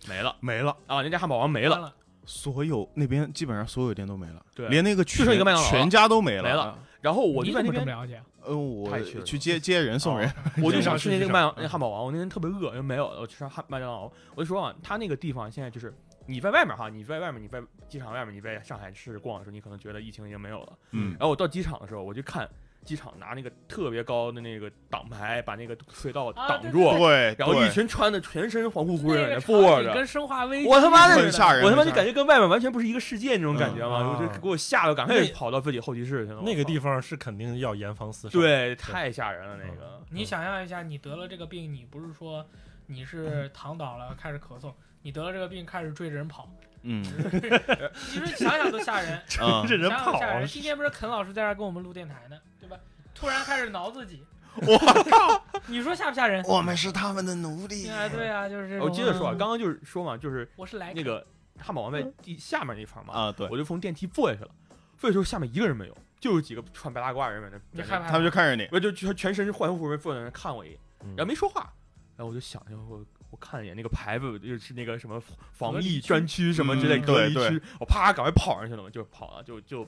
Speaker 4: 没了
Speaker 2: 没了，
Speaker 4: 啊，那家汉堡王没了，
Speaker 3: 了，
Speaker 2: 所有那边基本上所有店都没了，
Speaker 4: 对
Speaker 2: 连那个
Speaker 4: 剩
Speaker 2: 全
Speaker 4: 一个麦当劳了
Speaker 2: 全家都没了，啊
Speaker 4: 没了。然后我
Speaker 3: 你
Speaker 4: 就
Speaker 3: 怎
Speaker 4: 在
Speaker 3: 么
Speaker 4: 那
Speaker 3: 这么
Speaker 4: 边，
Speaker 3: 了解？啊
Speaker 2: 呃，我
Speaker 4: 太缺德
Speaker 2: 去接接人送人，
Speaker 4: 我就
Speaker 1: 上
Speaker 4: 想
Speaker 1: 去
Speaker 4: 吃那个
Speaker 1: 去上
Speaker 4: 麦那
Speaker 1: 嗯
Speaker 4: 汉堡王，我那天特别饿，因为没有，我吃汉麦当劳，我就说啊，他那个地方现在就是。你在外面哈，你在外面，你在机场外面，你在上海市逛的时候，你可能觉得疫情已经没有了。
Speaker 2: 嗯
Speaker 4: 然后我到机场的时候，我就看机场拿那个特别高的那个挡牌，把那个隧道
Speaker 3: 啊
Speaker 4: 挡
Speaker 3: 对
Speaker 4: 住，
Speaker 2: 对，
Speaker 4: 嗯 然后一
Speaker 2: 对
Speaker 4: 群穿的全身黄乎乎的
Speaker 3: 那
Speaker 4: 人
Speaker 3: 个
Speaker 4: 坐
Speaker 3: 场
Speaker 4: 着
Speaker 3: 景，跟《生化危机》
Speaker 4: 我他妈的
Speaker 2: 很吓人，
Speaker 4: 我他妈
Speaker 2: 很
Speaker 4: 就
Speaker 2: 吓
Speaker 4: 感
Speaker 2: 人
Speaker 4: 觉跟外面完全不是一个世界那种感觉
Speaker 1: 嗯
Speaker 4: 嘛，
Speaker 1: 啊
Speaker 4: 我就给我吓得赶快
Speaker 1: 那
Speaker 4: 跑到自己候机室去了。
Speaker 1: 那个地
Speaker 4: 方
Speaker 1: 方是肯定要严防死守。，
Speaker 4: 对太吓人了，那个
Speaker 3: 你想象一下，你得了这个病，你不是说你 是躺倒了开始咳嗽，你得了这个病开始追着人 跑，
Speaker 2: 嗯
Speaker 3: 其实想想都吓 人。
Speaker 2: 啊
Speaker 1: 这人
Speaker 3: 想想
Speaker 1: 跑
Speaker 3: 吓
Speaker 1: 啊
Speaker 3: 人，，今天不是肯老师在这儿跟我们录电台呢，对吧？突然开始挠自己， 我靠！你说吓不吓人？
Speaker 2: 我们是他们的奴隶
Speaker 3: 啊，对啊，就是
Speaker 1: 嗯
Speaker 3: 这种。
Speaker 4: 我接着说啊，刚刚就是说嘛，就是
Speaker 3: 我是来
Speaker 4: 那个汉堡王
Speaker 3: 嗯
Speaker 4: 在地下面那方嘛，
Speaker 2: 啊，对，
Speaker 4: 我就从电梯坐下去了，坐下去之后下面一个人没有，就有几个穿白大褂的人在那，
Speaker 3: 你害
Speaker 4: 在那
Speaker 3: 怕
Speaker 2: 他们就看着你，
Speaker 4: 我就全全身是欢呼人坐在那儿看我一眼。
Speaker 1: 嗯
Speaker 4: 然后没说话，然后我就想，然后我我看了一眼那个牌子，就是那个什么
Speaker 3: 隔
Speaker 4: 防
Speaker 3: 离
Speaker 4: 疫
Speaker 3: 区
Speaker 4: 专区什么之类
Speaker 3: 嗯
Speaker 4: 隔离
Speaker 2: 对
Speaker 4: 区，我啪赶快跑上去了嘛，就跑了，就就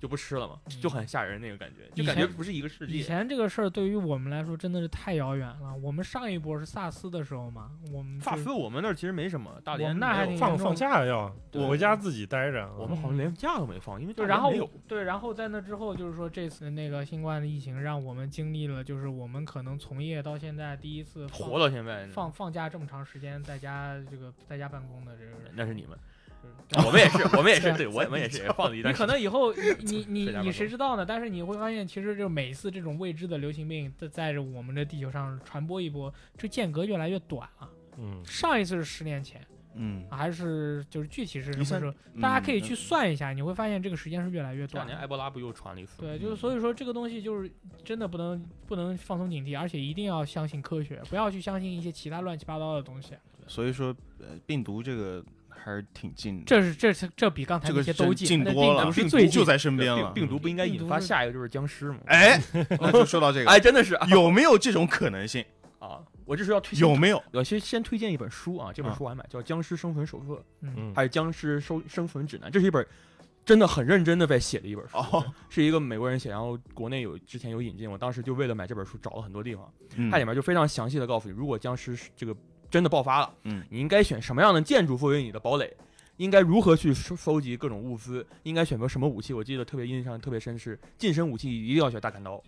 Speaker 4: 就不吃了嘛，就
Speaker 3: 嗯
Speaker 4: 很吓人那个感觉，就
Speaker 3: 以
Speaker 4: 感觉
Speaker 3: 前
Speaker 4: 不是一个世
Speaker 3: 以
Speaker 4: 界。
Speaker 3: 前这个事儿对于我们来说真的是太遥远了。我们上一波是萨斯的时候嘛，我们
Speaker 4: 萨
Speaker 3: 就
Speaker 4: 斯我们那儿其实没什么，大
Speaker 3: 我
Speaker 4: 连
Speaker 3: 们那
Speaker 4: 没
Speaker 3: 还
Speaker 4: 有
Speaker 3: 挺嗯
Speaker 1: 放放假要，
Speaker 4: 对
Speaker 1: 我回家自己待着。
Speaker 4: 我们好像连假都没放，因为
Speaker 3: 对，
Speaker 4: 大
Speaker 3: 然
Speaker 4: 连
Speaker 3: 后
Speaker 4: 没有
Speaker 3: 对，然后在那之后，就是说这次那个新冠的疫情，让我们经历了，就是我们可能从业到现在第一次放
Speaker 4: 活到现在呢，
Speaker 3: 放放假这么长时间，在家这个在家办公的这个人。
Speaker 4: 那是你们，
Speaker 3: 嗯
Speaker 4: 我们也是，我 们也是，
Speaker 3: 对
Speaker 4: 对我们也是也放了一
Speaker 3: 你
Speaker 4: 段时
Speaker 3: 可
Speaker 4: 间。
Speaker 3: 能 以后你
Speaker 4: 在
Speaker 3: 你你
Speaker 4: 家办
Speaker 3: 你
Speaker 4: 公
Speaker 3: 谁知道呢？但是你会发现，其实就是每一次这种未知的流行病在在着我们的地球上传播一波，这间隔越来越短了。
Speaker 1: 嗯，
Speaker 3: 上一次是十年前，
Speaker 2: 嗯，
Speaker 3: 还是就是具体是什么
Speaker 2: 一三
Speaker 3: 时候？大家可以去
Speaker 2: 嗯
Speaker 3: 算一下，你会发现这个时间是越来越
Speaker 4: 这两
Speaker 3: 短。
Speaker 4: 年埃博拉不又传了一次吗？
Speaker 3: 对，就是所以说这个东西就是真的不能不能放松警惕，而且一定要相信科学，不要去相信一些其他乱七八糟的东西。
Speaker 2: 所以说，呃，病毒这个还是挺近的，
Speaker 3: 这是这是这比刚才
Speaker 2: 这
Speaker 3: 那
Speaker 2: 个
Speaker 3: 些
Speaker 2: 是
Speaker 3: 都
Speaker 2: 真
Speaker 3: 近，
Speaker 2: 近
Speaker 3: 那
Speaker 2: 多
Speaker 3: 病毒
Speaker 2: 了，
Speaker 3: 是
Speaker 2: 病
Speaker 3: 最
Speaker 2: 就
Speaker 3: 近。
Speaker 2: 在身边
Speaker 4: 病
Speaker 2: 了。
Speaker 4: 病毒不应该
Speaker 3: 病
Speaker 4: 引
Speaker 3: 毒
Speaker 4: 发
Speaker 3: 是
Speaker 4: 下一个就是僵尸吗？
Speaker 2: 哎，那就说到这个，
Speaker 4: 哎，真的是啊
Speaker 2: 有没有这种可能性？
Speaker 4: 啊！我这是要推荐
Speaker 2: 有没有？
Speaker 4: 我先先推荐一本书啊，这本
Speaker 2: 啊
Speaker 4: 书我还买，叫《僵尸生存手册》，
Speaker 1: 嗯
Speaker 4: 还有《僵尸生生存指南》，这是一本真的很认真的在写的一本书，
Speaker 2: 哦，
Speaker 4: 是一个美国人写，然后国内有之前有引进，我当时就为了买这本书找了很多地方，
Speaker 2: 嗯
Speaker 4: 它里面就非常详细的告诉你，如果僵尸是这个真的爆发了，
Speaker 2: 嗯，
Speaker 4: 你应该选什么样的建筑作为你的堡垒。应该如何去收收集各种物资？应该选择什么武器？我记得特别印象特别深是近身武器一定要选大砍刀，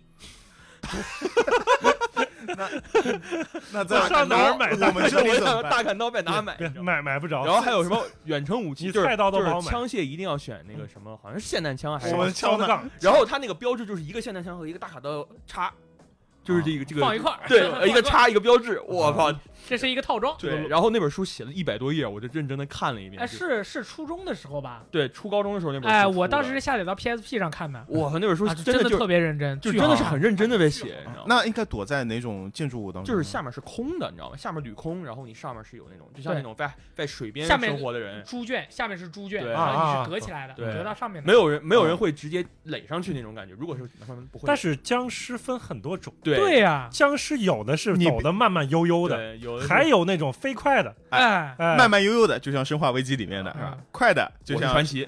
Speaker 2: 那
Speaker 1: 在上哪儿买
Speaker 2: 嗯我 们这里怎么办？
Speaker 4: 大砍刀在哪买？
Speaker 1: 别
Speaker 4: 你知道吗
Speaker 1: 买买不着。
Speaker 4: 然后还有什么远程武器？
Speaker 1: 你
Speaker 4: 就是
Speaker 1: 菜刀都
Speaker 4: 就是
Speaker 1: 不好买
Speaker 4: 枪械一定要选那个什么，好像是霰弹枪还是
Speaker 2: 我？们
Speaker 1: 敲
Speaker 2: 敲呢
Speaker 1: 的杠，
Speaker 4: 然后它那个标志就是一个霰弹枪和一个大卡刀叉，就是这个这
Speaker 3: 放一
Speaker 4: 个
Speaker 3: 块儿，
Speaker 4: 对
Speaker 3: 放
Speaker 4: 呃一个
Speaker 3: 块儿，
Speaker 4: 叉一个标志，我靠！
Speaker 3: 这是一个套装。
Speaker 4: 对，然后那本书写了一百多页，我就认真的看了一遍。
Speaker 3: 哎，
Speaker 4: 就是
Speaker 3: 是初中的时候吧？
Speaker 4: 对初高中的时候那本书出的。
Speaker 3: 哎，我当时是下载到 PSP 上看的，
Speaker 4: 我靠那本书
Speaker 3: 啊，
Speaker 4: 真
Speaker 3: 的
Speaker 4: 就
Speaker 3: 特别认真，
Speaker 4: 就
Speaker 3: 巨
Speaker 4: 真的
Speaker 3: 好
Speaker 4: 是
Speaker 3: 看
Speaker 4: 很认真的在写，你知道吗？
Speaker 2: 那应该躲在哪种建筑物当中？
Speaker 4: 就是下面是空的，你知道吗？下面铝空，然后你上面是有那种，就像
Speaker 3: 对
Speaker 4: 那种在在水边
Speaker 3: 下面
Speaker 4: 生活的人，
Speaker 3: 猪圈，下面是猪圈，
Speaker 4: 对
Speaker 3: 然后你
Speaker 1: 啊
Speaker 3: 是隔起来的，
Speaker 4: 对
Speaker 3: 隔到上面的。
Speaker 4: 没有人没有人会直接垒上去那种感觉。如果是他们不会，
Speaker 1: 但是僵尸分很多种，
Speaker 4: 对
Speaker 3: 对呀，
Speaker 1: 僵尸有的是
Speaker 2: 你
Speaker 1: 走的慢慢悠悠的，
Speaker 4: 对，有的
Speaker 1: 还有那种飞快的，
Speaker 3: 哎，
Speaker 1: 哎，
Speaker 2: 慢慢悠悠的，就像《生化危机》里面的，是
Speaker 4: 哎
Speaker 2: 吧
Speaker 3: 嗯
Speaker 2: 快的，就像
Speaker 4: 传奇，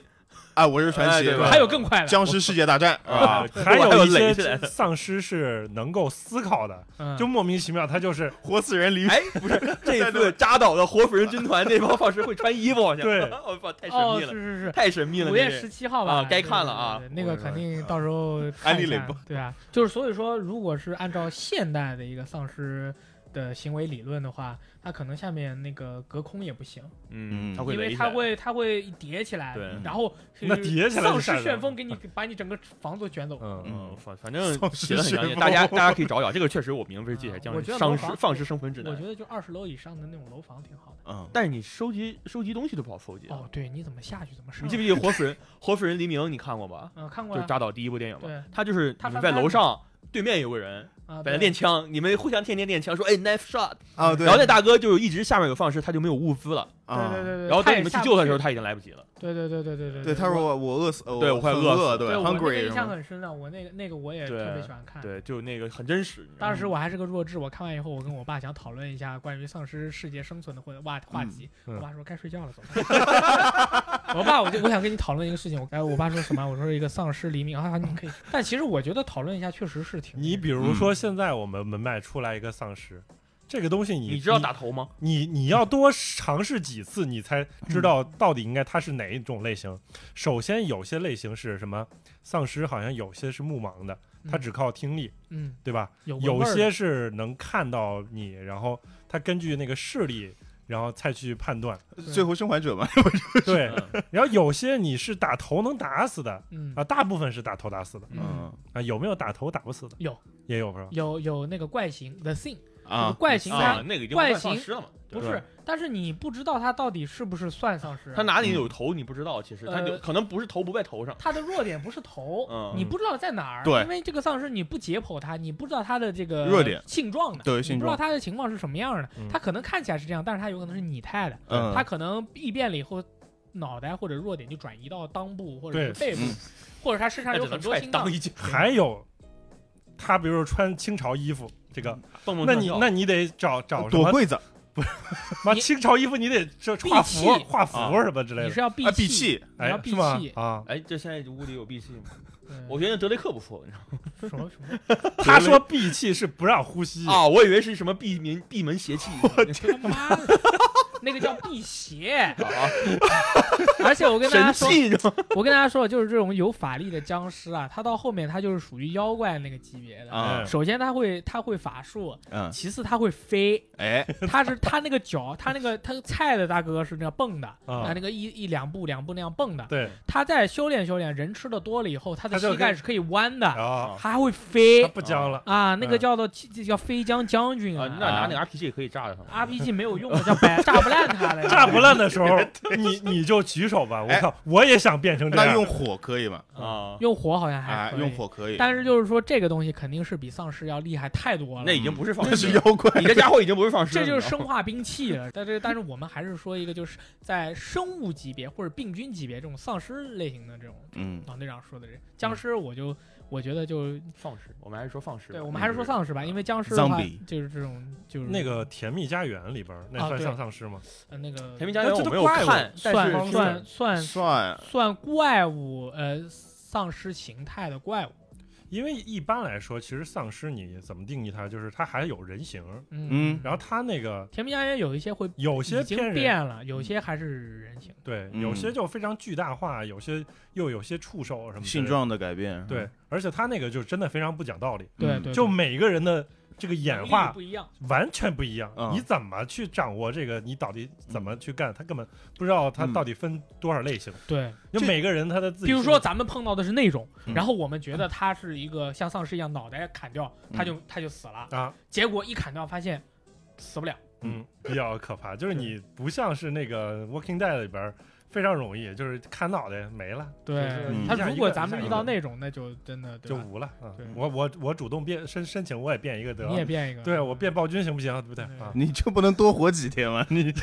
Speaker 2: 啊，我是传
Speaker 4: 哎
Speaker 2: 奇，
Speaker 4: 对
Speaker 2: 是
Speaker 4: 吧
Speaker 2: 吧
Speaker 3: 还有更快的，
Speaker 2: 僵尸世界大战啊，
Speaker 1: 还
Speaker 4: 还有
Speaker 1: 有一
Speaker 4: 垒
Speaker 1: 些
Speaker 4: 起来的
Speaker 1: 丧尸是能够思考的，
Speaker 3: 嗯
Speaker 1: 就莫名其妙，他就是
Speaker 2: 活死人离
Speaker 4: 哎，不是 这次扎导的活死人军团那帮丧尸会穿衣服，好像，
Speaker 1: 对
Speaker 4: 我操，太神
Speaker 3: 哦，
Speaker 4: 秘
Speaker 3: 是
Speaker 4: 了，
Speaker 3: 是是，
Speaker 4: 太神秘了，
Speaker 3: 五
Speaker 4: 那
Speaker 3: 月
Speaker 4: 个
Speaker 3: 十七号吧，
Speaker 4: 啊该看了啊
Speaker 3: 对对对那个肯定到时候
Speaker 2: 安利
Speaker 3: 磊
Speaker 2: 雷
Speaker 3: 布
Speaker 2: 布，
Speaker 3: 对啊，就是所以说，如果是按照现代的一个丧尸的行为理论的话，它可能下面那个隔空也不行，
Speaker 4: 嗯，
Speaker 2: 嗯
Speaker 4: 他会
Speaker 3: 因
Speaker 4: 垒
Speaker 3: 为
Speaker 4: 起
Speaker 3: 它
Speaker 4: 来，
Speaker 3: 会它会叠起来，
Speaker 4: 对
Speaker 3: 然后
Speaker 1: 那叠起来
Speaker 3: 丧
Speaker 1: 是
Speaker 3: 尸
Speaker 1: 吓人
Speaker 3: 旋风给你把你整个房子卷走。
Speaker 1: 嗯，
Speaker 4: 嗯，反反正
Speaker 2: 丧尸
Speaker 4: 写的很详
Speaker 2: 旋
Speaker 4: 细，
Speaker 2: 风
Speaker 4: 大家大家可以找找，这个确实我明白是记起来，
Speaker 3: 我
Speaker 4: 僵
Speaker 3: 觉
Speaker 4: 尸
Speaker 3: 得
Speaker 4: 丧
Speaker 3: 楼
Speaker 4: 尸
Speaker 3: 房
Speaker 4: 放尸生存指
Speaker 3: 我
Speaker 4: 南
Speaker 3: 觉。得就二十楼以上的那种楼房挺好的。
Speaker 2: 嗯，
Speaker 4: 但是你收集收集东西都不好收集啊，
Speaker 3: 哦，对，你怎么下去怎么上？
Speaker 4: 你记不记得《活死人》《活死人黎明》？你看过吧？
Speaker 3: 嗯，看过
Speaker 4: 就是
Speaker 3: 呀。
Speaker 4: 扎导第一部电影嘛
Speaker 3: 对。
Speaker 4: 他就是
Speaker 3: 他
Speaker 4: 你们
Speaker 3: 翻
Speaker 4: 在
Speaker 3: 拍
Speaker 4: 楼
Speaker 3: 嘛
Speaker 4: 上对面有个人
Speaker 3: 啊，
Speaker 4: 在
Speaker 3: 对
Speaker 4: 那练枪，你们互相天天练枪，说哎 knife shot，
Speaker 2: 啊对，
Speaker 4: 然后那大哥就一直下面有放尸，他就没有物资了。
Speaker 3: 对
Speaker 2: 啊
Speaker 3: 对对对。
Speaker 4: 然后等
Speaker 3: 太
Speaker 4: 你们去
Speaker 3: 下不
Speaker 4: 救他的时候，他已经来不及了。
Speaker 3: 对对对对对对
Speaker 2: 对，他说我我饿死，呃
Speaker 4: 对
Speaker 2: 我
Speaker 4: 我快
Speaker 2: 很
Speaker 4: 饿死
Speaker 2: 饿，
Speaker 3: 对我那个
Speaker 2: ，hungry，
Speaker 3: 印象
Speaker 2: 然后
Speaker 3: 很深的，我那个那个我也
Speaker 4: 对
Speaker 3: 特别喜欢看。
Speaker 4: 对，就那个很真实。
Speaker 3: 嗯当时我还是个弱智，我看完以后，我跟我爸想讨论一下关于丧尸世界生存的话话话题。
Speaker 1: 嗯
Speaker 3: 我爸说该睡觉了，走。 我爸，我就我想跟你讨论一个事情。我哎，我爸说什么？我说一个丧尸黎明啊，你可以。但其实我觉得讨论一下确实是挺
Speaker 1: 你比如说现在我们门外出来一个丧尸，这个东西你
Speaker 4: 你知道打头吗？
Speaker 1: 你你要多尝试几次，你才知道到底应该它是哪一种类型。首先，有些类型是什么丧尸，好像有些是目盲的，它只靠听力，
Speaker 3: 嗯
Speaker 1: 对吧？
Speaker 3: 有闻
Speaker 1: 有
Speaker 3: 味儿
Speaker 1: 些是能看到你，然后它根据那个视力，然后再去判 断。
Speaker 2: 最后生还者嘛，
Speaker 1: 对，
Speaker 4: 嗯
Speaker 1: 然后有些你是打头能打死的
Speaker 3: 嗯
Speaker 1: 啊，大部分是打头打死的
Speaker 3: 嗯
Speaker 2: 嗯
Speaker 1: 啊，有没有打头打不死的？
Speaker 3: 有
Speaker 1: 也有是吧？
Speaker 3: 有有那个怪形 The Thing
Speaker 2: 啊
Speaker 3: 这个， 怪形
Speaker 4: 啊
Speaker 3: 它，
Speaker 4: 那个已经
Speaker 3: 外
Speaker 4: 快丧
Speaker 3: 形
Speaker 4: 尸了嘛？对
Speaker 3: 不是，但是你不知道它到底是不是算丧尸。啊
Speaker 4: 他哪里有头你不知道，其实他
Speaker 3: 嗯呃
Speaker 4: 有可能不是头不在头上。
Speaker 3: 它的弱点不是头，
Speaker 4: 嗯
Speaker 3: 你不知道在哪儿，
Speaker 2: 对
Speaker 3: 因为这个丧尸你不解剖它，你不知道它的这个
Speaker 2: 弱点
Speaker 3: 性状的，
Speaker 2: 对
Speaker 3: 你
Speaker 2: 性
Speaker 3: 不知道
Speaker 2: 状，
Speaker 3: 它的情况是什么样的
Speaker 1: 嗯，
Speaker 3: 它可能看起来是这样，但是它有可能是拟态的，
Speaker 2: 嗯，
Speaker 3: 它可能异变了以后，脑袋或者弱点就转移到裆部或者
Speaker 1: 对
Speaker 3: 是肺部
Speaker 2: 嗯，
Speaker 3: 或者它身上
Speaker 4: 那
Speaker 3: 有
Speaker 4: 只能
Speaker 3: 很多
Speaker 4: 踹
Speaker 3: 心脏
Speaker 4: 裆，一脚，
Speaker 1: 还有，他比如说穿清朝衣服，这个，
Speaker 4: 蹦蹦
Speaker 3: 嗯
Speaker 1: 那
Speaker 4: 跳
Speaker 1: 你
Speaker 4: 跳
Speaker 1: 那你得找找什
Speaker 2: 躲
Speaker 1: 么
Speaker 2: 柜子，
Speaker 1: 妈
Speaker 3: 你
Speaker 1: 清朝衣服你得这
Speaker 3: 闭
Speaker 1: 画
Speaker 3: 气
Speaker 1: 符、画符什么之类
Speaker 3: 你
Speaker 1: 的，
Speaker 3: 是要
Speaker 2: 啊，
Speaker 3: 闭
Speaker 2: 闭
Speaker 3: 气，
Speaker 2: 气，
Speaker 3: 你要
Speaker 1: 哎，
Speaker 3: 闭
Speaker 1: 是吗
Speaker 3: 气？
Speaker 1: 啊，
Speaker 4: 哎，这现在屋里有闭气吗？
Speaker 3: 嗯
Speaker 4: 我觉得德雷克不错，你知道吗？
Speaker 3: 什么什 么
Speaker 1: 他说闭气是不让呼吸，
Speaker 4: 啊，我以为是什么闭门闭门邪气。
Speaker 3: 他妈的，那个叫辟邪，
Speaker 4: 啊，
Speaker 3: 而且我跟大家
Speaker 4: 神
Speaker 3: 说，
Speaker 4: 器，你知道吗？
Speaker 3: 我跟大家说，就是这种有法力的僵尸啊，他到后面他就是属于妖怪那个级别
Speaker 1: 嗯
Speaker 3: 的。
Speaker 2: 啊，
Speaker 3: 首先他会他会法术，
Speaker 2: 嗯，
Speaker 3: 其次他 会飞，
Speaker 2: 哎，
Speaker 3: 他是他那个脚，他那个他菜的大哥是那样蹦的，
Speaker 1: 啊
Speaker 3: 他那个一一两步两步那样蹦的。
Speaker 1: 对，
Speaker 3: 他再修炼修炼，人吃的多了以后，他的
Speaker 1: 他就
Speaker 3: 膝盖
Speaker 1: 可以
Speaker 3: 是可以弯的，
Speaker 1: 啊，
Speaker 3: 他还会飞
Speaker 1: 他不僵了，
Speaker 3: 啊，那个
Speaker 1: 嗯
Speaker 3: 叫做这叫飞将将军
Speaker 4: 啊，
Speaker 3: 啊
Speaker 4: 你。哪拿那个 RPG 可以炸着他们？
Speaker 3: RPG 没有用的，叫白炸不烂他的，
Speaker 1: 炸不烂的时候，你你就举手吧，我
Speaker 2: 哎
Speaker 1: 靠，我也想变成这
Speaker 2: 那
Speaker 1: 样
Speaker 2: 用，火可以吗？
Speaker 4: 啊，
Speaker 3: 用火好像还
Speaker 2: 啊，
Speaker 3: 哎可以
Speaker 2: 用，火可以，
Speaker 3: 但是就是说这个东西肯定是比丧尸要厉害太多了。
Speaker 4: 那已经不是放
Speaker 2: 那
Speaker 4: 尸
Speaker 2: 是
Speaker 4: 了
Speaker 2: 妖，怪，
Speaker 4: 你这家伙已经不是放尸了，
Speaker 3: 嗯这就是
Speaker 4: 生
Speaker 3: 生化兵器了，但是但是我们还是说一个，就是在生物级别或者病菌级别这种丧尸类型的这种，
Speaker 2: 嗯，
Speaker 3: 王队长说的这僵尸，我就我觉得就
Speaker 4: 放尸。我们还是说放尸吧，嗯
Speaker 3: 对我们还是说丧尸吧，因为僵尸的话
Speaker 2: Zombie
Speaker 3: 就是这种就是
Speaker 1: 那个《甜蜜家园》里边儿那
Speaker 3: 啊
Speaker 1: 算
Speaker 3: 对
Speaker 1: 像丧尸吗？
Speaker 3: 呃那个
Speaker 4: 《甜蜜家园》我没有
Speaker 1: 这都怪
Speaker 4: 看，但
Speaker 3: 算
Speaker 4: 是
Speaker 3: 算算
Speaker 2: 算，
Speaker 3: 算怪物呃丧尸形态的怪物，
Speaker 1: 因为一般来说，其实丧尸你怎么定义它，就是它还有人形，
Speaker 3: 嗯
Speaker 2: 嗯
Speaker 1: 然后它那个
Speaker 3: 甜蜜家园有一些会
Speaker 1: 有
Speaker 3: 已
Speaker 1: 些
Speaker 3: 经
Speaker 1: 偏
Speaker 3: 变
Speaker 1: 人，
Speaker 3: 了，有些还是人形。
Speaker 1: 对，
Speaker 2: 嗯
Speaker 1: 有些就非常巨大化，有些又有些触手什么之
Speaker 2: 嗯
Speaker 1: 类
Speaker 2: 性
Speaker 1: 的，
Speaker 2: 状嗯的改变，
Speaker 1: 对，而且它那个就真的非常不讲道理。
Speaker 3: 对
Speaker 2: 嗯
Speaker 3: 对，
Speaker 1: 就
Speaker 3: 对
Speaker 1: 每个人的这个演
Speaker 3: 能力
Speaker 1: 化
Speaker 3: 不一样。
Speaker 1: 完全不一样。
Speaker 2: 嗯
Speaker 1: 你怎么去掌握这个？你到底怎么去干？他根本不知道他
Speaker 2: 嗯
Speaker 1: 到底分多少类型。
Speaker 3: 对，
Speaker 1: 就
Speaker 2: 这
Speaker 1: 每个人他的自己，
Speaker 3: 比如说，咱们碰到的是那种，
Speaker 2: 嗯
Speaker 3: 然后我们觉得他是一个像丧尸一样脑袋砍掉，
Speaker 1: 嗯
Speaker 3: 他就他就死了，
Speaker 1: 啊，
Speaker 3: 结果一砍掉发现死不了。
Speaker 1: 嗯，比较可怕，就是你不像是那个《Walking Dead》里边儿非常容易，就是砍脑袋没了，
Speaker 3: 对
Speaker 1: 嗯
Speaker 3: 他
Speaker 1: 一下
Speaker 3: 如
Speaker 1: 一
Speaker 3: 果
Speaker 1: 个
Speaker 3: 咱
Speaker 1: 一
Speaker 3: 们
Speaker 1: 下
Speaker 3: 遇
Speaker 1: 一
Speaker 3: 到
Speaker 1: 个
Speaker 3: 那种，那就真的对
Speaker 1: 就
Speaker 3: 吧
Speaker 1: 无了。啊
Speaker 3: 对
Speaker 1: 我我我主动变申申请，我也变一个得
Speaker 3: 你也
Speaker 1: 了。
Speaker 3: 变一个，
Speaker 1: 对啊我变暴君行不行？对不对
Speaker 3: 对
Speaker 1: 啊？
Speaker 2: 你就不能多活几天吗？你一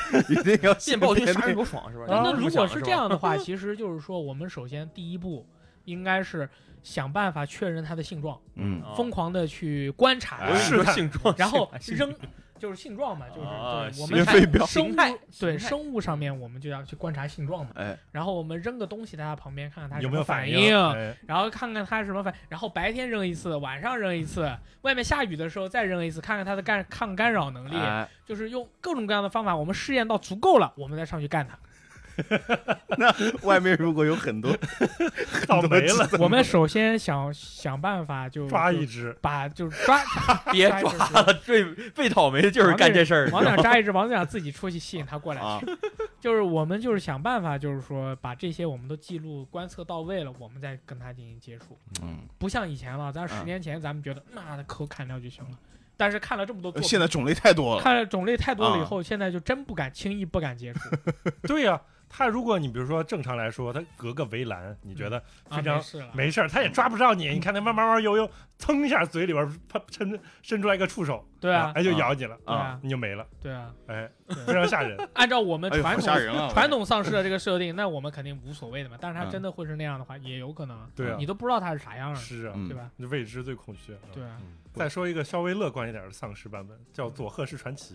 Speaker 2: 定要
Speaker 4: 变暴君
Speaker 2: 变
Speaker 4: 杀人多爽是吧？
Speaker 3: 对。那
Speaker 4: 你
Speaker 3: 啊如
Speaker 4: 不想
Speaker 3: 果
Speaker 4: 是
Speaker 3: 是这样的话，其实就是说，我们首先第一步应该是想办法确认他的性状，
Speaker 2: 嗯
Speaker 1: 哦
Speaker 4: 啊
Speaker 3: 疯狂的去观察
Speaker 4: 我以为，你
Speaker 1: 是
Speaker 4: 说
Speaker 1: 的
Speaker 4: 性状，
Speaker 3: 然后
Speaker 4: 性状
Speaker 3: 扔，就是性状嘛，就是
Speaker 4: 啊
Speaker 3: 就是我
Speaker 4: 形
Speaker 3: 们
Speaker 2: 态
Speaker 3: 看
Speaker 2: 表
Speaker 3: 生
Speaker 4: 形
Speaker 3: 物
Speaker 4: 态形态
Speaker 3: 对生物上面我们就要去观察性状嘛，
Speaker 2: 哎，
Speaker 3: 然后我们扔个东西在他旁边看看他
Speaker 1: 有没有
Speaker 3: 反
Speaker 1: 应？哎
Speaker 3: 然后看看他什么反，然后白天扔一次，晚上扔一次，外面下雨的时候再扔一次，看看他的干抗干扰能力，
Speaker 2: 哎
Speaker 3: 就是用各种各样的方法，我们试验到足够了，我们再上去干他。
Speaker 2: 外面如果有很 多
Speaker 1: 倒霉了，
Speaker 3: 我们首先想想办法就
Speaker 1: 抓
Speaker 3: 就
Speaker 1: 一只，
Speaker 3: 把就是抓，
Speaker 4: 别
Speaker 3: 抓一
Speaker 4: 抓
Speaker 3: 只
Speaker 4: 了，最最倒霉的就是干这事儿。
Speaker 3: 往哪扎一只，往哪自己出去吸引他过来。
Speaker 2: 啊，
Speaker 3: 就是我们就是想办法，就是说把这些我们都记录观测到位了，我们再跟他进行接触。
Speaker 2: 嗯，
Speaker 3: 不像以前了，咱
Speaker 2: 嗯
Speaker 3: 十年前咱们觉得妈的口砍掉就行了，但是看了这么多作品
Speaker 2: 呃现在种类太多了，
Speaker 3: 看了种类太多了以后，现在就真不敢轻易不敢接触。
Speaker 1: 对呀、他如果你比如说正常来说，他隔个围栏，你觉得非
Speaker 3: 啊、
Speaker 1: 常
Speaker 3: 没事了，
Speaker 1: 没事儿，他也抓不着你。你看他慢慢慢悠悠，噌一下嘴里边儿啪伸伸出来一个触手，
Speaker 3: 对啊，
Speaker 1: 哎就咬你了，
Speaker 3: 对啊，
Speaker 1: 你就没了，
Speaker 3: 对啊。
Speaker 1: 哎，
Speaker 3: 对
Speaker 1: 非常吓 人。
Speaker 3: 按照我们
Speaker 2: 哎呦，好
Speaker 3: 传
Speaker 2: 吓
Speaker 3: 统
Speaker 2: 人啊！
Speaker 3: 传统丧尸的这个设定，那我们肯定无所谓的嘛。但是他
Speaker 2: 嗯
Speaker 3: 真的会是那样的话，也有可能啊，
Speaker 1: 对啊
Speaker 3: 你，都不知道他是啥样的，
Speaker 1: 是啊，
Speaker 2: 嗯
Speaker 3: 对吧？
Speaker 1: 你未知最恐惧。
Speaker 3: 对啊，
Speaker 1: 嗯，再说一个稍微乐观一点的丧尸版本，叫《佐贺市传奇》。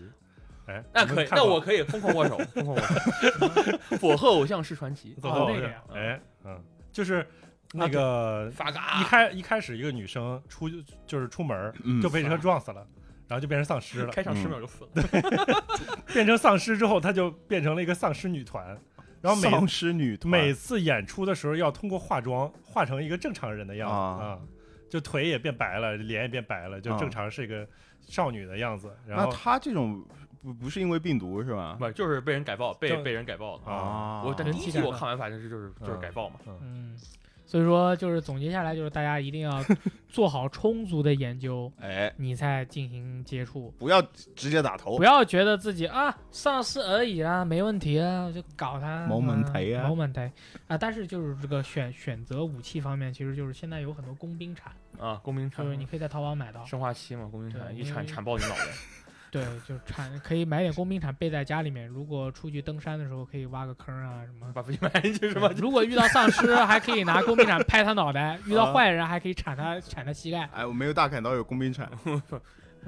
Speaker 1: 哎，
Speaker 4: 那
Speaker 1: 你们
Speaker 4: 可以，
Speaker 1: 看
Speaker 4: 那
Speaker 1: 过
Speaker 4: 我可以疯狂握手，疯狂握手。佐贺偶像是传奇，啊
Speaker 1: 佐
Speaker 3: 哦
Speaker 1: 贺偶
Speaker 3: 那个
Speaker 1: 像
Speaker 3: 呀
Speaker 1: 哎，嗯，就是那个
Speaker 4: 嗯发
Speaker 1: 一
Speaker 4: 嘎，
Speaker 1: 开一开始一个女生出就是出门儿
Speaker 2: 嗯
Speaker 1: 就被车撞死了，然后就变成丧尸了。
Speaker 4: 开场
Speaker 2: 嗯
Speaker 4: 十秒就死了。
Speaker 1: 变成丧尸之后，她就变成了一个丧尸女团，然后每
Speaker 2: 丧尸女团
Speaker 1: 每次演出的时候要通过化妆化成一个正常人的样子
Speaker 2: 啊
Speaker 1: 啊、就腿也变白了，脸也变白了，就
Speaker 2: 啊
Speaker 1: 正常是一个少女的样子。然
Speaker 2: 那
Speaker 1: 后
Speaker 2: 他这种不不是因为病毒是吧？
Speaker 4: 不就是被人改造，被
Speaker 1: 正
Speaker 4: 被人改造了。
Speaker 1: 啊，
Speaker 4: 我但
Speaker 3: 人
Speaker 4: 第一
Speaker 3: 体
Speaker 4: 季
Speaker 3: 改
Speaker 4: 我
Speaker 3: 造
Speaker 4: 看完，反正是就是就是改造嘛。
Speaker 3: 嗯。所以说，就是总结下来，就是大家一定要做好充足的研究，
Speaker 2: 哎，
Speaker 3: 你再进行接触，
Speaker 2: 不要直接打头
Speaker 3: 不，要觉得自己啊丧尸而已啊，没问题啊，就搞他
Speaker 2: 冇問題啊
Speaker 3: 冇问题啊。但是就是这个选选择武器方面，其实就是现在有很多工兵产，
Speaker 4: 啊，工兵
Speaker 3: 就是你
Speaker 4: 铲，
Speaker 3: 可以在淘宝买到，
Speaker 4: 生化七嘛，工兵铲
Speaker 3: 对
Speaker 4: 一铲
Speaker 3: 因为
Speaker 4: 铲爆你脑袋。
Speaker 3: 对，就是产可以买点工兵铲备在家里面，如果出去登山的时候可以挖个坑啊什么。
Speaker 4: 把飞机埋进去是吧？
Speaker 3: 如果遇到丧尸，还可以拿工兵铲拍他脑袋；遇到
Speaker 2: 啊
Speaker 3: 坏人，还可以铲他铲他膝盖。
Speaker 2: 哎，我没有大砍刀，有工兵铲。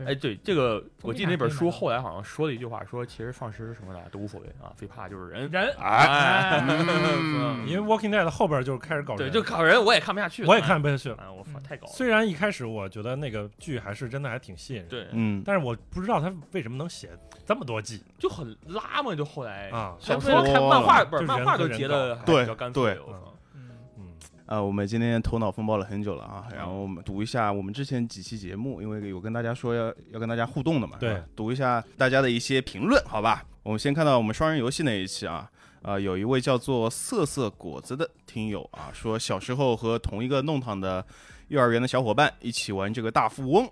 Speaker 4: 哎，对这个，我记得那本
Speaker 3: 工
Speaker 4: 书
Speaker 3: 兵铲可
Speaker 4: 后
Speaker 3: 以买到
Speaker 4: 来好像说了一句话，说其实丧尸什么的都无所谓啊，最怕就是人。
Speaker 3: 人
Speaker 4: 哎，
Speaker 2: 嗯
Speaker 1: 因为《Walking Dead》后边就开始搞
Speaker 4: 对，
Speaker 1: 人，
Speaker 4: 就搞人我也看不下去了，
Speaker 1: 我也看不下去了。
Speaker 4: 哎，我操，
Speaker 3: 嗯
Speaker 4: 太搞了。
Speaker 1: 虽然一开始我觉得那个剧还是真的还挺吸引人，，
Speaker 4: 对，
Speaker 2: 嗯，
Speaker 1: 但是我不知道他为什么能写这么多季
Speaker 4: 就很拉嘛，就后来
Speaker 1: 啊。
Speaker 4: 小
Speaker 2: 太
Speaker 4: 说
Speaker 2: 多
Speaker 4: 看漫画
Speaker 1: 了
Speaker 4: 不是
Speaker 1: 就
Speaker 4: 漫
Speaker 1: 人
Speaker 4: 画
Speaker 1: 和
Speaker 4: 都
Speaker 1: 人
Speaker 4: 结
Speaker 1: 搞
Speaker 4: 的
Speaker 2: 对
Speaker 4: 比较干脆
Speaker 2: 对，
Speaker 4: 我操
Speaker 3: 嗯，
Speaker 1: 嗯，
Speaker 2: 呃，我们今天头脑风暴了很久了啊，然后我们读一下我们之前几期节目，因为有跟大家说要要跟大家互动的嘛，
Speaker 1: 对
Speaker 2: 啊，读一下大家的一些评论，好吧？我们先看到我们双人游戏那一期啊，呃，有一位叫做瑟瑟果子的听友啊，说小时候和同一个弄堂的幼儿园的小伙伴一起玩这个大富翁，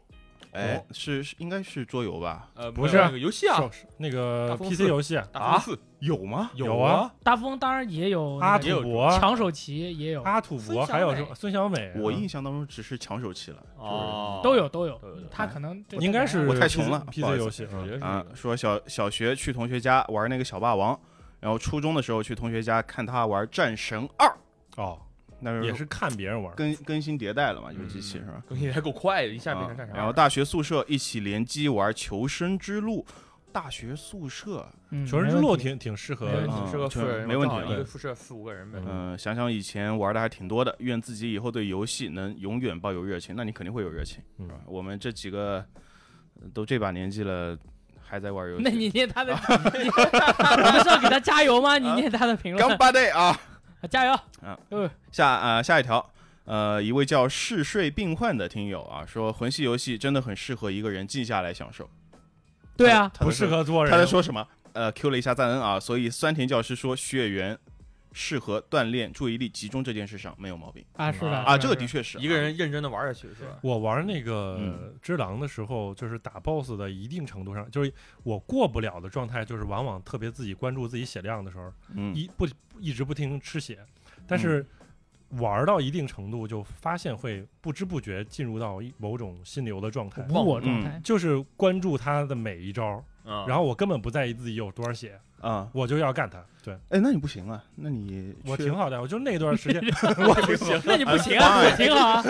Speaker 2: 哎
Speaker 1: 哦，
Speaker 2: 是是应该是桌游吧？
Speaker 4: 呃，
Speaker 1: 嗯不
Speaker 4: 没有
Speaker 1: 是
Speaker 4: 那个游戏啊，
Speaker 1: 兽是那个
Speaker 4: 大风
Speaker 1: PC
Speaker 4: 四
Speaker 1: 游戏，
Speaker 4: 大
Speaker 2: 啊
Speaker 4: 风四
Speaker 2: 有吗？
Speaker 1: 有
Speaker 4: 啊
Speaker 1: 啊，
Speaker 3: 大富翁当然也有
Speaker 1: 阿
Speaker 3: 那
Speaker 4: 也有啊
Speaker 1: 土
Speaker 3: 个
Speaker 1: 伯、
Speaker 3: 抢手棋，也有
Speaker 1: 阿土伯，
Speaker 4: 孙小
Speaker 1: 还有
Speaker 4: 美
Speaker 1: 什么孙小美啊，
Speaker 2: 我印象当中只是抢手棋了，
Speaker 4: 哦，
Speaker 3: 都
Speaker 1: 嗯
Speaker 3: 有都有
Speaker 4: 都有都有。
Speaker 3: 他可能这啊
Speaker 1: 应该是
Speaker 2: 我太穷了
Speaker 1: PC
Speaker 2: 不好意思
Speaker 1: 游戏，
Speaker 4: 我觉得
Speaker 1: 嗯
Speaker 4: 是
Speaker 2: 啊
Speaker 4: 这，个
Speaker 2: 说小小学去同学家玩那个小霸王，然后初中的时候去同学家看他玩战神二，
Speaker 1: 哦，
Speaker 2: 那时候
Speaker 1: 也是嗯看别人玩儿，
Speaker 2: 更更新迭代了嘛，就是机器是吧？
Speaker 4: 更新还够快的，一下变
Speaker 2: 啊
Speaker 4: 成战神二了。
Speaker 2: 然后大学宿舍一起联机玩《求生之路》，大学宿舍，
Speaker 1: 《
Speaker 3: 全
Speaker 1: 全
Speaker 3: 是
Speaker 1: 日之路》挺挺适合
Speaker 4: 没问
Speaker 1: 的。啊
Speaker 4: 题，
Speaker 2: 嗯
Speaker 4: 是个
Speaker 2: 确
Speaker 4: 富人，
Speaker 2: 没问题
Speaker 4: 正好一
Speaker 1: 对
Speaker 4: 个宿舍四五个人呗。
Speaker 1: 嗯
Speaker 2: 嗯，想想以前玩的还挺多的，愿自己以后对游戏能永远抱有热情，那你肯定会有热情，
Speaker 1: 嗯
Speaker 2: 是吧？我们这几个呃都这把年纪了，还在玩游戏，
Speaker 3: 那你念他的，你我们是要给他加油吗？你念他的评
Speaker 2: 干
Speaker 3: 论，
Speaker 2: 巴day 啊！
Speaker 3: 加油！
Speaker 2: 下啊、呃下一条，呃，一位叫嗜睡病患的听友啊，说魂系游戏真的很适合一个人静下来享受。
Speaker 3: 对啊，
Speaker 2: 他在
Speaker 1: 不适合做人。
Speaker 2: 他在说什么？呃，Q 了一下赞恩啊，所以酸甜教师说血缘适合锻炼注意力集中这件事上没有毛病
Speaker 3: 啊是的
Speaker 4: 啊
Speaker 2: 啊，
Speaker 3: 是
Speaker 2: 这个的
Speaker 3: 是
Speaker 2: 确是
Speaker 4: 一个人认真的玩下去是吧？
Speaker 1: 我玩那个
Speaker 2: 嗯
Speaker 1: 只狼的时候，就是打 BOSS 的一定程度上，就是我过不了的状态，就是往往特别自己关注自己血量的时候，
Speaker 2: 嗯
Speaker 1: 一不一直不停吃血，但是玩到一定程度，就发现会不知不觉进入到一某种心流的状态，
Speaker 3: 无我状态，
Speaker 1: 就是关注他的每一招，
Speaker 4: 嗯，
Speaker 1: 然后我根本不在意自己有多少血，
Speaker 2: 啊，
Speaker 1: 我就要干他。对
Speaker 2: 哎，那你不行啊，那你
Speaker 1: 我
Speaker 2: 去
Speaker 1: 挺好的，我就那段时间我 不行，
Speaker 3: 那你不行啊，我挺好啊，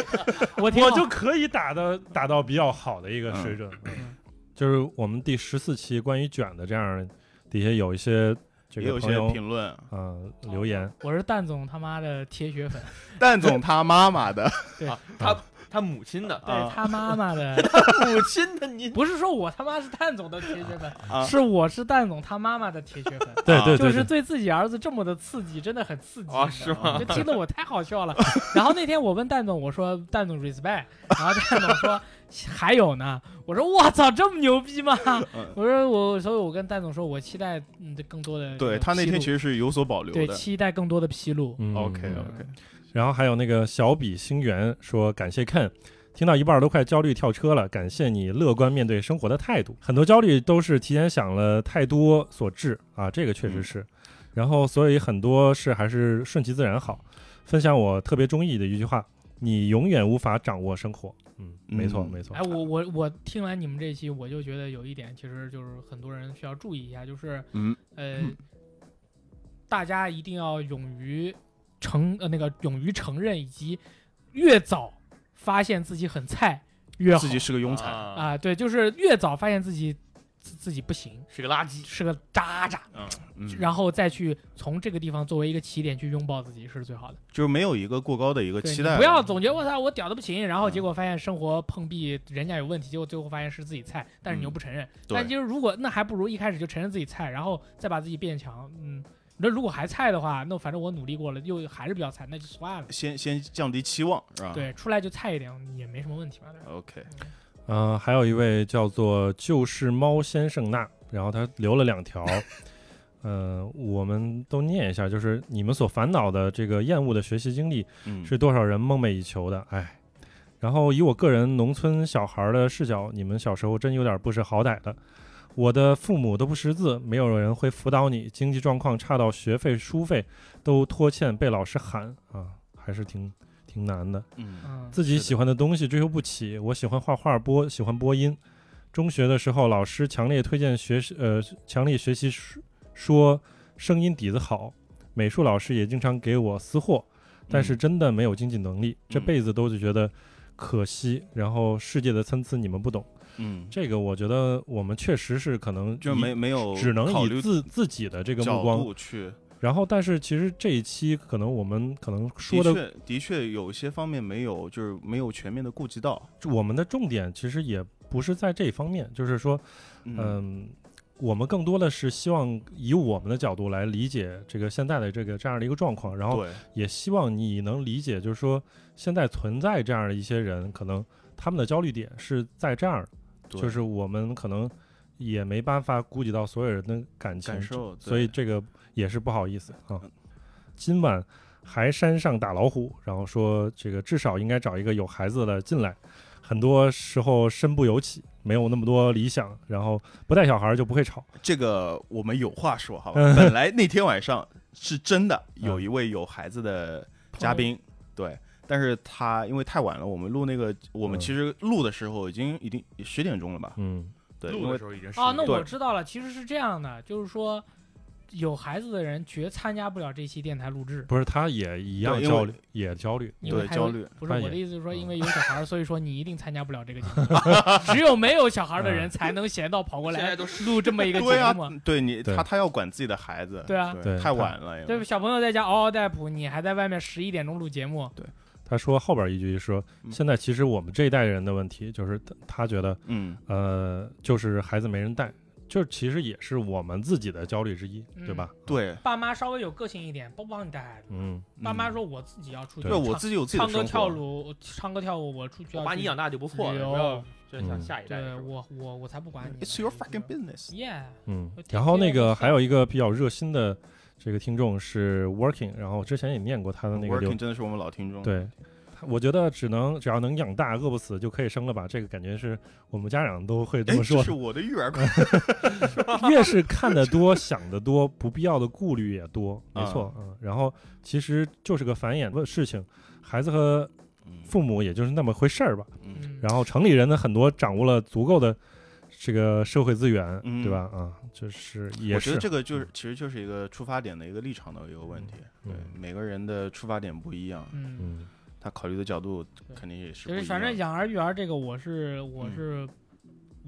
Speaker 3: 我挺好
Speaker 1: 我就可以打的打到比较好的一个水准。
Speaker 3: 嗯
Speaker 1: 就是我们第十四期关于卷的这样底下有一些这
Speaker 2: 也有
Speaker 1: 个
Speaker 2: 一
Speaker 1: 朋
Speaker 2: 些
Speaker 1: 友
Speaker 2: 评论，啊哦
Speaker 1: 呃留言，
Speaker 3: 我是蛋总他妈的铁血粉，
Speaker 2: 蛋总他妈妈的
Speaker 4: 他母亲的，
Speaker 3: 对
Speaker 2: 啊
Speaker 3: 他妈妈的，
Speaker 4: 母亲的你，
Speaker 3: 不是说我他妈是蛋总的铁血粉，
Speaker 2: 啊，
Speaker 3: 是我是蛋总他妈妈的铁血粉。
Speaker 1: 对
Speaker 2: 啊
Speaker 1: 对
Speaker 3: 就
Speaker 1: 对
Speaker 3: 是
Speaker 1: 对，
Speaker 3: 对自己儿子这么的刺激，真的很刺激
Speaker 4: 啊是吗
Speaker 3: 这听得我太好笑了。然后那天我问蛋总，我说蛋总 respect，然后蛋总说 还有呢，我说我操这么牛逼吗？
Speaker 2: 嗯
Speaker 3: 我说我，所以我跟蛋总说，我期待嗯更多的
Speaker 2: 对他那天其
Speaker 3: 实
Speaker 2: 实是有所保留
Speaker 3: 对
Speaker 2: 的。
Speaker 3: 期待更多的披露。
Speaker 1: 嗯
Speaker 2: OK
Speaker 3: 嗯
Speaker 2: OK，
Speaker 1: 然后还有那个小比星源说感谢 Ken。听到一半都快焦虑跳车了，感谢你乐观面对生活的态度。很多焦虑都是提前想了太多所致啊，这个确实是。然后，所以很多事还是顺其自然好。分享我特别中意的一句话：你永远无法掌握生活。嗯，没错，
Speaker 2: 嗯
Speaker 1: 没错
Speaker 3: 哎，。我我我听完你们这期，我就觉得有一点，其实就是很多人需要注意一下，就是
Speaker 2: 嗯，
Speaker 3: 呃，大家一定要勇于承呃那个勇于承认，以及越早发现自己很菜越好
Speaker 2: 自己是个庸才，
Speaker 4: 啊，
Speaker 3: 啊、对，就是越早发现自己自自己不行，
Speaker 4: 是个垃圾，
Speaker 3: 是个渣渣，
Speaker 2: 嗯，
Speaker 3: 然后再去从这个地方作为一个起点去拥抱自己是最好的。
Speaker 2: 就是没有一个过高的一个
Speaker 3: 对，
Speaker 2: 期
Speaker 3: 你
Speaker 2: 待。
Speaker 3: 不要总觉得我操我屌的不行，然后结
Speaker 2: 嗯
Speaker 3: 果发现生活碰壁，人家有问题，结果最后发现是自己菜，但是你又
Speaker 2: 嗯
Speaker 3: 不承认。
Speaker 2: 对
Speaker 3: 但就是如果那还不如一开始就承认自己菜，然后再把自己变强。嗯，那如果还菜的话，那反正我努力过了，又还是比较菜，那就算了。
Speaker 2: 先先降低期望，是吧？
Speaker 3: 对，出来就菜一点也没什么问题嘛。对吧
Speaker 2: ，OK，
Speaker 1: 嗯、还有一位叫做就是猫先生娜，然后他留了两条，呃，我们都念一下，就是你们所烦恼的这个厌恶的学习经历，
Speaker 2: 嗯，
Speaker 1: 是多少人梦寐以求的，哎。然后以我个人农村小孩的视角，你们小时候真有点不识好歹的。我的父母都不识字，没有人会辅导你，经济状况差到学费、书费都拖欠，被老师喊啊，还是挺挺难的。
Speaker 2: 嗯
Speaker 3: 嗯，
Speaker 1: 自己
Speaker 2: 是的
Speaker 1: 喜欢的东西追求不起，我喜欢画画播，喜欢播音。中学的时候，老师强烈推荐学习，呃，强烈学习说说声音底子好。美术老师也经常给我私货，
Speaker 2: 嗯
Speaker 1: 但是真的没有经济能力，这辈子都是觉得可惜。然后世界的参差你们不懂，
Speaker 2: 嗯，
Speaker 1: 这个我觉得我们确实是可能
Speaker 2: 就
Speaker 1: 以
Speaker 2: 没没有
Speaker 1: 只能
Speaker 2: 考
Speaker 1: 以
Speaker 2: 虑
Speaker 1: 自自己的这个目
Speaker 2: 角
Speaker 1: 光。
Speaker 2: 度去，
Speaker 1: 然后，但是其实这一期可能我们可能说
Speaker 2: 的
Speaker 1: 的
Speaker 2: 确的确有一些方面没有，就是没有全面的顾及到。
Speaker 1: 我们的重点其实也不是在这方面，就是说，
Speaker 2: 嗯
Speaker 1: 嗯，我们更多的是希望以我们的角度来理解这个现在的这个这样的一个状况，然后
Speaker 2: 对，
Speaker 1: 也希望你能理解，就是说现在存在这样的一些人，可能他们的焦虑点是在这儿，
Speaker 2: 对
Speaker 1: 就是我们可能也没办法顾及到所有人的感情
Speaker 2: 感受对
Speaker 1: 所以这个也是不好意思啊。今晚还山上打老虎，然后说这个至少应该找一个有孩子的进来，很多时候身不由己，没有那么多理想，然后不带小孩就不会吵。
Speaker 2: 这个我们有话说， 好吧？本来那天晚上是真的有一位有孩子的嘉宾，对，但是他因为太晚了，我们录那个，我们
Speaker 1: 嗯
Speaker 2: 其实录的时候已经已经十点钟了吧？
Speaker 1: 嗯
Speaker 2: 对，因
Speaker 4: 录的
Speaker 2: 为
Speaker 4: 时候已经是
Speaker 3: 哦，那我
Speaker 2: 对
Speaker 3: 知道了，其实是这样的，就是说有孩子的人绝参加不了这期电台录制。
Speaker 1: 不是，他也一样
Speaker 2: 对因为
Speaker 1: 焦虑，也焦虑。
Speaker 3: 因为
Speaker 2: 对
Speaker 3: 他有
Speaker 2: 焦虑
Speaker 3: 不是
Speaker 1: 扮
Speaker 3: 我
Speaker 1: 演
Speaker 3: 的意思，是说
Speaker 1: 嗯
Speaker 3: 因为有小孩儿，所以说你一定参加不了这 个节目。只有没有小孩儿的人才能闲到跑过
Speaker 4: 现
Speaker 3: 来
Speaker 4: 在都是
Speaker 3: 录这么一个
Speaker 2: 嗯对
Speaker 3: 节
Speaker 2: 啊
Speaker 3: 目嘛。，
Speaker 2: 对你
Speaker 1: 对
Speaker 2: 他他要管自己的孩子，
Speaker 3: 对啊
Speaker 1: 对
Speaker 2: 太
Speaker 1: 他
Speaker 2: 晚了，因为
Speaker 3: 对，小朋友在家嗷嗷待哺，你还在外面十一点钟录节目，
Speaker 1: 他说后边一句说，
Speaker 2: 嗯
Speaker 1: 现在其实我们这一代人的问题就是他他觉得
Speaker 2: 嗯，
Speaker 1: 呃，就是孩子没人带，这其实也是我们自己的焦虑之一，对吧？
Speaker 2: 对，
Speaker 3: 爸妈稍微有个性一点，不帮你带孩子。
Speaker 1: 嗯，
Speaker 3: 爸妈
Speaker 2: 嗯，
Speaker 3: 说我自己要出去
Speaker 2: 对
Speaker 3: 唱，
Speaker 2: 我自己有自己的
Speaker 3: 唱歌
Speaker 2: 生
Speaker 3: 跳
Speaker 2: 活，
Speaker 3: 舞，唱歌跳舞，我出去
Speaker 4: 我
Speaker 3: 要
Speaker 4: 把
Speaker 3: 去
Speaker 4: 你养大就不错
Speaker 3: 旅
Speaker 4: 了，
Speaker 3: 游
Speaker 4: 不要就像
Speaker 1: 嗯
Speaker 4: 下一代
Speaker 3: 对
Speaker 4: 是吧。
Speaker 3: 我我我才不管你呢。
Speaker 2: ，It's your
Speaker 3: 就是
Speaker 2: fucking business。
Speaker 3: Yeah，
Speaker 1: 嗯
Speaker 3: 我，
Speaker 1: 然后那
Speaker 3: 天天
Speaker 1: 个
Speaker 3: 都
Speaker 1: 还有一个比较热心的这个听众是 Working，然后之前也念过他的那个
Speaker 2: 嗯
Speaker 1: 留
Speaker 2: Working 真的是我们老听众，，
Speaker 1: 对，他我觉得只能只要能养大，饿不死就可以生了吧，这个感觉是我们家长都会这
Speaker 2: 哎，
Speaker 1: 么
Speaker 2: 这
Speaker 1: 说
Speaker 2: 是
Speaker 1: 的。
Speaker 2: 我的育儿观，
Speaker 1: 越是看得多，想得多，不必要的顾虑也多，没
Speaker 2: 啊
Speaker 1: 错，嗯，然后其实就是个繁衍的事情，孩子和
Speaker 2: 嗯
Speaker 1: 父母也就是那么回事儿吧。
Speaker 2: 嗯
Speaker 3: 嗯，
Speaker 1: 然后城里人呢，很多掌握了足够的这个社会资源，
Speaker 2: 嗯
Speaker 1: 对吧？啊，就是也
Speaker 2: 我觉
Speaker 1: 是
Speaker 2: 得这个就是其实就是一个出发点的一个立场的一个问题，
Speaker 1: 嗯
Speaker 2: 对每个人的出发点不一样，
Speaker 3: 嗯，
Speaker 1: 嗯
Speaker 2: 他考虑的角度
Speaker 3: 对
Speaker 2: 肯定也是
Speaker 3: 就
Speaker 2: 不一样。
Speaker 3: 是反正养儿育儿这个，我是我
Speaker 2: 嗯
Speaker 3: 是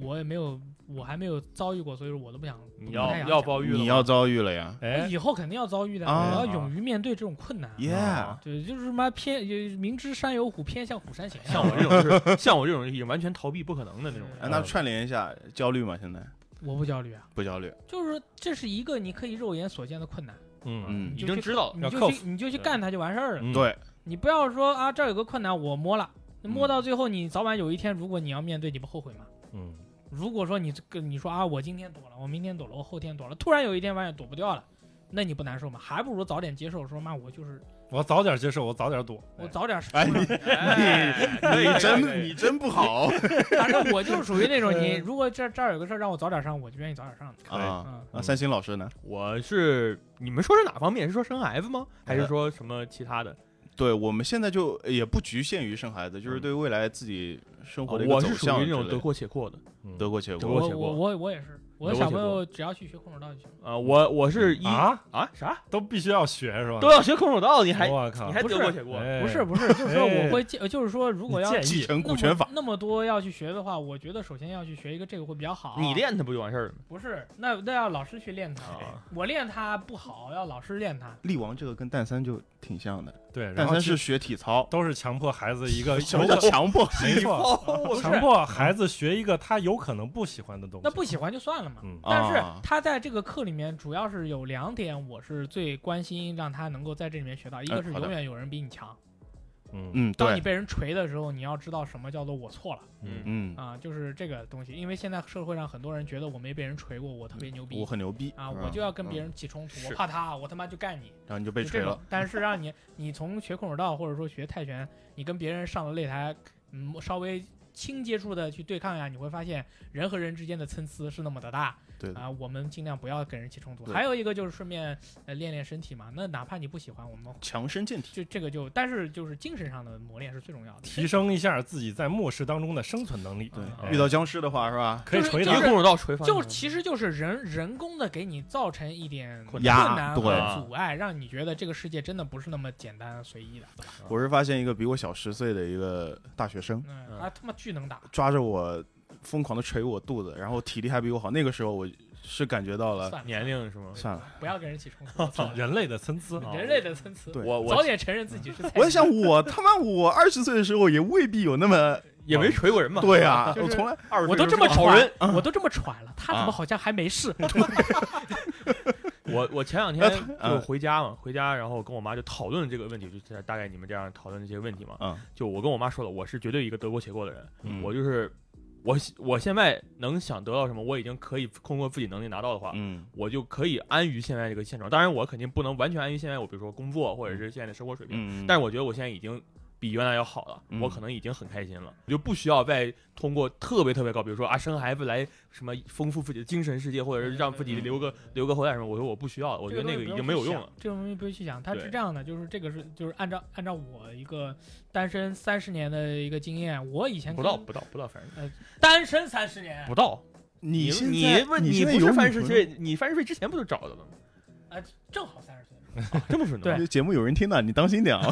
Speaker 3: 我也没有我还没有遭遇过，所以说我都不想
Speaker 1: 你
Speaker 3: 不
Speaker 4: 你
Speaker 3: 太
Speaker 4: 要
Speaker 3: 想
Speaker 4: 要
Speaker 3: 讲
Speaker 4: 包育了吗，
Speaker 2: 你要遭遇了呀，
Speaker 3: 我
Speaker 1: 哎，
Speaker 3: 以后肯定要遭遇的，
Speaker 2: 啊
Speaker 3: 我要勇于面对这种困难。
Speaker 2: 耶、
Speaker 4: 啊
Speaker 3: 对，就是妈偏也明知山有虎，偏向虎山行。
Speaker 4: 像我这种就是像我这种也完全逃避不可能的那种人。啊
Speaker 2: 哎那串联一下，焦虑吗？现在
Speaker 3: 我不焦虑啊，
Speaker 2: 不焦虑，
Speaker 3: 就是说这是一个你可以肉眼所见的困难，
Speaker 1: 嗯
Speaker 2: 嗯
Speaker 4: 已，经知道了，
Speaker 3: 你
Speaker 1: 要
Speaker 3: 就
Speaker 1: 克
Speaker 3: 去你就去
Speaker 4: 对
Speaker 3: 干它就完事儿了。
Speaker 1: 嗯，
Speaker 2: 对，
Speaker 3: 你不要说啊，这儿有个困难，我摸了，
Speaker 2: 嗯
Speaker 3: 摸到最后，你早晚有一天，如果你要面对，你不后悔吗？
Speaker 1: 嗯
Speaker 3: 如果说你这个你说啊，我今天躲了，我明天躲了，我后天躲了，突然有一天发现躲不掉了，那你不难受吗？还不如早点接受，说妈，我就是
Speaker 1: 我早点接受，我早点躲，
Speaker 3: 我早点适
Speaker 2: 哎
Speaker 3: 应，
Speaker 4: 你
Speaker 2: 你真你真不好
Speaker 3: 反正我就是属于那种你如果这这儿有个事儿让我早点上，我就愿意早点上的。
Speaker 2: 啊！
Speaker 3: 嗯，
Speaker 2: 那三星老师呢？
Speaker 4: 我是你们说是哪方面？是说生孩子吗？还
Speaker 2: 哎
Speaker 4: 是说什么其他的？
Speaker 2: 对我们现在就也不局限于生孩子，
Speaker 3: 嗯
Speaker 2: 就是对未来自己生
Speaker 3: 哦
Speaker 2: 活的一个
Speaker 4: 我
Speaker 2: 走
Speaker 4: 是属于
Speaker 2: 向
Speaker 4: 那
Speaker 2: 之类
Speaker 4: 种
Speaker 2: 的
Speaker 4: 得过且过的。
Speaker 1: 嗯
Speaker 2: 得过且
Speaker 4: 我
Speaker 2: 过，
Speaker 3: 我
Speaker 4: 写过
Speaker 3: 我我我也是，我
Speaker 4: 我写
Speaker 3: 小朋
Speaker 4: 过
Speaker 3: 友只要去学空手道就行。
Speaker 4: 呃，我我是一
Speaker 1: 啊，
Speaker 4: 啊啥
Speaker 1: 都必须要学是吧？
Speaker 4: 都要学空手道，你还
Speaker 1: 我靠，
Speaker 4: 你还
Speaker 3: 不是
Speaker 4: 得过且过？
Speaker 1: 哎
Speaker 3: 不是不是，就是说我会建，就是说如
Speaker 1: 你
Speaker 3: 果要
Speaker 1: 建
Speaker 2: 继
Speaker 1: 议
Speaker 2: 承
Speaker 3: 那
Speaker 2: 股
Speaker 3: 么
Speaker 2: 权法，
Speaker 3: 那么多要去学的话，我觉得首先要去学一个这个会比较好。
Speaker 4: 你练它不就完事儿了吗？
Speaker 3: 不是，那那要老师去练它，
Speaker 4: 啊
Speaker 3: 我练它不好，要老师练它。
Speaker 2: 力王这个跟蛋三就挺像的，
Speaker 1: 对，然
Speaker 2: 蛋
Speaker 1: 后
Speaker 2: 三
Speaker 1: 其实
Speaker 2: 是学体 操，
Speaker 1: 都是强迫孩子一个
Speaker 2: 什么叫
Speaker 1: 有可
Speaker 2: 强迫？
Speaker 1: 没 错，
Speaker 4: 哦
Speaker 1: 强迫孩子学一个他有可能不喜欢的东西。
Speaker 3: 那不喜欢就算了嘛。
Speaker 1: 嗯
Speaker 2: 啊
Speaker 3: 但是他在这个课里面，主要是有两点，我是最关心让他能够在这里面学到，一个
Speaker 2: 嗯
Speaker 3: 是
Speaker 2: 好的
Speaker 3: 永远有人比你强。
Speaker 1: 嗯
Speaker 2: 嗯，
Speaker 3: 当你
Speaker 2: 对，
Speaker 3: 被人锤的时候，你要知道什么叫做我错了
Speaker 1: 嗯，
Speaker 2: 嗯，
Speaker 3: 啊，就是这个东西。因为现在社会上很多人觉得我没被人锤过，我特别牛逼
Speaker 2: 我很牛逼
Speaker 3: 啊，
Speaker 2: 是
Speaker 3: 我
Speaker 2: 吧
Speaker 3: 就要跟别
Speaker 2: 嗯
Speaker 3: 人起冲突，我
Speaker 4: 是
Speaker 3: 怕他，我他妈就干你。
Speaker 2: 然后你就被
Speaker 3: 就
Speaker 2: 锤
Speaker 3: 这种
Speaker 2: 了，。
Speaker 3: 但是让你你从学空手道或者说学泰拳，你跟别人上了擂台，嗯，稍微轻接触的去对抗呀，你会发现人和人之间的参差是那么的大
Speaker 2: 对的
Speaker 3: 啊。我们尽量不要跟人起冲突。
Speaker 2: 对
Speaker 3: 还有一个就是顺便呃练练身体嘛，那哪怕你不喜欢，我们
Speaker 2: 强身健体，
Speaker 3: 就这个就，但是就是精神上的磨练是最重要的。
Speaker 1: 提升一下自己在末世当中的生存能力。
Speaker 2: 对
Speaker 3: 啊，
Speaker 2: 遇
Speaker 1: 哎
Speaker 2: 到僵尸的话是吧？
Speaker 1: 可以
Speaker 3: 就是
Speaker 1: 锤
Speaker 4: 一
Speaker 1: 他
Speaker 3: 就
Speaker 4: 个
Speaker 3: 是
Speaker 4: 空手道锤翻
Speaker 3: 就
Speaker 4: 了
Speaker 3: 其实就是人人工的给你造成一点
Speaker 2: 困
Speaker 3: 困
Speaker 2: 难
Speaker 3: 难和
Speaker 4: 压对
Speaker 3: 阻碍，让你觉得这个世界真的不是那么简单随意的。
Speaker 2: 我是发现一个比我小十岁的一个大学生
Speaker 3: 嗯，
Speaker 4: 嗯
Speaker 3: 啊他妈巨能打，
Speaker 2: 抓着我疯狂的捶我肚子，然后体力还比我好，那个时候我是感觉到了，
Speaker 3: 算了
Speaker 4: 年龄是吗？
Speaker 2: 算了，
Speaker 3: 不要跟人起冲突。
Speaker 1: 操人类的参差。
Speaker 4: 啊
Speaker 3: 人类的参差，
Speaker 2: 对
Speaker 4: 我
Speaker 3: 早
Speaker 4: 我
Speaker 3: 点承认自己是菜。
Speaker 2: 我在想我他妈我二十岁的时候也未必有那 么
Speaker 4: 也没锤过人嘛。
Speaker 2: 对啊，
Speaker 3: 就是
Speaker 2: 我从来
Speaker 4: 二十
Speaker 3: 我
Speaker 4: 岁
Speaker 3: 都
Speaker 4: 就
Speaker 3: 这么
Speaker 4: 是个好
Speaker 3: 喘
Speaker 4: 人。，啊
Speaker 3: 我都这么喘了，他怎么好像还 没事？
Speaker 4: 我我前两
Speaker 2: 那
Speaker 4: 天
Speaker 2: 他
Speaker 4: 就回家嘛，回家然后跟我妈就讨论这个问题，就是大概你们这样讨论这些问题嘛。
Speaker 2: 嗯，
Speaker 4: 就我跟我妈说了，我是绝对一个得过且过的人，
Speaker 2: 嗯
Speaker 4: 我就是我我现在能想得到什么，我已经可以通过自己能力拿到的话，
Speaker 2: 嗯
Speaker 4: 我就可以安于现在这个现状。当然，我肯定不能完全安于现在我比如说工作或者是现在的生活水平，
Speaker 2: 嗯，
Speaker 4: 但是我觉得我现在已经。比原来要好了，
Speaker 2: 嗯
Speaker 4: 我可能已经很开心了，我就不需要再通过特别特别高，比如说啊生孩子来什么丰富自己的精神世界，或者是让自己
Speaker 2: 嗯
Speaker 4: 留个留个后代什么，我说我不需要了，我觉得那个已经没有用了。
Speaker 3: 这个东西不用去想，它是
Speaker 4: 对
Speaker 3: 这样的，就是这个是就是按照按照我一个单身三十年的一个经验，我以前
Speaker 4: 不
Speaker 3: 跟
Speaker 4: 到不到不到，反正
Speaker 3: 单身三十年，
Speaker 4: 不到。
Speaker 2: 你现
Speaker 4: 你
Speaker 2: 在
Speaker 4: 不是
Speaker 2: 你
Speaker 4: 你
Speaker 2: 现在
Speaker 4: 不
Speaker 2: 有
Speaker 4: 是
Speaker 2: 女
Speaker 4: 三十
Speaker 2: 朋友
Speaker 4: 岁，你三十岁之前不就找的了吗？
Speaker 3: 正好三十岁，
Speaker 4: 这么准的吗？
Speaker 2: 这节目有人听的，你当心点啊。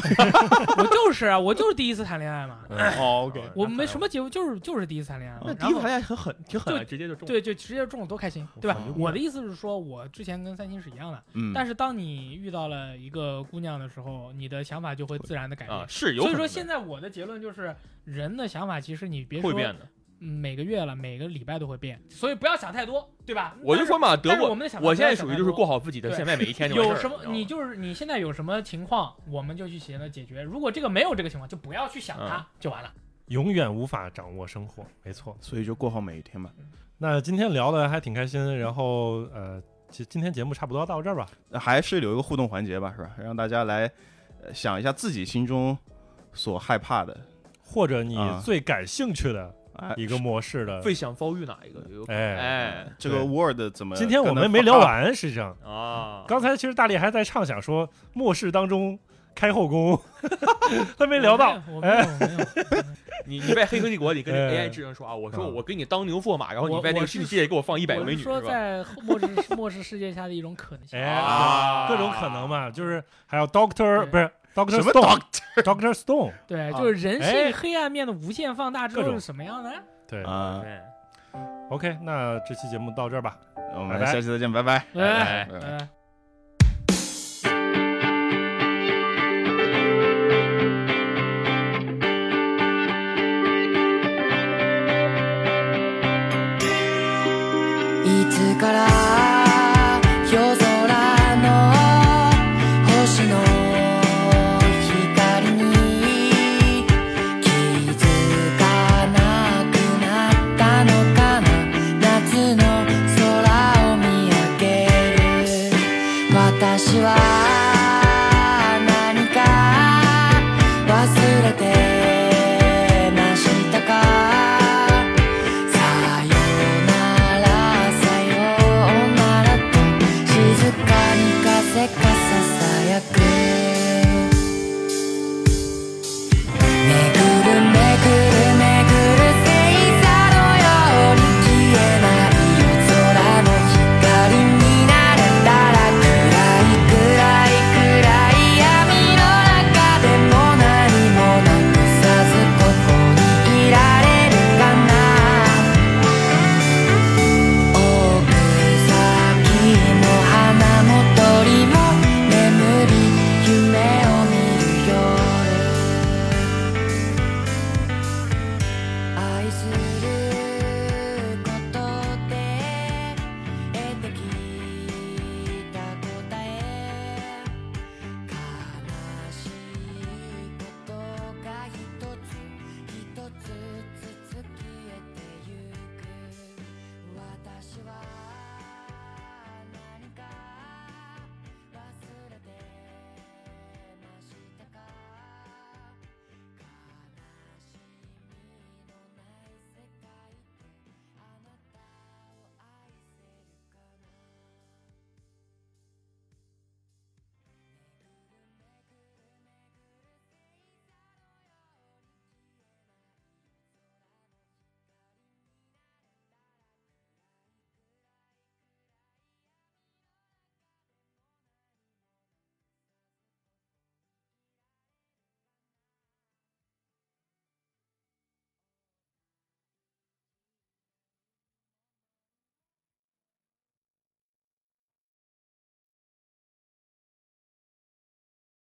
Speaker 3: 我就是啊，我就是第一次谈恋 爱嘛，
Speaker 2: 哦
Speaker 4: ，OK
Speaker 3: 我没什么结果，就是就是第一次谈恋爱嘛。
Speaker 4: 那第
Speaker 3: 然
Speaker 4: 一
Speaker 3: 后
Speaker 4: 次谈恋爱很狠，挺狠的，直接就中。
Speaker 3: 对，就直接中了多开心，对吧
Speaker 2: 我？
Speaker 3: 我的意思是说，我之前跟三星是一样的，
Speaker 2: 嗯，
Speaker 3: 但是当你遇到了一个姑娘的时候，你的想法就会自然的改变。
Speaker 4: 啊，是有可
Speaker 3: 所以
Speaker 4: 能的。
Speaker 3: 说，现在我的结论就是，人的想法其实你别说
Speaker 4: 会变的。
Speaker 3: 嗯每个月了，每个礼拜都会变，所以不要想太多，对吧？
Speaker 4: 我就说嘛，
Speaker 3: 但
Speaker 4: 德
Speaker 3: 是，但是我
Speaker 4: 国，
Speaker 3: 们的想法
Speaker 4: 我
Speaker 3: 不
Speaker 4: 现
Speaker 3: 要
Speaker 4: 在
Speaker 3: 想
Speaker 4: 属于
Speaker 3: 太
Speaker 4: 就是
Speaker 3: 多
Speaker 4: 过好自己的，现在每一天就
Speaker 3: 有
Speaker 4: 完事
Speaker 3: 什
Speaker 4: 儿
Speaker 3: 么
Speaker 4: 了
Speaker 3: 你
Speaker 4: 知道吗
Speaker 3: 就是你现在有什么情况，我们就去协调解决。如果这个没有这个情况，就不要去想它，
Speaker 4: 嗯
Speaker 3: 就完了。
Speaker 1: 永远无法掌握生活，没错。
Speaker 2: 所以就过好每一天吧。
Speaker 1: 那今天聊的还挺开心，然后呃，其今天节目差不多到这儿吧。
Speaker 2: 那还是有一个互动环节吧，是吧？让大家来呃想一下自己心中所害怕的，
Speaker 1: 或者你
Speaker 2: 啊
Speaker 1: 最感兴趣的
Speaker 2: 哎，
Speaker 1: 一个模式的，
Speaker 4: 最想遭遇哪一个？有
Speaker 1: 哎，
Speaker 4: 哎
Speaker 2: 这个
Speaker 1: 对
Speaker 2: Word 怎么？
Speaker 1: 今
Speaker 2: 呃
Speaker 1: 天我们没聊，完，实际上
Speaker 4: 啊，
Speaker 1: 刚才其实大力还在畅想说末世当中开后宫， 还没聊 到，
Speaker 3: 我没有，我没有，
Speaker 4: 你你在黑客帝国，你跟那个
Speaker 1: 哎
Speaker 4: AI 智能说啊，我说
Speaker 1: 嗯
Speaker 4: 我给你当牛做马，然后
Speaker 3: 我
Speaker 4: 你在那
Speaker 3: 我
Speaker 4: 个
Speaker 3: 是
Speaker 4: 世界给我 放一百
Speaker 3: 我
Speaker 4: 美
Speaker 3: 是
Speaker 4: 女，是
Speaker 3: 说
Speaker 4: 吧？
Speaker 3: 在末日末日世界下的一种可能性。
Speaker 1: 哎，
Speaker 4: 啊
Speaker 1: 各种可能嘛，就是还有 Doctor
Speaker 3: 对
Speaker 1: 不是 Doctor
Speaker 2: 什么
Speaker 1: Stone，Doctor Stone，
Speaker 3: 对，
Speaker 4: 啊
Speaker 3: 就是人
Speaker 1: 哎
Speaker 3: 性黑暗面的无限放大之
Speaker 1: 各
Speaker 3: 后
Speaker 1: 种
Speaker 3: 是什么样的？
Speaker 1: 对
Speaker 2: 啊，
Speaker 4: 对
Speaker 1: ，OK，那这期节目到这儿吧。
Speaker 2: 我
Speaker 1: 拜
Speaker 2: 们
Speaker 1: 拜
Speaker 2: 下期再见，拜拜。
Speaker 3: 哎
Speaker 2: 拜拜
Speaker 3: 哎。
Speaker 5: いつから